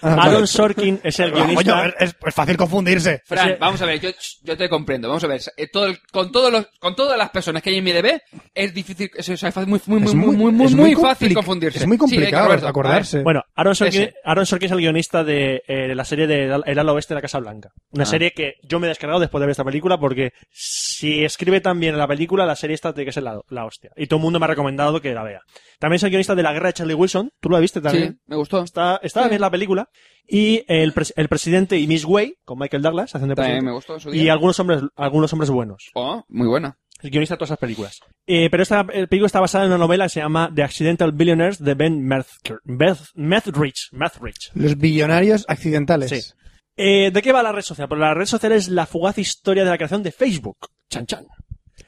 Ah, vale.
Aaron Sorkin es el
Ah, coño,
guionista.
es, es fácil confundirse.
Fran,
Sí.
vamos a ver, yo, yo te comprendo. Vamos a ver, eh, todo el- con, todos los, con todas las personas que hay en mi DB, es difícil, es, es fácil- muy, muy,
Es
muy, muy, muy,
es
muy, muy fácil
compli-
confundirse.
Es muy
Sí, venga,
complicado
Roberto, a
acordarse.
Bueno, Aaron Sorkin,
Ese.
Aaron Sorkin es el guionista de eh, la serie de El- El ala oeste de la Casa Blanca. Una
Ah.
serie que yo me he descargado después de ver esta película porque si escribe tan bien la película, la serie esta tiene que ser la, la hostia. Y todo el mundo me ha recomendado que la vea. También es el guionista de La guerra de Charlie Wilson. ¿Tú la viste
ver.
también?
Sí, me gustó.
Está, estaba bien la película. Y el, pres- el presidente y Miss Way, con Michael Douglas, hacen de
También
presidente.
me gustó en su día.
Y algunos hombres, algunos hombres buenos.
Oh, muy buena.
El guionista de todas esas películas. Eh, pero esta el película está basada en una novela que se llama The Accidental Billionaires de Ben Merthker- Beth- Methridge. Methridge.
Los billonarios accidentales.
Sí. Eh, ¿De qué va la red social? Pues la red social es la fugaz historia de la creación de Facebook. Chan chan.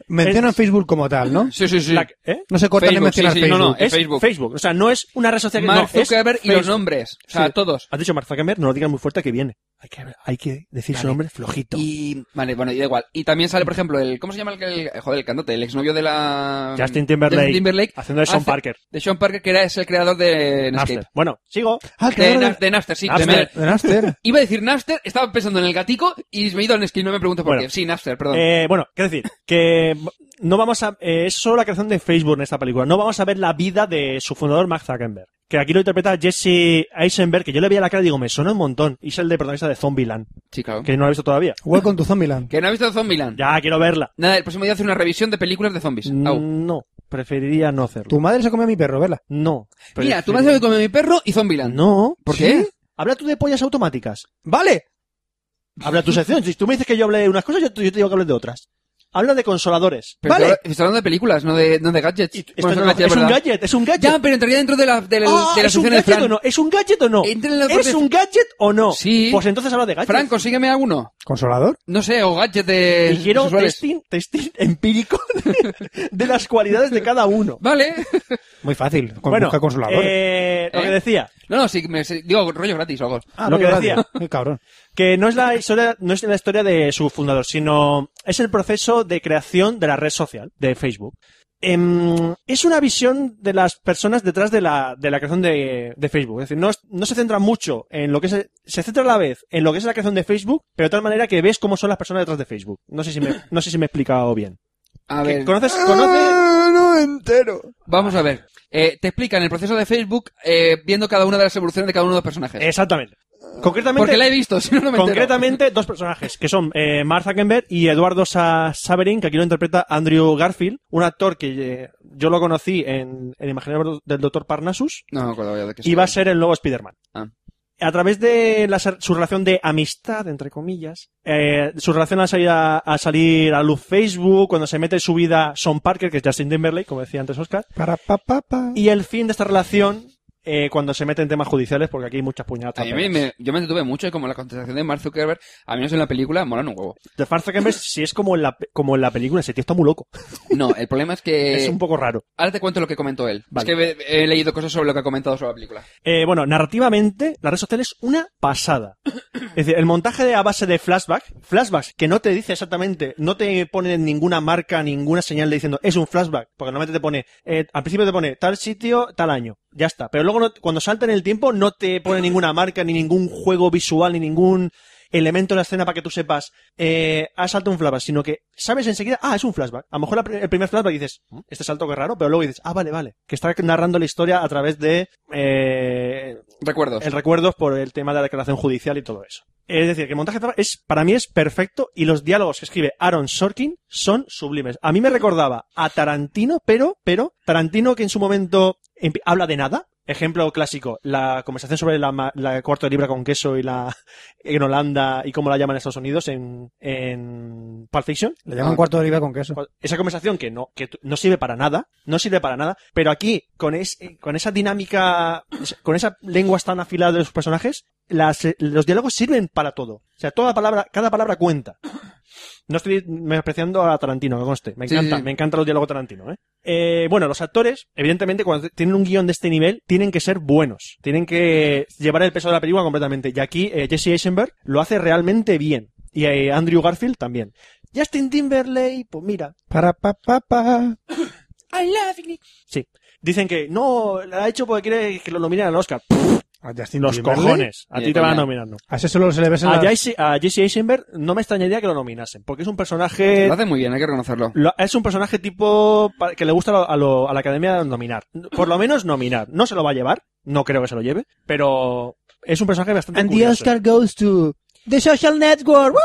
Mencionan
Es-
Facebook como tal, ¿no?
Sí, sí, sí.
La- ¿eh?
No se cortan de
Facebook,
mencionar
sí, sí, no,
Facebook.
no,
Es
es Facebook.
O sea, no es una red social que no,
Mark
es
Zuckerberg y los
Facebook.
nombres. O sea,
Sí.
todos.
Has dicho Mark Zuckerberg, no lo digas muy fuerte que viene. Hay que, hay que decir su nombre flojito.
Y, vale, bueno, y da igual. Y también sale, por ejemplo, el, ¿cómo se llama el, que- el- joder, el cantante? El exnovio de la...
Justin Timberlake.
Justin Timberlake.
Haciendo de Sean
Hace-
Parker.
De Sean Parker, que era, es el creador de Netscape.
Napster. Bueno, sigo.
Ah, el
De,
creador
Na- de Napster, sí.
Napster.
de Mer-
de Napster.
Iba a decir Napster, estaba pensando en el gatico y me he ido al Netscape, no me pregunto por
Bueno.
qué. Sí, Napster, perdón.
Eh, bueno, qué decir, que no vamos a... eh, es solo la creación de Facebook en esta película. No vamos a ver la vida de su fundador, Mark Zuckerberg. Que aquí lo interpreta Jesse Eisenberg, que yo le veía la cara y digo, me suena un montón. Y es el de protagonista de Zombieland,
sí, claro. Que,
que no la he visto todavía.
Welcome to Zombieland.
no ha visto Zombieland.
Ya, Mm, quiero verla.
Nada, el próximo día hace una revisión de películas de zombies. Au.
No, preferiría no hacerlo.
Tu madre se comió a mi perro, ¿verdad?
No.
Mira, tú
preferiría-
me has dado de comer mi perro y Zombieland.
No.
¿Por
¿Sí?
qué?
Habla tú de pollas automáticas.
¡Vale!
Habla tu sección. Si tú me dices que yo hablé de unas cosas, yo te, yo te digo que hables de otras. Habla de consoladores.
Pero
Vale.
te- Estás hablando de películas, no de, no de gadgets.
Y-
Bueno,
esto no-
son gadgets,
es un
¿verdad?
gadget, es un gadget.
Ya, pero entraría dentro de la, de la,
Ah,
de la
¿Es un
sección de
gadget
Fran.
o no? ¿Es un gadget o no?
Entra en la
¿Es
propia-
un gadget o no?
Sí.
Pues entonces habla de gadget.
Fran, consígueme alguno.
¿Consolador?
No sé, o gadget de
y quiero
sexuales.
testing, testing empírico de, de las cualidades de cada uno.
Vale.
Muy fácil. Con,
bueno,
busca consolador.
eh, lo que
¿Eh?
decía,
No, no, sí, me, sí, digo rollo gratis o algo.
Ah,
lo que
vale,
decía.
vale. Qué cabrón.
que no es la historia, no es la historia de su fundador, sino es el proceso de creación de la red social de Facebook. Em, es una visión de las personas detrás de la, de la creación de, de Facebook. Es decir, no, es- no se centra mucho en lo que es, se centra a la vez en lo que es la creación de Facebook, pero de tal manera que ves cómo son las personas detrás de Facebook. No sé si me, no sé si me he explicado bien.
A
Que
ver, Ah.
¿Conoces, conoces?
no entero.
vamos a ver. Eh, te explican el proceso de Facebook eh, viendo cada una de las evoluciones de cada uno de los personajes.
Exactamente. Concretamente,
Porque la he visto, si no, no me entero.
Concretamente, dos personajes, que son eh, Mark Zuckerberg y Eduardo Sa- Saverin, que aquí lo interpreta Andrew Garfield, un actor que eh, yo lo conocí en El imaginario del Doctor Parnassus,
No me acuerdo ya de qué
y va a
se
ser el nuevo Spider-Man.
Ah.
A través de la ser- su relación de amistad, entre comillas, eh, su relación a salir a, a salir a luz Facebook, cuando se mete en su vida Sean Parker, que es Justin Timberlake, como decía antes Oscar,
Para pa pa pa.
y el fin de esta relación eh, cuando se mete en temas judiciales, porque aquí hay muchas puñaladas.
A mí me, me- yo me detuve mucho y como la contestación de Mark Zuckerberg, a menos en la película, molan un huevo.
De Mark Zuckerberg, si es como en, la, como en la película, ese tío está muy loco.
No, el problema es que...
es un poco raro.
Ahora te cuento lo que comentó él.
Vale.
Es que he, he leído cosas sobre lo que ha comentado sobre la película.
Eh, bueno, narrativamente, la red social es una pasada. Es decir, el montaje de, a base de flashback, flashbacks que no te dice exactamente, no te pone ninguna marca, ninguna señal de diciendo es un flashback, porque normalmente te pone, eh, al principio te pone tal sitio, tal año, ya está. Pero luego no- cuando salta en el tiempo no te pone ninguna marca, ni ningún juego visual, ni ningún elemento de la escena para que tú sepas, eh, ha salto un flashback, sino que sabes enseguida, ah, es un flashback. A lo mejor la pri- el primer flashback dices, "Mm, este salto que raro, pero luego dices, ah, vale, vale, que está narrando la historia a través de, eh,
Recuerdos.
el recuerdo por el tema de la declaración judicial y todo eso. Es decir, que el montaje de trama es, para mí es perfecto y los diálogos que escribe Aaron Sorkin son sublimes. A mí me recordaba a Tarantino, pero, pero, Tarantino que en su momento empi- habla de nada. Ejemplo clásico, la conversación sobre la, ma- la cuarto de libra con queso y la en Holanda y cómo la llaman en Estados Unidos en, en Pulp Fiction.
Le llaman cuarto de oliva con queso.
Esa conversación que no, que t- no sirve para nada, no sirve para nada, pero aquí, con, es- eh, con esa dinámica, es- con esa lengua tan afilada de los personajes, las, eh, los diálogos sirven para todo. O sea, toda palabra, cada palabra cuenta. No estoy menospreciando a Tarantino, que conste. Me
Sí,
encanta,
sí.
me encanta los diálogos Tarantino, ¿eh? Eh, bueno, los actores, evidentemente, cuando tienen un guión de este nivel, tienen que ser buenos. Tienen que llevar el peso de la película completamente. Y aquí eh, Jesse Eisenberg lo hace realmente bien. Y eh, Andrew Garfield también. Justin Timberlake, pues mira,
Para pa pa pa.
Dicen que no, la ha hecho porque quiere que lo nominen al Oscar.
A Justin
Los
Timberlake.
cojones. A
Ni
ti
de
te van a
coña.
nominar, no.
A ese solo se le ves en
A
la...
Jesse, a Jesse Eisenberg no me extrañaría que lo nominasen, porque es un personaje...
Lo hace muy bien, hay que reconocerlo.
lo- es un personaje tipo pa- que le gusta a, lo- a la academia nominar. Por lo menos nominar. No se lo va a llevar, no creo que se lo lleve, pero es un personaje bastante
And the
curioso.
Oscar goes to The Social Network.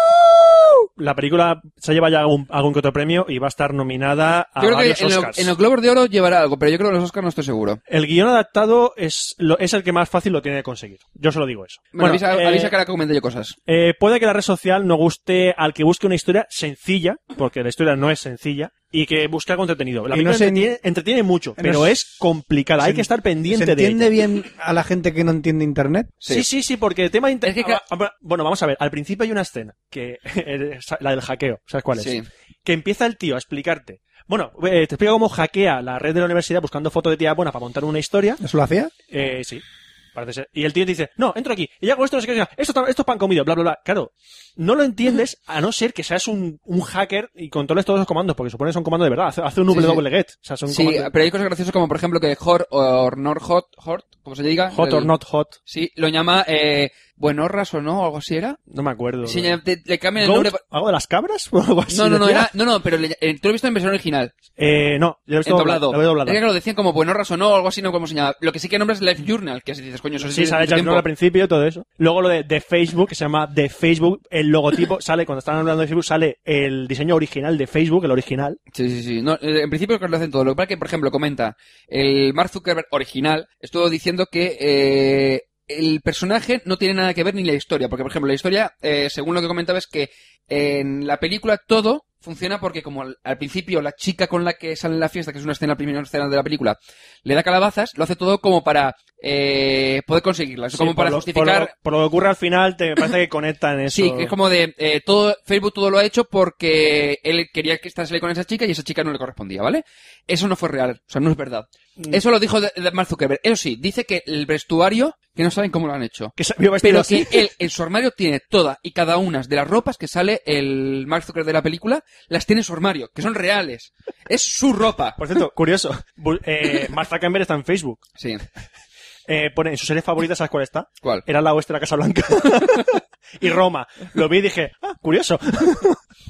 La película se lleva ya algún, algún que otro premio y va a estar nominada a
Yo creo
varios
que en, lo-
Oscars.
en los Globos de Oro llevará algo, pero yo creo que en los Oscars no estoy seguro.
El guión adaptado es, lo- es el que más fácil lo tiene de conseguir. Yo se lo digo eso.
Bueno, avisa,
eh,
avisa que ahora comente yo cosas.
Eh, puede que la red social no guste al que busque una historia sencilla, porque la historia no es sencilla, y que busque algo entretenido. La
Y no
película
se
entretiene, entretiene mucho,
no
pero
se-
es complicada. Hay
se-
que estar
¿Se
pendiente de
entiende
ella.
bien a la gente que no entiende internet?
Sí, sí, sí, porque el tema... inter-
Es que ca-
Ah, ah, Bueno, vamos a ver. Al principio hay una escena, que la del hackeo, ¿sabes cuál es?
Sí.
que empieza el tío a explicarte. Bueno, eh, te explico cómo hackea la red de la universidad buscando fotos de tía buena para montar una historia.
¿Eso lo hacía?
Eh, sí. Parece ser. Y el tío te dice, no, entro aquí, y hago esto, no sé qué, no sé qué. esto, está- esto es pan comido, bla, bla, bla. Claro, no lo entiendes a no ser que seas un, un hacker y controles todos los comandos, porque supone que son comandos de verdad, hace, hace un
Sí, sí.
wget. O sea, son
Sí,
comandos-
pero hay cosas graciosas como, por ejemplo, que Hort o Not Hot, Hort, como se diga.
hot
El-
or not hot,
Sí, lo llama, eh, Buenorras o no, o algo así era.
no me acuerdo.
Sí, te- le cambian el
Goat,
nombre. pa-
¿Algo de las cabras? o algo así
No, no, no,
decía.
era, no, no, pero le- eh, tú lo viste en versión original,
Eh, no, yo lo he visto
en doblado.
lo he doblado.
Era que lo decían como buenorras o no, o algo así, no como se llama. Lo que sí que nombres es Life Journal, que así dices, coño, eso sí,
Sí,
tiene
sale
mucho
Jack
tiempo.
Knoll al principio, todo eso. Luego lo de, de Facebook, que se llama de Facebook, el logotipo sale, cuando están hablando de Facebook, sale el diseño original de Facebook, el original.
Sí, sí, sí. No, eh, en principio creo que lo hacen todo. Lo que pasa es que, por ejemplo, comenta, el Mark Zuckerberg original estuvo diciendo que eh, el personaje no tiene nada que ver ni la historia. Porque, por ejemplo, la historia, eh, según lo que comentaba, es que en la película todo funciona porque como al, al principio la chica con la que sale en la fiesta, que es una escena, la primera escena de la película, le da calabazas, lo hace todo como para eh, poder conseguirlas,
Sí,
como
por
para
lo-
justificar
Por lo, por lo que ocurre al final, te parece que conectan eso.
Sí, que es como de eh, todo Facebook todo lo ha hecho porque él quería que estarse con esa chica y esa chica no le correspondía, ¿vale? Eso no fue real, o sea, no es verdad.
Mm.
Eso lo dijo de- de Mark Zuckerberg. Eso sí, dice que el vestuario que no saben cómo lo han hecho.
Que salió vestido
Pero
así.
que él en su armario tiene toda y cada una de las ropas que sale el Mark Zuckerberg de la película, las tiene en su armario, que son reales. Es su ropa.
Por cierto, curioso, bu- eh, Martha Campbell está en Facebook.
Sí,
Eh, pone en su serie favorita, ¿sabes cuál está?
¿cuál?
Era la oeste de la Casa Blanca. y Roma. Lo vi y dije, ah, curioso.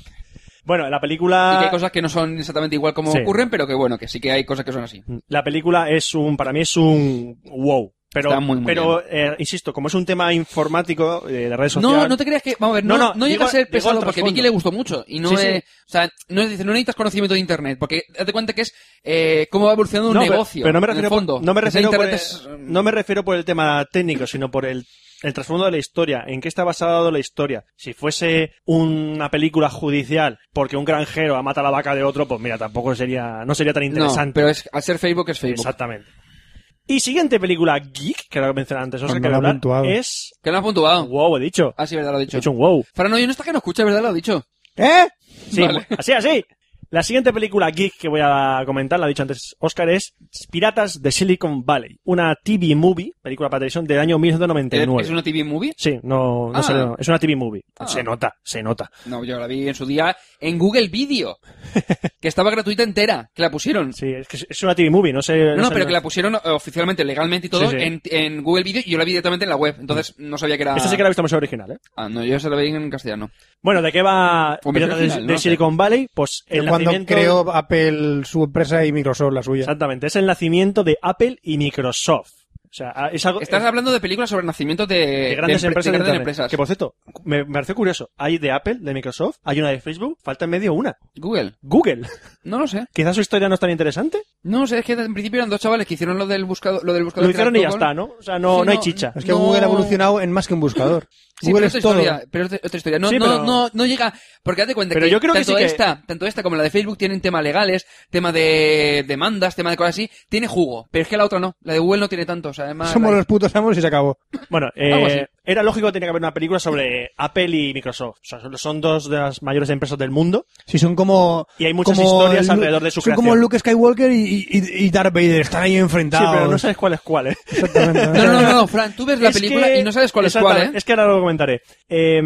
bueno, la película...
Y que hay cosas que no son exactamente igual como
Sí.
ocurren, pero que bueno, que sí que hay cosas que son así.
La película es un, para mí es un wow. Pero,
Está muy, muy
pero eh, insisto, como es un tema informático eh, de redes sociales.
No, no te creas que. Vamos a ver,
No,
no,
no,
no,
digo-
llega a ser
digo
pesado
el
porque a
trasfondo.
Vicky le gustó mucho. Y no
Sí,
es.
sí.
O sea, no, es- dice, no necesitas conocimiento de Internet. Porque date cuenta que es eh, cómo va evolucionando un
No, pero-
negocio.
Pero, no me
en el
refiero,
fondo.
no me
O sea,
refiero por,
Internet
el,
es, um, mm,
no me refiero por el tema técnico, sino por el, el trasfondo de la historia, en qué está basado la historia. Si fuese una película judicial porque un granjero ha matado a la vaca de otro, pues mira, tampoco sería, no sería tan interesante.
No, pero es, al ser Facebook es Facebook.
Exactamente. Y siguiente película geek, que era lo que mencioné antes, o sea,
Cuando
que
lo ha
hablar,
puntuado.
es...
Que no has puntuado.
Wow, he dicho.
Ah, sí, verdad, lo he dicho.
He dicho un wow.
Fran, no, yo no está que no escucha, ¿verdad? Lo he dicho.
¿Eh?
Sí,
Vale.
así, así. La siguiente película geek que voy a comentar, la ha dicho antes Oscar, es Piratas de Silicon Valley, una TV movie, película para televisión del año
¿Es
1999.
una TV movie?
Sí, no, no
Ah.
sé, no, es una TV movie.
Ah.
Se nota, se nota.
No, yo la vi en su día en Google Video. que estaba gratuita entera, que la pusieron.
Sí, es, que es- es una TV movie, no sé.
No, no,
sé-
pero que la pusieron eh, oficialmente, legalmente y todo
Sí, sí.
En, en Google Video y yo la vi directamente en la web. Entonces no sabía que era.
Esta sí que la he visto en versión original, ¿eh?
Ah, no, yo se la vi en castellano.
Bueno, ¿de qué va
Pues
Piratas de,
original,
de
no lo sé.
Silicon Valley? Pues el
cuando
nacimiento...
creó Apple su empresa y Microsoft la suya.
Exactamente, es el nacimiento de Apple y Microsoft. O sea, ah, es algo...
Estás
es-
hablando de películas sobre nacimientos de,
de grandes
de empre-
empresas de
de grandes
Internet.
empresas.
Que por cierto, me, me parece curioso. Hay de Apple, de Microsoft, hay una de Facebook, falta en medio una.
Google.
Google.
No lo sé.
Quizás su historia no es tan interesante.
No lo sé, es que en principio eran dos chavales que hicieron lo del buscado, lo del buscador.
Lo hicieron y ya
Google.
está, ¿no? O sea, no,
Sí,
no hay
no,
chicha.
Es que
No.
Google ha evolucionado en más que un buscador.
Sí,
Google
pero
es
otra
todo.
historia, pero otra, otra historia. No,
Sí,
no,
pero-
no, no llega. Porque date cuenta
Pero
que,
yo creo que
tanto
sí que-
esta, tanto esta como la de Facebook tienen temas legales, tema de demandas, tema de cosas así, tiene jugo. Pero es que la otra no, la de Google no tiene tanto, o sea, además.
Somos los putos amos y se acabó.
Bueno,
Algo así.
eh, era lógico que tenía que haber una película sobre Apple y Microsoft. O sea, son- son dos de las mayores empresas del mundo.
Sí, son como...
Y hay muchas
como
historias
Lu-
alrededor de su
Son
creación.
como Luke Skywalker y, y- y Darth Vader. Están ahí enfrentados.
Sí, pero no sabes cuál es cuál, ¿eh?
Exactamente.
No, no, no, no, Fran, tú ves la
Es
película
que-
y no sabes cuál es
Exactamente,
cuál, ¿eh?
Es que ahora lo comentaré. Eh,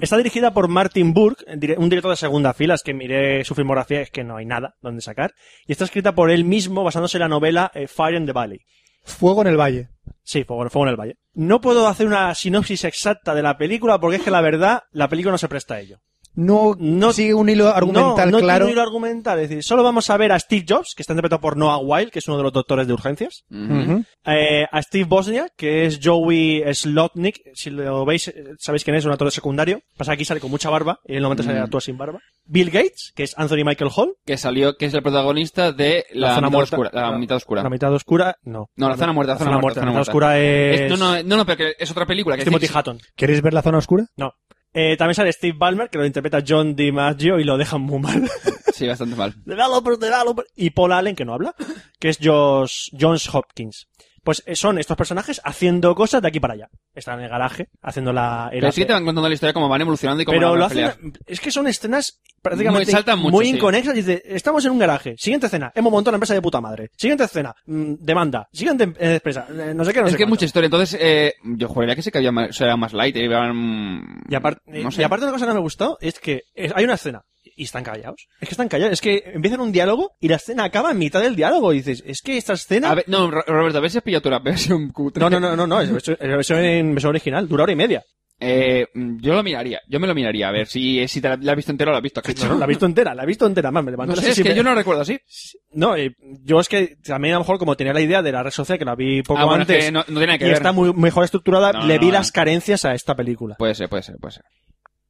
está dirigida por Martin Burke, dire- un director de segunda fila. Es que miré su filmografía, es que no hay nada donde sacar. Y está escrita por él mismo basándose en la novela eh, Fire in the Valley.
Fuego en el valle.
Sí, Fuego, Fuego en el Valle. No puedo hacer una sinopsis exacta de la película porque es que la verdad, la película no se presta a ello.
No,
No-
sigue un hilo argumental
no, no
claro.
tiene hilo argumental. Es decir, solo vamos a ver a Steve Jobs, que está interpretado por Noah Wilde, que es uno de los doctores de urgencias.
Ujú.
Ujú.
Eh, a Steve Bosnia, que es Joey Slotnick. Si lo veis, eh, sabéis quién es, un actor secundario. Pasa que aquí sale con mucha barba, y en el momento sale
Mm.
actúa sin barba. Bill Gates, que es Anthony Michael Hall.
Que salió, que es el protagonista de La,
zona
mitad
muerta.
oscura. La mitad oscura.
La mitad oscura, no.
No, la zona muerta, la zona muerta,
La
la
mitad
zona
oscura es...
Es- no, no, no, no, pero que es otra película. Que
Timothy
sí,
Hatton.
¿Queréis ver la zona oscura?
Eh, también sale Steve Ballmer, que lo interpreta John DiMaggio y lo dejan muy mal.
sí, bastante mal.
developer, developer, y Paul Allen, que no habla, que es Josh, Johns Hopkins. Pues eh, son estos personajes haciendo cosas de aquí para allá. Están en el garaje, haciendo la... el
Pero sí que
hace-
te van contando la historia, cómo van evolucionando y cómo
Pero
van
lo
a pelear.
hacen... Es que son escenas prácticamente
Muy- saltan mucho,
muy
sí.
inconexas. Dice, estamos en un garaje. Siguiente escena. Hemos montado una empresa de puta madre. Siguiente escena. mm, demanda. Siguiente eh, empresa. eh, no sé qué, no
es
sé
que es
cuánto.
mucha historia, entonces eh, yo juraría que sí que había más, o sea, era más light. eh, Y,
Y aparte, y aparte una cosa que no me gustó es que es- hay una escena y están callados. Es que están callados. Es que empiezan un diálogo y la escena acaba en mitad del diálogo. Y dices, es que esta escena...
A ver, no, Ro- Roberto, a ver si has pillado tú la versión cutre.
No, no, no, no, no, es es- es la versión en versión original, dura hora y media.
Eh, mm, yo lo miraría, yo me lo miraría, a ver si, eh, si te la, la has visto entera o la has visto cacho.
La he visto entera, la he visto entera, más me levanté
Ah, No
a las
sé, es
seis y
que yo
media.
no la recuerdo así.
No, eh, yo es que también a lo mejor como tenía la idea de la red social, que la vi poco
Ah, bueno, es
antes,
que no, no tiene que
y
ver.
está muy mejor estructurada,
No,
le
no,
vi
no.
las carencias a esta película.
Puede ser, puede ser, puede ser.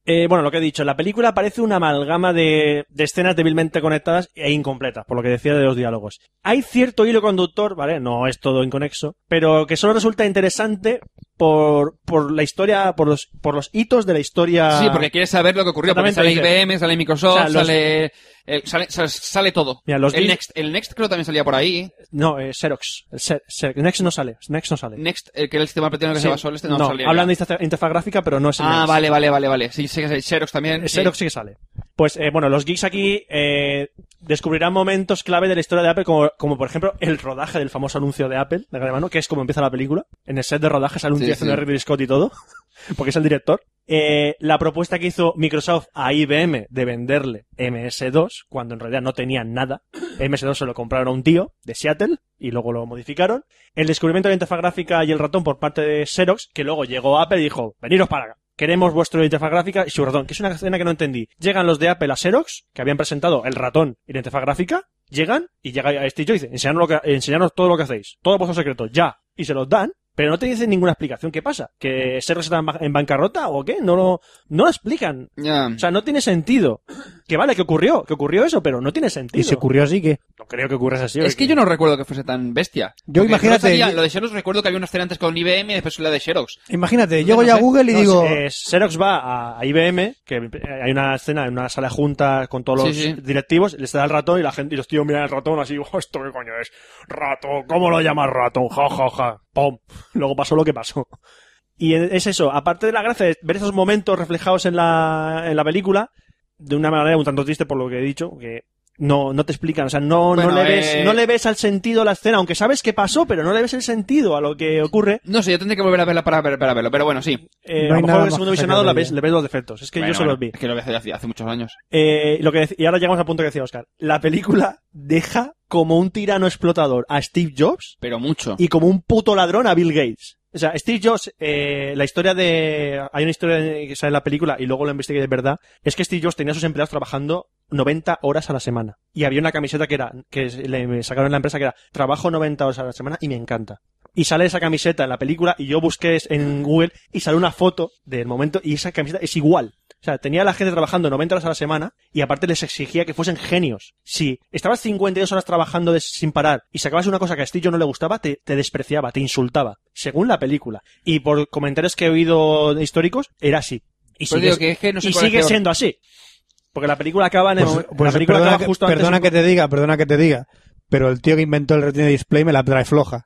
Eh, bueno, lo que he dicho, la película parece una amalgama de, de escenas débilmente conectadas e incompletas, por lo que decía de los diálogos. Hay cierto hilo conductor, ¿vale? No es todo inconexo, pero que solo resulta interesante por, por la historia, por los, por los hitos de la historia.
Sí, porque quieres saber lo que ocurrió, porque sale
Ah. Exactamente, dice-
IBM, sale Microsoft,
O sea, los-
sale, el- sale, sale, sale todo.
Mira, los
el,
dis-
Next, el Next creo que también salía por ahí.
No, eh, Xerox. El Xer- Xer- Next no sale. Next no sale.
Next, el que era el sistema operativo en el que
Sí.
se basó el este, no, salía.
hablan de interfaz- interfaz gráfica, pero no es el
Ah,
Next.
vale, vale, vale, vale. Sí, sí, sí, Xerox también.
El Eh, Xerox sí que sale. Pues eh, bueno, los geeks aquí eh, descubrirán momentos clave de la historia de Apple, como, como por ejemplo el rodaje del famoso anuncio de Apple, de gran mano, que es como empieza la película. En el set de rodaje sale un
Sí,
tío haciendo
sí.
de Ridley Scott y todo, porque es el director. Eh, la propuesta que hizo Microsoft a IBM de venderle MS2, cuando en realidad no tenían nada. MS2 se lo compraron a un tío de Seattle y luego lo modificaron. El descubrimiento de la interfaz gráfica y el ratón por parte de Xerox, que luego llegó Apple y dijo, veniros para acá. Queremos vuestro interfaz gráfica y su ratón, que es una escena que no entendí. Llegan los de Apple a Xerox, que habían presentado el ratón y la interfaz gráfica, llegan y llega a Steve Jobs y dice, enseñadnos, lo que, enseñadnos todo lo que hacéis, todos vuestros secretos, ya. Y se los dan, pero no te dicen ninguna explicación. ¿Qué pasa? ¿Que Xerox está en ba- en bancarrota o qué? No lo, no lo explican.
Ya.
O sea, no tiene sentido. Que vale, que ocurrió, que ocurrió eso, pero no tiene
Y se
sentido.
ocurrió así que...
No creo que ocurra así.
Es que
porque-
yo no recuerdo que fuese tan bestia.
Yo
Porque
imagínate-
no sabía- lo de Xerox recuerdo que había una escena antes con IBM y después la de Xerox.
Imagínate,
No,
llego
no
yo a
sé.
Google y
No,
digo...
eh, Xerox va a- a IBM, que eh, hay una escena en una sala junta con todos los
Sí, sí.
directivos, les da el ratón y la gente y los tíos miran el ratón así, "Oh, ¿esto qué coño es? Ratón, ¿cómo lo llamas ratón? Ja, ja, ja. Pum. Luego pasó lo que pasó. Y e, es eso, aparte de la gracia de ver esos momentos reflejados en la, en la película, de una manera un tanto triste por lo que he dicho, que no, no te explican, o sea, no,
Bueno,
no, le ves,
eh,
no le ves al sentido a la escena, aunque sabes qué pasó, pero no le ves el sentido a lo que ocurre.
No sé, yo tendré que volver a verla para, ver- para verlo, pero bueno, sí.
Eh,
No
a
hay nada
lo mejor el
más
segundo
que sacar
visionado
de
la
ella.
ves, le ves los defectos, es que
Bueno,
yo se los vi.
bueno, Es que lo vi hace, hace muchos años.
Eh, lo que dec- y ahora llegamos al punto que decía Oscar. La película deja como un tirano explotador a Steve Jobs
Pero mucho.
y como un puto ladrón a Bill Gates. O sea, Steve Jobs, eh, la historia de... Hay una historia que sale en la película y luego lo investigué de verdad. Es que Steve Jobs tenía a sus empleados trabajando 90 horas a la semana. Y había una camiseta que era, que le me sacaron en la empresa que era, trabajo 90 horas a la semana y me encanta. Y sale esa camiseta en la película y yo busqué es- en Google y sale una foto del momento y esa camiseta es igual. O sea, tenía a la gente trabajando 90 horas a la semana y aparte les exigía que fuesen genios. Si estabas 52 horas trabajando de- sin parar y sacabas una cosa que a Steve Jobs no le gustaba, te, te despreciaba, te insultaba, según la película. Y por comentarios que he oído de históricos, era así. Y
Pero
sigue,
digo que es que no sé
y
cuál es
sigue
peor.
siendo así. Porque la película acaba en el
Pues-
momento-
pues
la película
perdona,
acaba
que,
justo
perdona
antes
que te diga, perdona que te diga, pero el tío que inventó el Retina Display me la trae floja.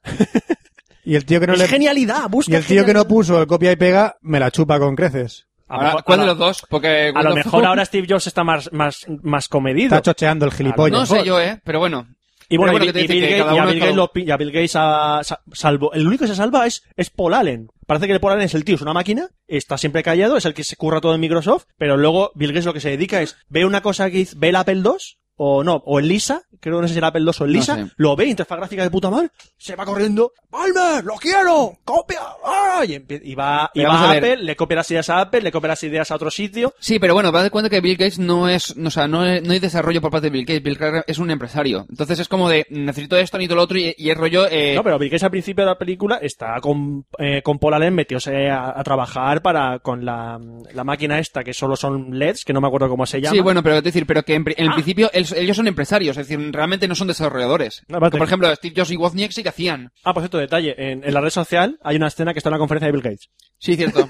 y el tío que no
Es
le
genialidad, busca
y el tío que no
genialidad.
puso el copia y pega me la chupa con creces.
A lo
Ahora,
mejor-
¿Cuál
a
de
lo-
los dos? Porque
A
Wheel
lo
of
mejor
Fortune-
ahora Steve Jobs está más, más, más comedido.
Está chocheando el gilipollas.
No sé yo, ¿eh? Pero bueno.
Y bueno,
Pero bueno,
y-
que te
y
dice
Bill
que
Gates-
cada
y a
uno
Bill
es
Gates,
cada
lo pi- y a Bill Gates a- sa- salvo. El único que se salva es, es Paul Allen. Parece que Paul Allen es el tío, es una máquina, está siempre callado, es el que se curra todo en Microsoft, pero luego Bill Gates lo que se dedica es, ve una cosa que dice- ve el Apple II, o no, o el Lisa, creo que no sé si el Apple II o el
No
Lisa,
sé.
lo ve, interfaz gráfica de puta madre, se va corriendo, ¡Palmer, lo quiero! ¡Copia! ¡Ah! Y, empie- y va, y
Pero
va
vamos
a
a ver.
Apple, le copia las ideas a Apple, le copia las ideas a otro sitio,
Sí, pero bueno, vas de cuenta que Bill Gates no es, no, o sea, no, es- no hay desarrollo por parte de Bill Gates. Bill Gates es un empresario. Entonces es como de, necesito esto, necesito lo otro, y, y es rollo, eh,
No, pero Bill Gates al principio de la película está con, eh, con Paul Allen metióse a, a trabajar para con la, la máquina esta que solo son LEDs, que no Ah. me acuerdo cómo se llama.
Sí, bueno, pero es decir, pero que en, pri- en principio el- ellos son empresarios, es decir, realmente no son desarrolladores.
No, aparte-
Como, por ejemplo, Steve Jobs y Wozniak sí que hacían.
Ah, por cierto, detalle. En, en la red social hay una escena que está en la conferencia de Bill Gates.
Sí, cierto.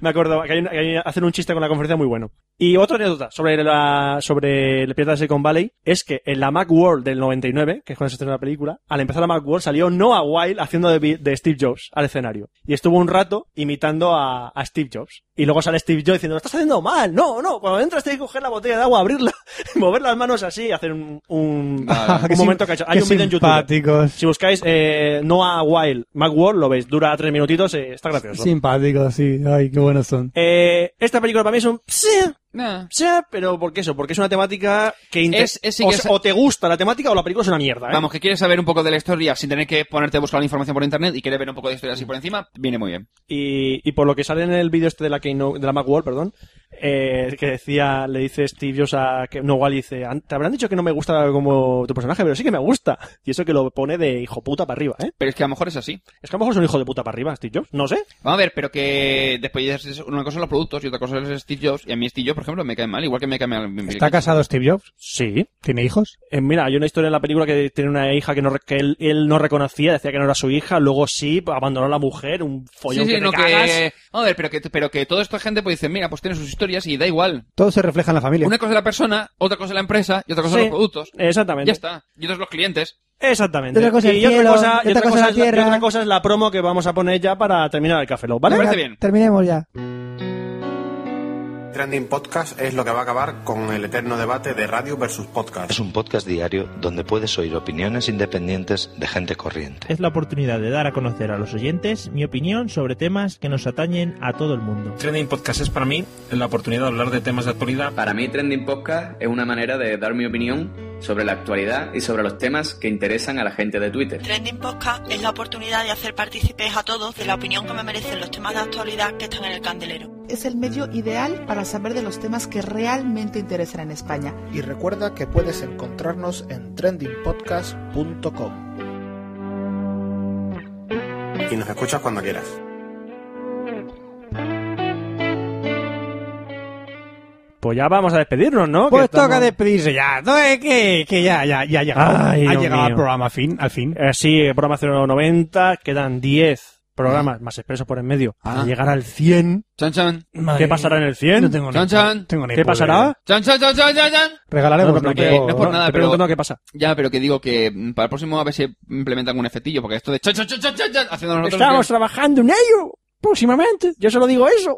me acuerdo que, hay una- que hay- hacen un chiste con la conferencia muy bueno. Y otra anécdota sobre la sobre el pirata de Silicon Valley es que en la Macworld del 99, que es cuando se estrenó la película, al empezar la Macworld salió Noah Wild haciendo de, Bi- de Steve Jobs al escenario y estuvo un rato imitando a, a Steve Jobs y luego sale Steve Jobs diciendo lo estás haciendo mal, no, no, cuando entras tienes que coger la botella de agua, abrirla, mover las manos así, y hacer un un,
Vale.
un momento cacho. Hay
Qué
un vídeo en YouTube.
simpáticos.
Si buscáis eh, Noah Wild Macworld lo veis, dura tres minutitos, eh, está gracioso.
Simpáticos, sí. Ay, qué buenos son.
Eh, esta película para mí es un pse,
Nah.
pse, pero ¿por qué eso? Porque es una temática que inte-
Es- es- sí
o,
que
sea,
es-
o te gusta la temática o la película es una mierda. ¿eh?
Vamos, que quieres saber un poco de la historia sin tener que ponerte a buscar la información por internet y quieres ver un poco de historia así por encima, viene muy bien.
Y, y por lo que sale en el vídeo este de la Keynote- de la Macworld, perdón, eh, que decía, le dice Steve Jobs a que no igual dice, "An- te habrán dicho que no me gusta como tu personaje, pero sí que me gusta. Y eso que lo pone de hijo puta para arriba, ¿eh?
Pero es que a lo mejor es así.
Es que a lo mejor es un hijo de puta para arriba, Steve Jobs, no sé.
Vamos a ver, pero que después ya es- una cosa son los productos y otra cosa es Steve Jobs. Y a mí Steve Jobs, por ejemplo, me cae mal, igual que me cae mal Bill
¿Está
Gates.
casado Steve Jobs?
Sí.
¿Tiene hijos?
Eh, mira, hay una historia en la película que tiene una hija que, no, re- que él, él no reconocía, decía que no era su hija, luego sí, abandonó a la mujer, un
Sí,
follón
sí,
que te
no,
cagas.
que... Vamos a ver, pero que, pero que toda esta gente pues dice, mira, pues tiene sus historias y da igual.
Todo se refleja en la familia.
Una cosa es la persona, otra cosa es la empresa y otra cosa
Sí,
son los productos.
Exactamente.
Ya está. Y otros los clientes.
Exactamente.
Otra cosa
y,
el cielo,
otra cosa, y
otra cosa la
es la, y
tierra.
otra cosa es la promo que vamos a poner ya para terminar el café, Lock, ¿vale?
Me parece bien.
Terminemos ya.
Trending Podcast es lo que va a acabar con el eterno debate de radio versus podcast.
Es un podcast diario donde puedes oír opiniones independientes de gente corriente.
Es la oportunidad de dar a conocer a los oyentes mi opinión sobre temas que nos atañen a todo el mundo.
Trending Podcast es para mí la oportunidad de hablar de temas de actualidad.
Para mí, Trending Podcast es una manera de dar mi opinión sobre la actualidad y sobre los temas que interesan a la gente de Twitter.
Trending Podcast es la oportunidad de hacer partícipes a todos de la opinión que me merecen los temas de actualidad que están en el candelero. Es el medio ideal para saber de los temas que realmente interesan en España.
Y recuerda que puedes encontrarnos en trendingpodcast.com.
Y nos escuchas cuando quieras.
Pues ya vamos a despedirnos, ¿no?
Pues
Que estamos-
toca despedirse ya. No, eh, que, que ya, ya, ya ha llegado.
Ay,
ha
Dios
llegado al
mío.
programa fin, al fin.
Eh, sí, el programa 090, quedan 10 programas más expresos por en medio.
Ah.
Para llegar al 100.
Chan, chan.
¿Qué pasará en el 100?
No tengo ni-
Chan, chan.
tengo ni
¿Qué
puta
pasará?
idea.
Chan, chan, chan, chan, chan, chan.
Regalaremos
no,
un
pero
poco,
no es por
¿no?
nada,
te
pero-
pregunto, no, ¿qué pasa?
Ya, pero que digo que mm, para el próximo a ver si implementan un efectillo, porque esto de chan, chan, chan, chan, chan, chan, haciendo nosotros...
Estamos trabajando en ello. Próximamente. Yo solo digo eso.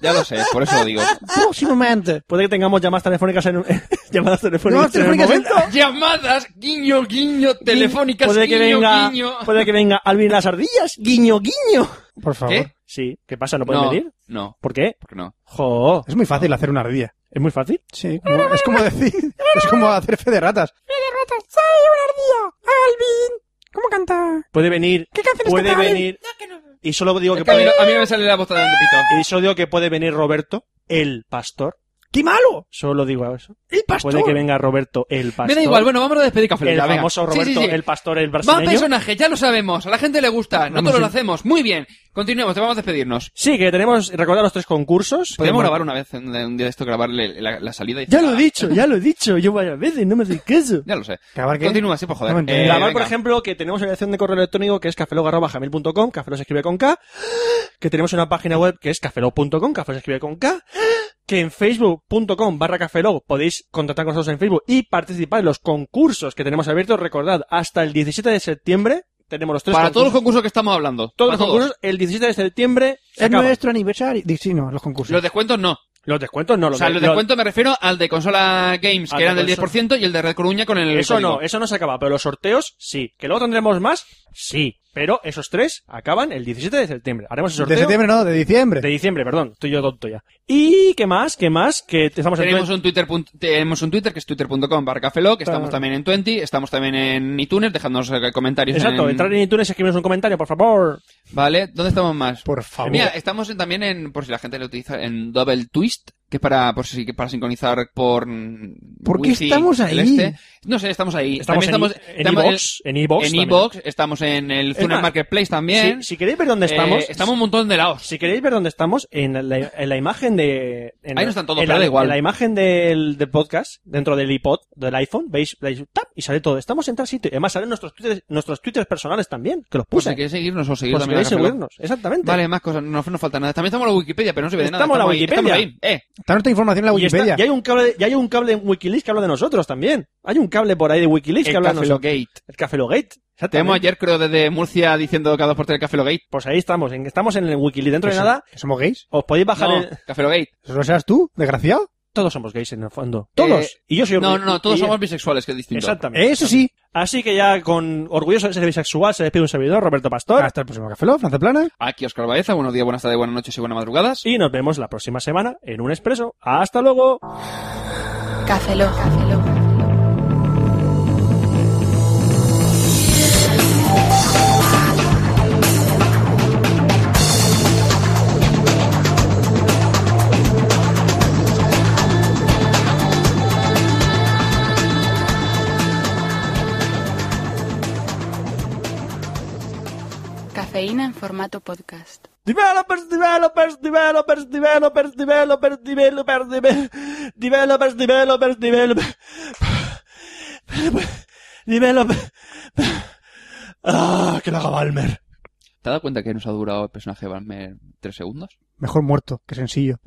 Ya lo sé, por eso lo digo.
Ah,
Próximamente. Puede que tengamos llamadas telefónicas en un- llamadas telefónicas en el momento.
Llamadas, guiño, guiño, telefónicas,
puede que
guiño,
venga,
guiño.
Puede que venga Alvin y las ardillas. Guiño, guiño. Por favor.
¿Qué?
Sí. ¿Qué pasa? ¿No pueden
No,
venir?
No.
¿Por qué?
Porque no.
Jo.
Es muy fácil hacer una ardilla.
¿Es muy fácil?
Sí. como- es como decir. es como hacer fe de ratas.
¡Soy una ardilla! ¡Alvin! ¿Cómo canta?
Puede venir.
¿Qué canción
Puede
está Alvin?
venir. Y solo digo que
A mí,
puede.
no, a mí no me sale la voz de Pito.
Y solo digo que puede venir Roberto, el pastor. ¡Qué malo! Solo digo eso. El pastor. Puede que venga Roberto, el pastor.
Me da igual, bueno, vamos a despedir Café
El
Lock, venga.
famoso
Sí,
Roberto,
sí, sí.
el pastor, el
Más
brasileño.
personajes, ya lo sabemos. A la gente le gusta. Nosotros
Vamos
lo
a-
hacemos. Muy bien. Continuemos, te vamos a despedirnos.
Sí, que tenemos, recordar los tres concursos.
Podemos
Que-
grabar una vez, un un día de esto, grabarle la, la salida. Y...
Ya lo he dicho, ya lo he dicho. Yo varias veces, no me haces caso.
Ya lo sé.
¿Grabar qué?
Continúa, sí, por joder.
No me entiendo.
Eh,
Grabar,
venga.
por ejemplo, que tenemos una dirección de correo electrónico que es cafelog.com, cafelo se escribe con K, que tenemos una página web que es cafelog.com, cafelo se escribe con K, que en facebook.com barra cafelog podéis contactar con nosotros en Facebook y participar en los concursos que tenemos abiertos. Recordad, hasta el 17 de septiembre tenemos los tres
Para todos los
concursos.
concursos que estamos hablando.
Todos
Para
los concursos, el 17 de septiembre se
Es
acaban.
nuestro aniversario. Di- Sí, no, los concursos.
Los descuentos no.
Los descuentos no,
O
los,
sea, los
los-
descuentos me refiero al de consola Games,
Al
que
de
eran del
consola.
10%, y el de Red Coruña con el.
Eso
código.
no, eso no se acaba, pero los sorteos sí. ¿Que luego tendremos más? Sí. Pero esos tres acaban el 17 de septiembre. Haremos el sorteo.
De septiembre no, de diciembre.
De diciembre, perdón. Estoy yo tonto ya. ¿Y qué más? ¿Qué más? Que estamos en
Tenemos
Twitter.
un, Twitter, punt- tenemos un Twitter que es twitter.com barra Cafeloc, estamos
Ah.
también en 20, estamos también en iTunes, dejadnos eh, comentarios.
Exacto,
en-
entrar en iTunes y escribirnos un comentario, por favor.
Vale, ¿dónde estamos más?
Por favor.
Mira, estamos en- también en, por si la gente lo utiliza, en Double Twist, que es para, por si, que para sincronizar por... mm,
¿Por qué
wifi
estamos
el
ahí?
este. No sé, estamos ahí.
Estamos
También
en i- en
estamos
iVoox, en iVoox
En
también.
iVoox, estamos en el Zune
más,
Marketplace también.
Si, si queréis ver dónde
Eh,
estamos,
estamos un montón de lados.
si queréis ver dónde estamos, en la, en la imagen de... En,
Ahí no están todos,
en la,
pero da igual.
en la imagen del, del podcast, dentro del iPod, del iPhone, veis, veis, ¡tap! y sale todo. Estamos en tal sitio. Y Además salen nuestros twitters, nuestros twitters personales también, que los
Pues
puse.
si queréis seguirnos o seguir
Por si
también a
queréis
Cafeloc.
Pues seguirnos. Exactamente.
Vale, más cosas, no, no falta nada. También estamos en la Wikipedia, pero no se ve de nada.
Estamos en la
ahí,
Wikipedia.
estamos ahí. Eh,
Está nuestra información en la
Y, está-
Wikipedia.
y hay un cable, y hay un cable en Wikileaks que habla de nosotros también. Hay un cable por ahí de Wikileaks que
el
habla de nosotros.
Cafelogate.
El Cafelogate.
Tenemos
Exactamente.
ayer, creo, desde Murcia diciendo cada dos por tres Cafelogate.
Pues ahí estamos, en, estamos en el Wikileaks. Dentro de
¿Eso-
nada,
¿Somos gays?
os podéis bajar
No,
el...
Cafelogate.
¿Eso lo seas tú, desgraciado?
Todos somos gays en el fondo. Todos.
Eh,
y yo soy
No, no, no, todos
y-
somos bisexuales, que es distinto.
Exactamente.
Eso sí.
Así que ya con orgulloso de ser bisexual se despide un servidor, Roberto Pastor.
Hasta el próximo Café Ló, Franza Plana.
Aquí Oscar Baeza, buenos días, buenas tardes, buenas noches y buenas madrugadas.
Y nos vemos la próxima semana en un expreso. Hasta luego.
Café Lock. Café Lock. Cafeína en formato podcast.
Developers, developers, developers, developers, developers, developers, deve- developers, developers, developers, developers. Ah, que la haga Balmer.
¿Te has dado cuenta que nos ha durado el personaje de Balmer tres segundos?
Mejor muerto que sencillo.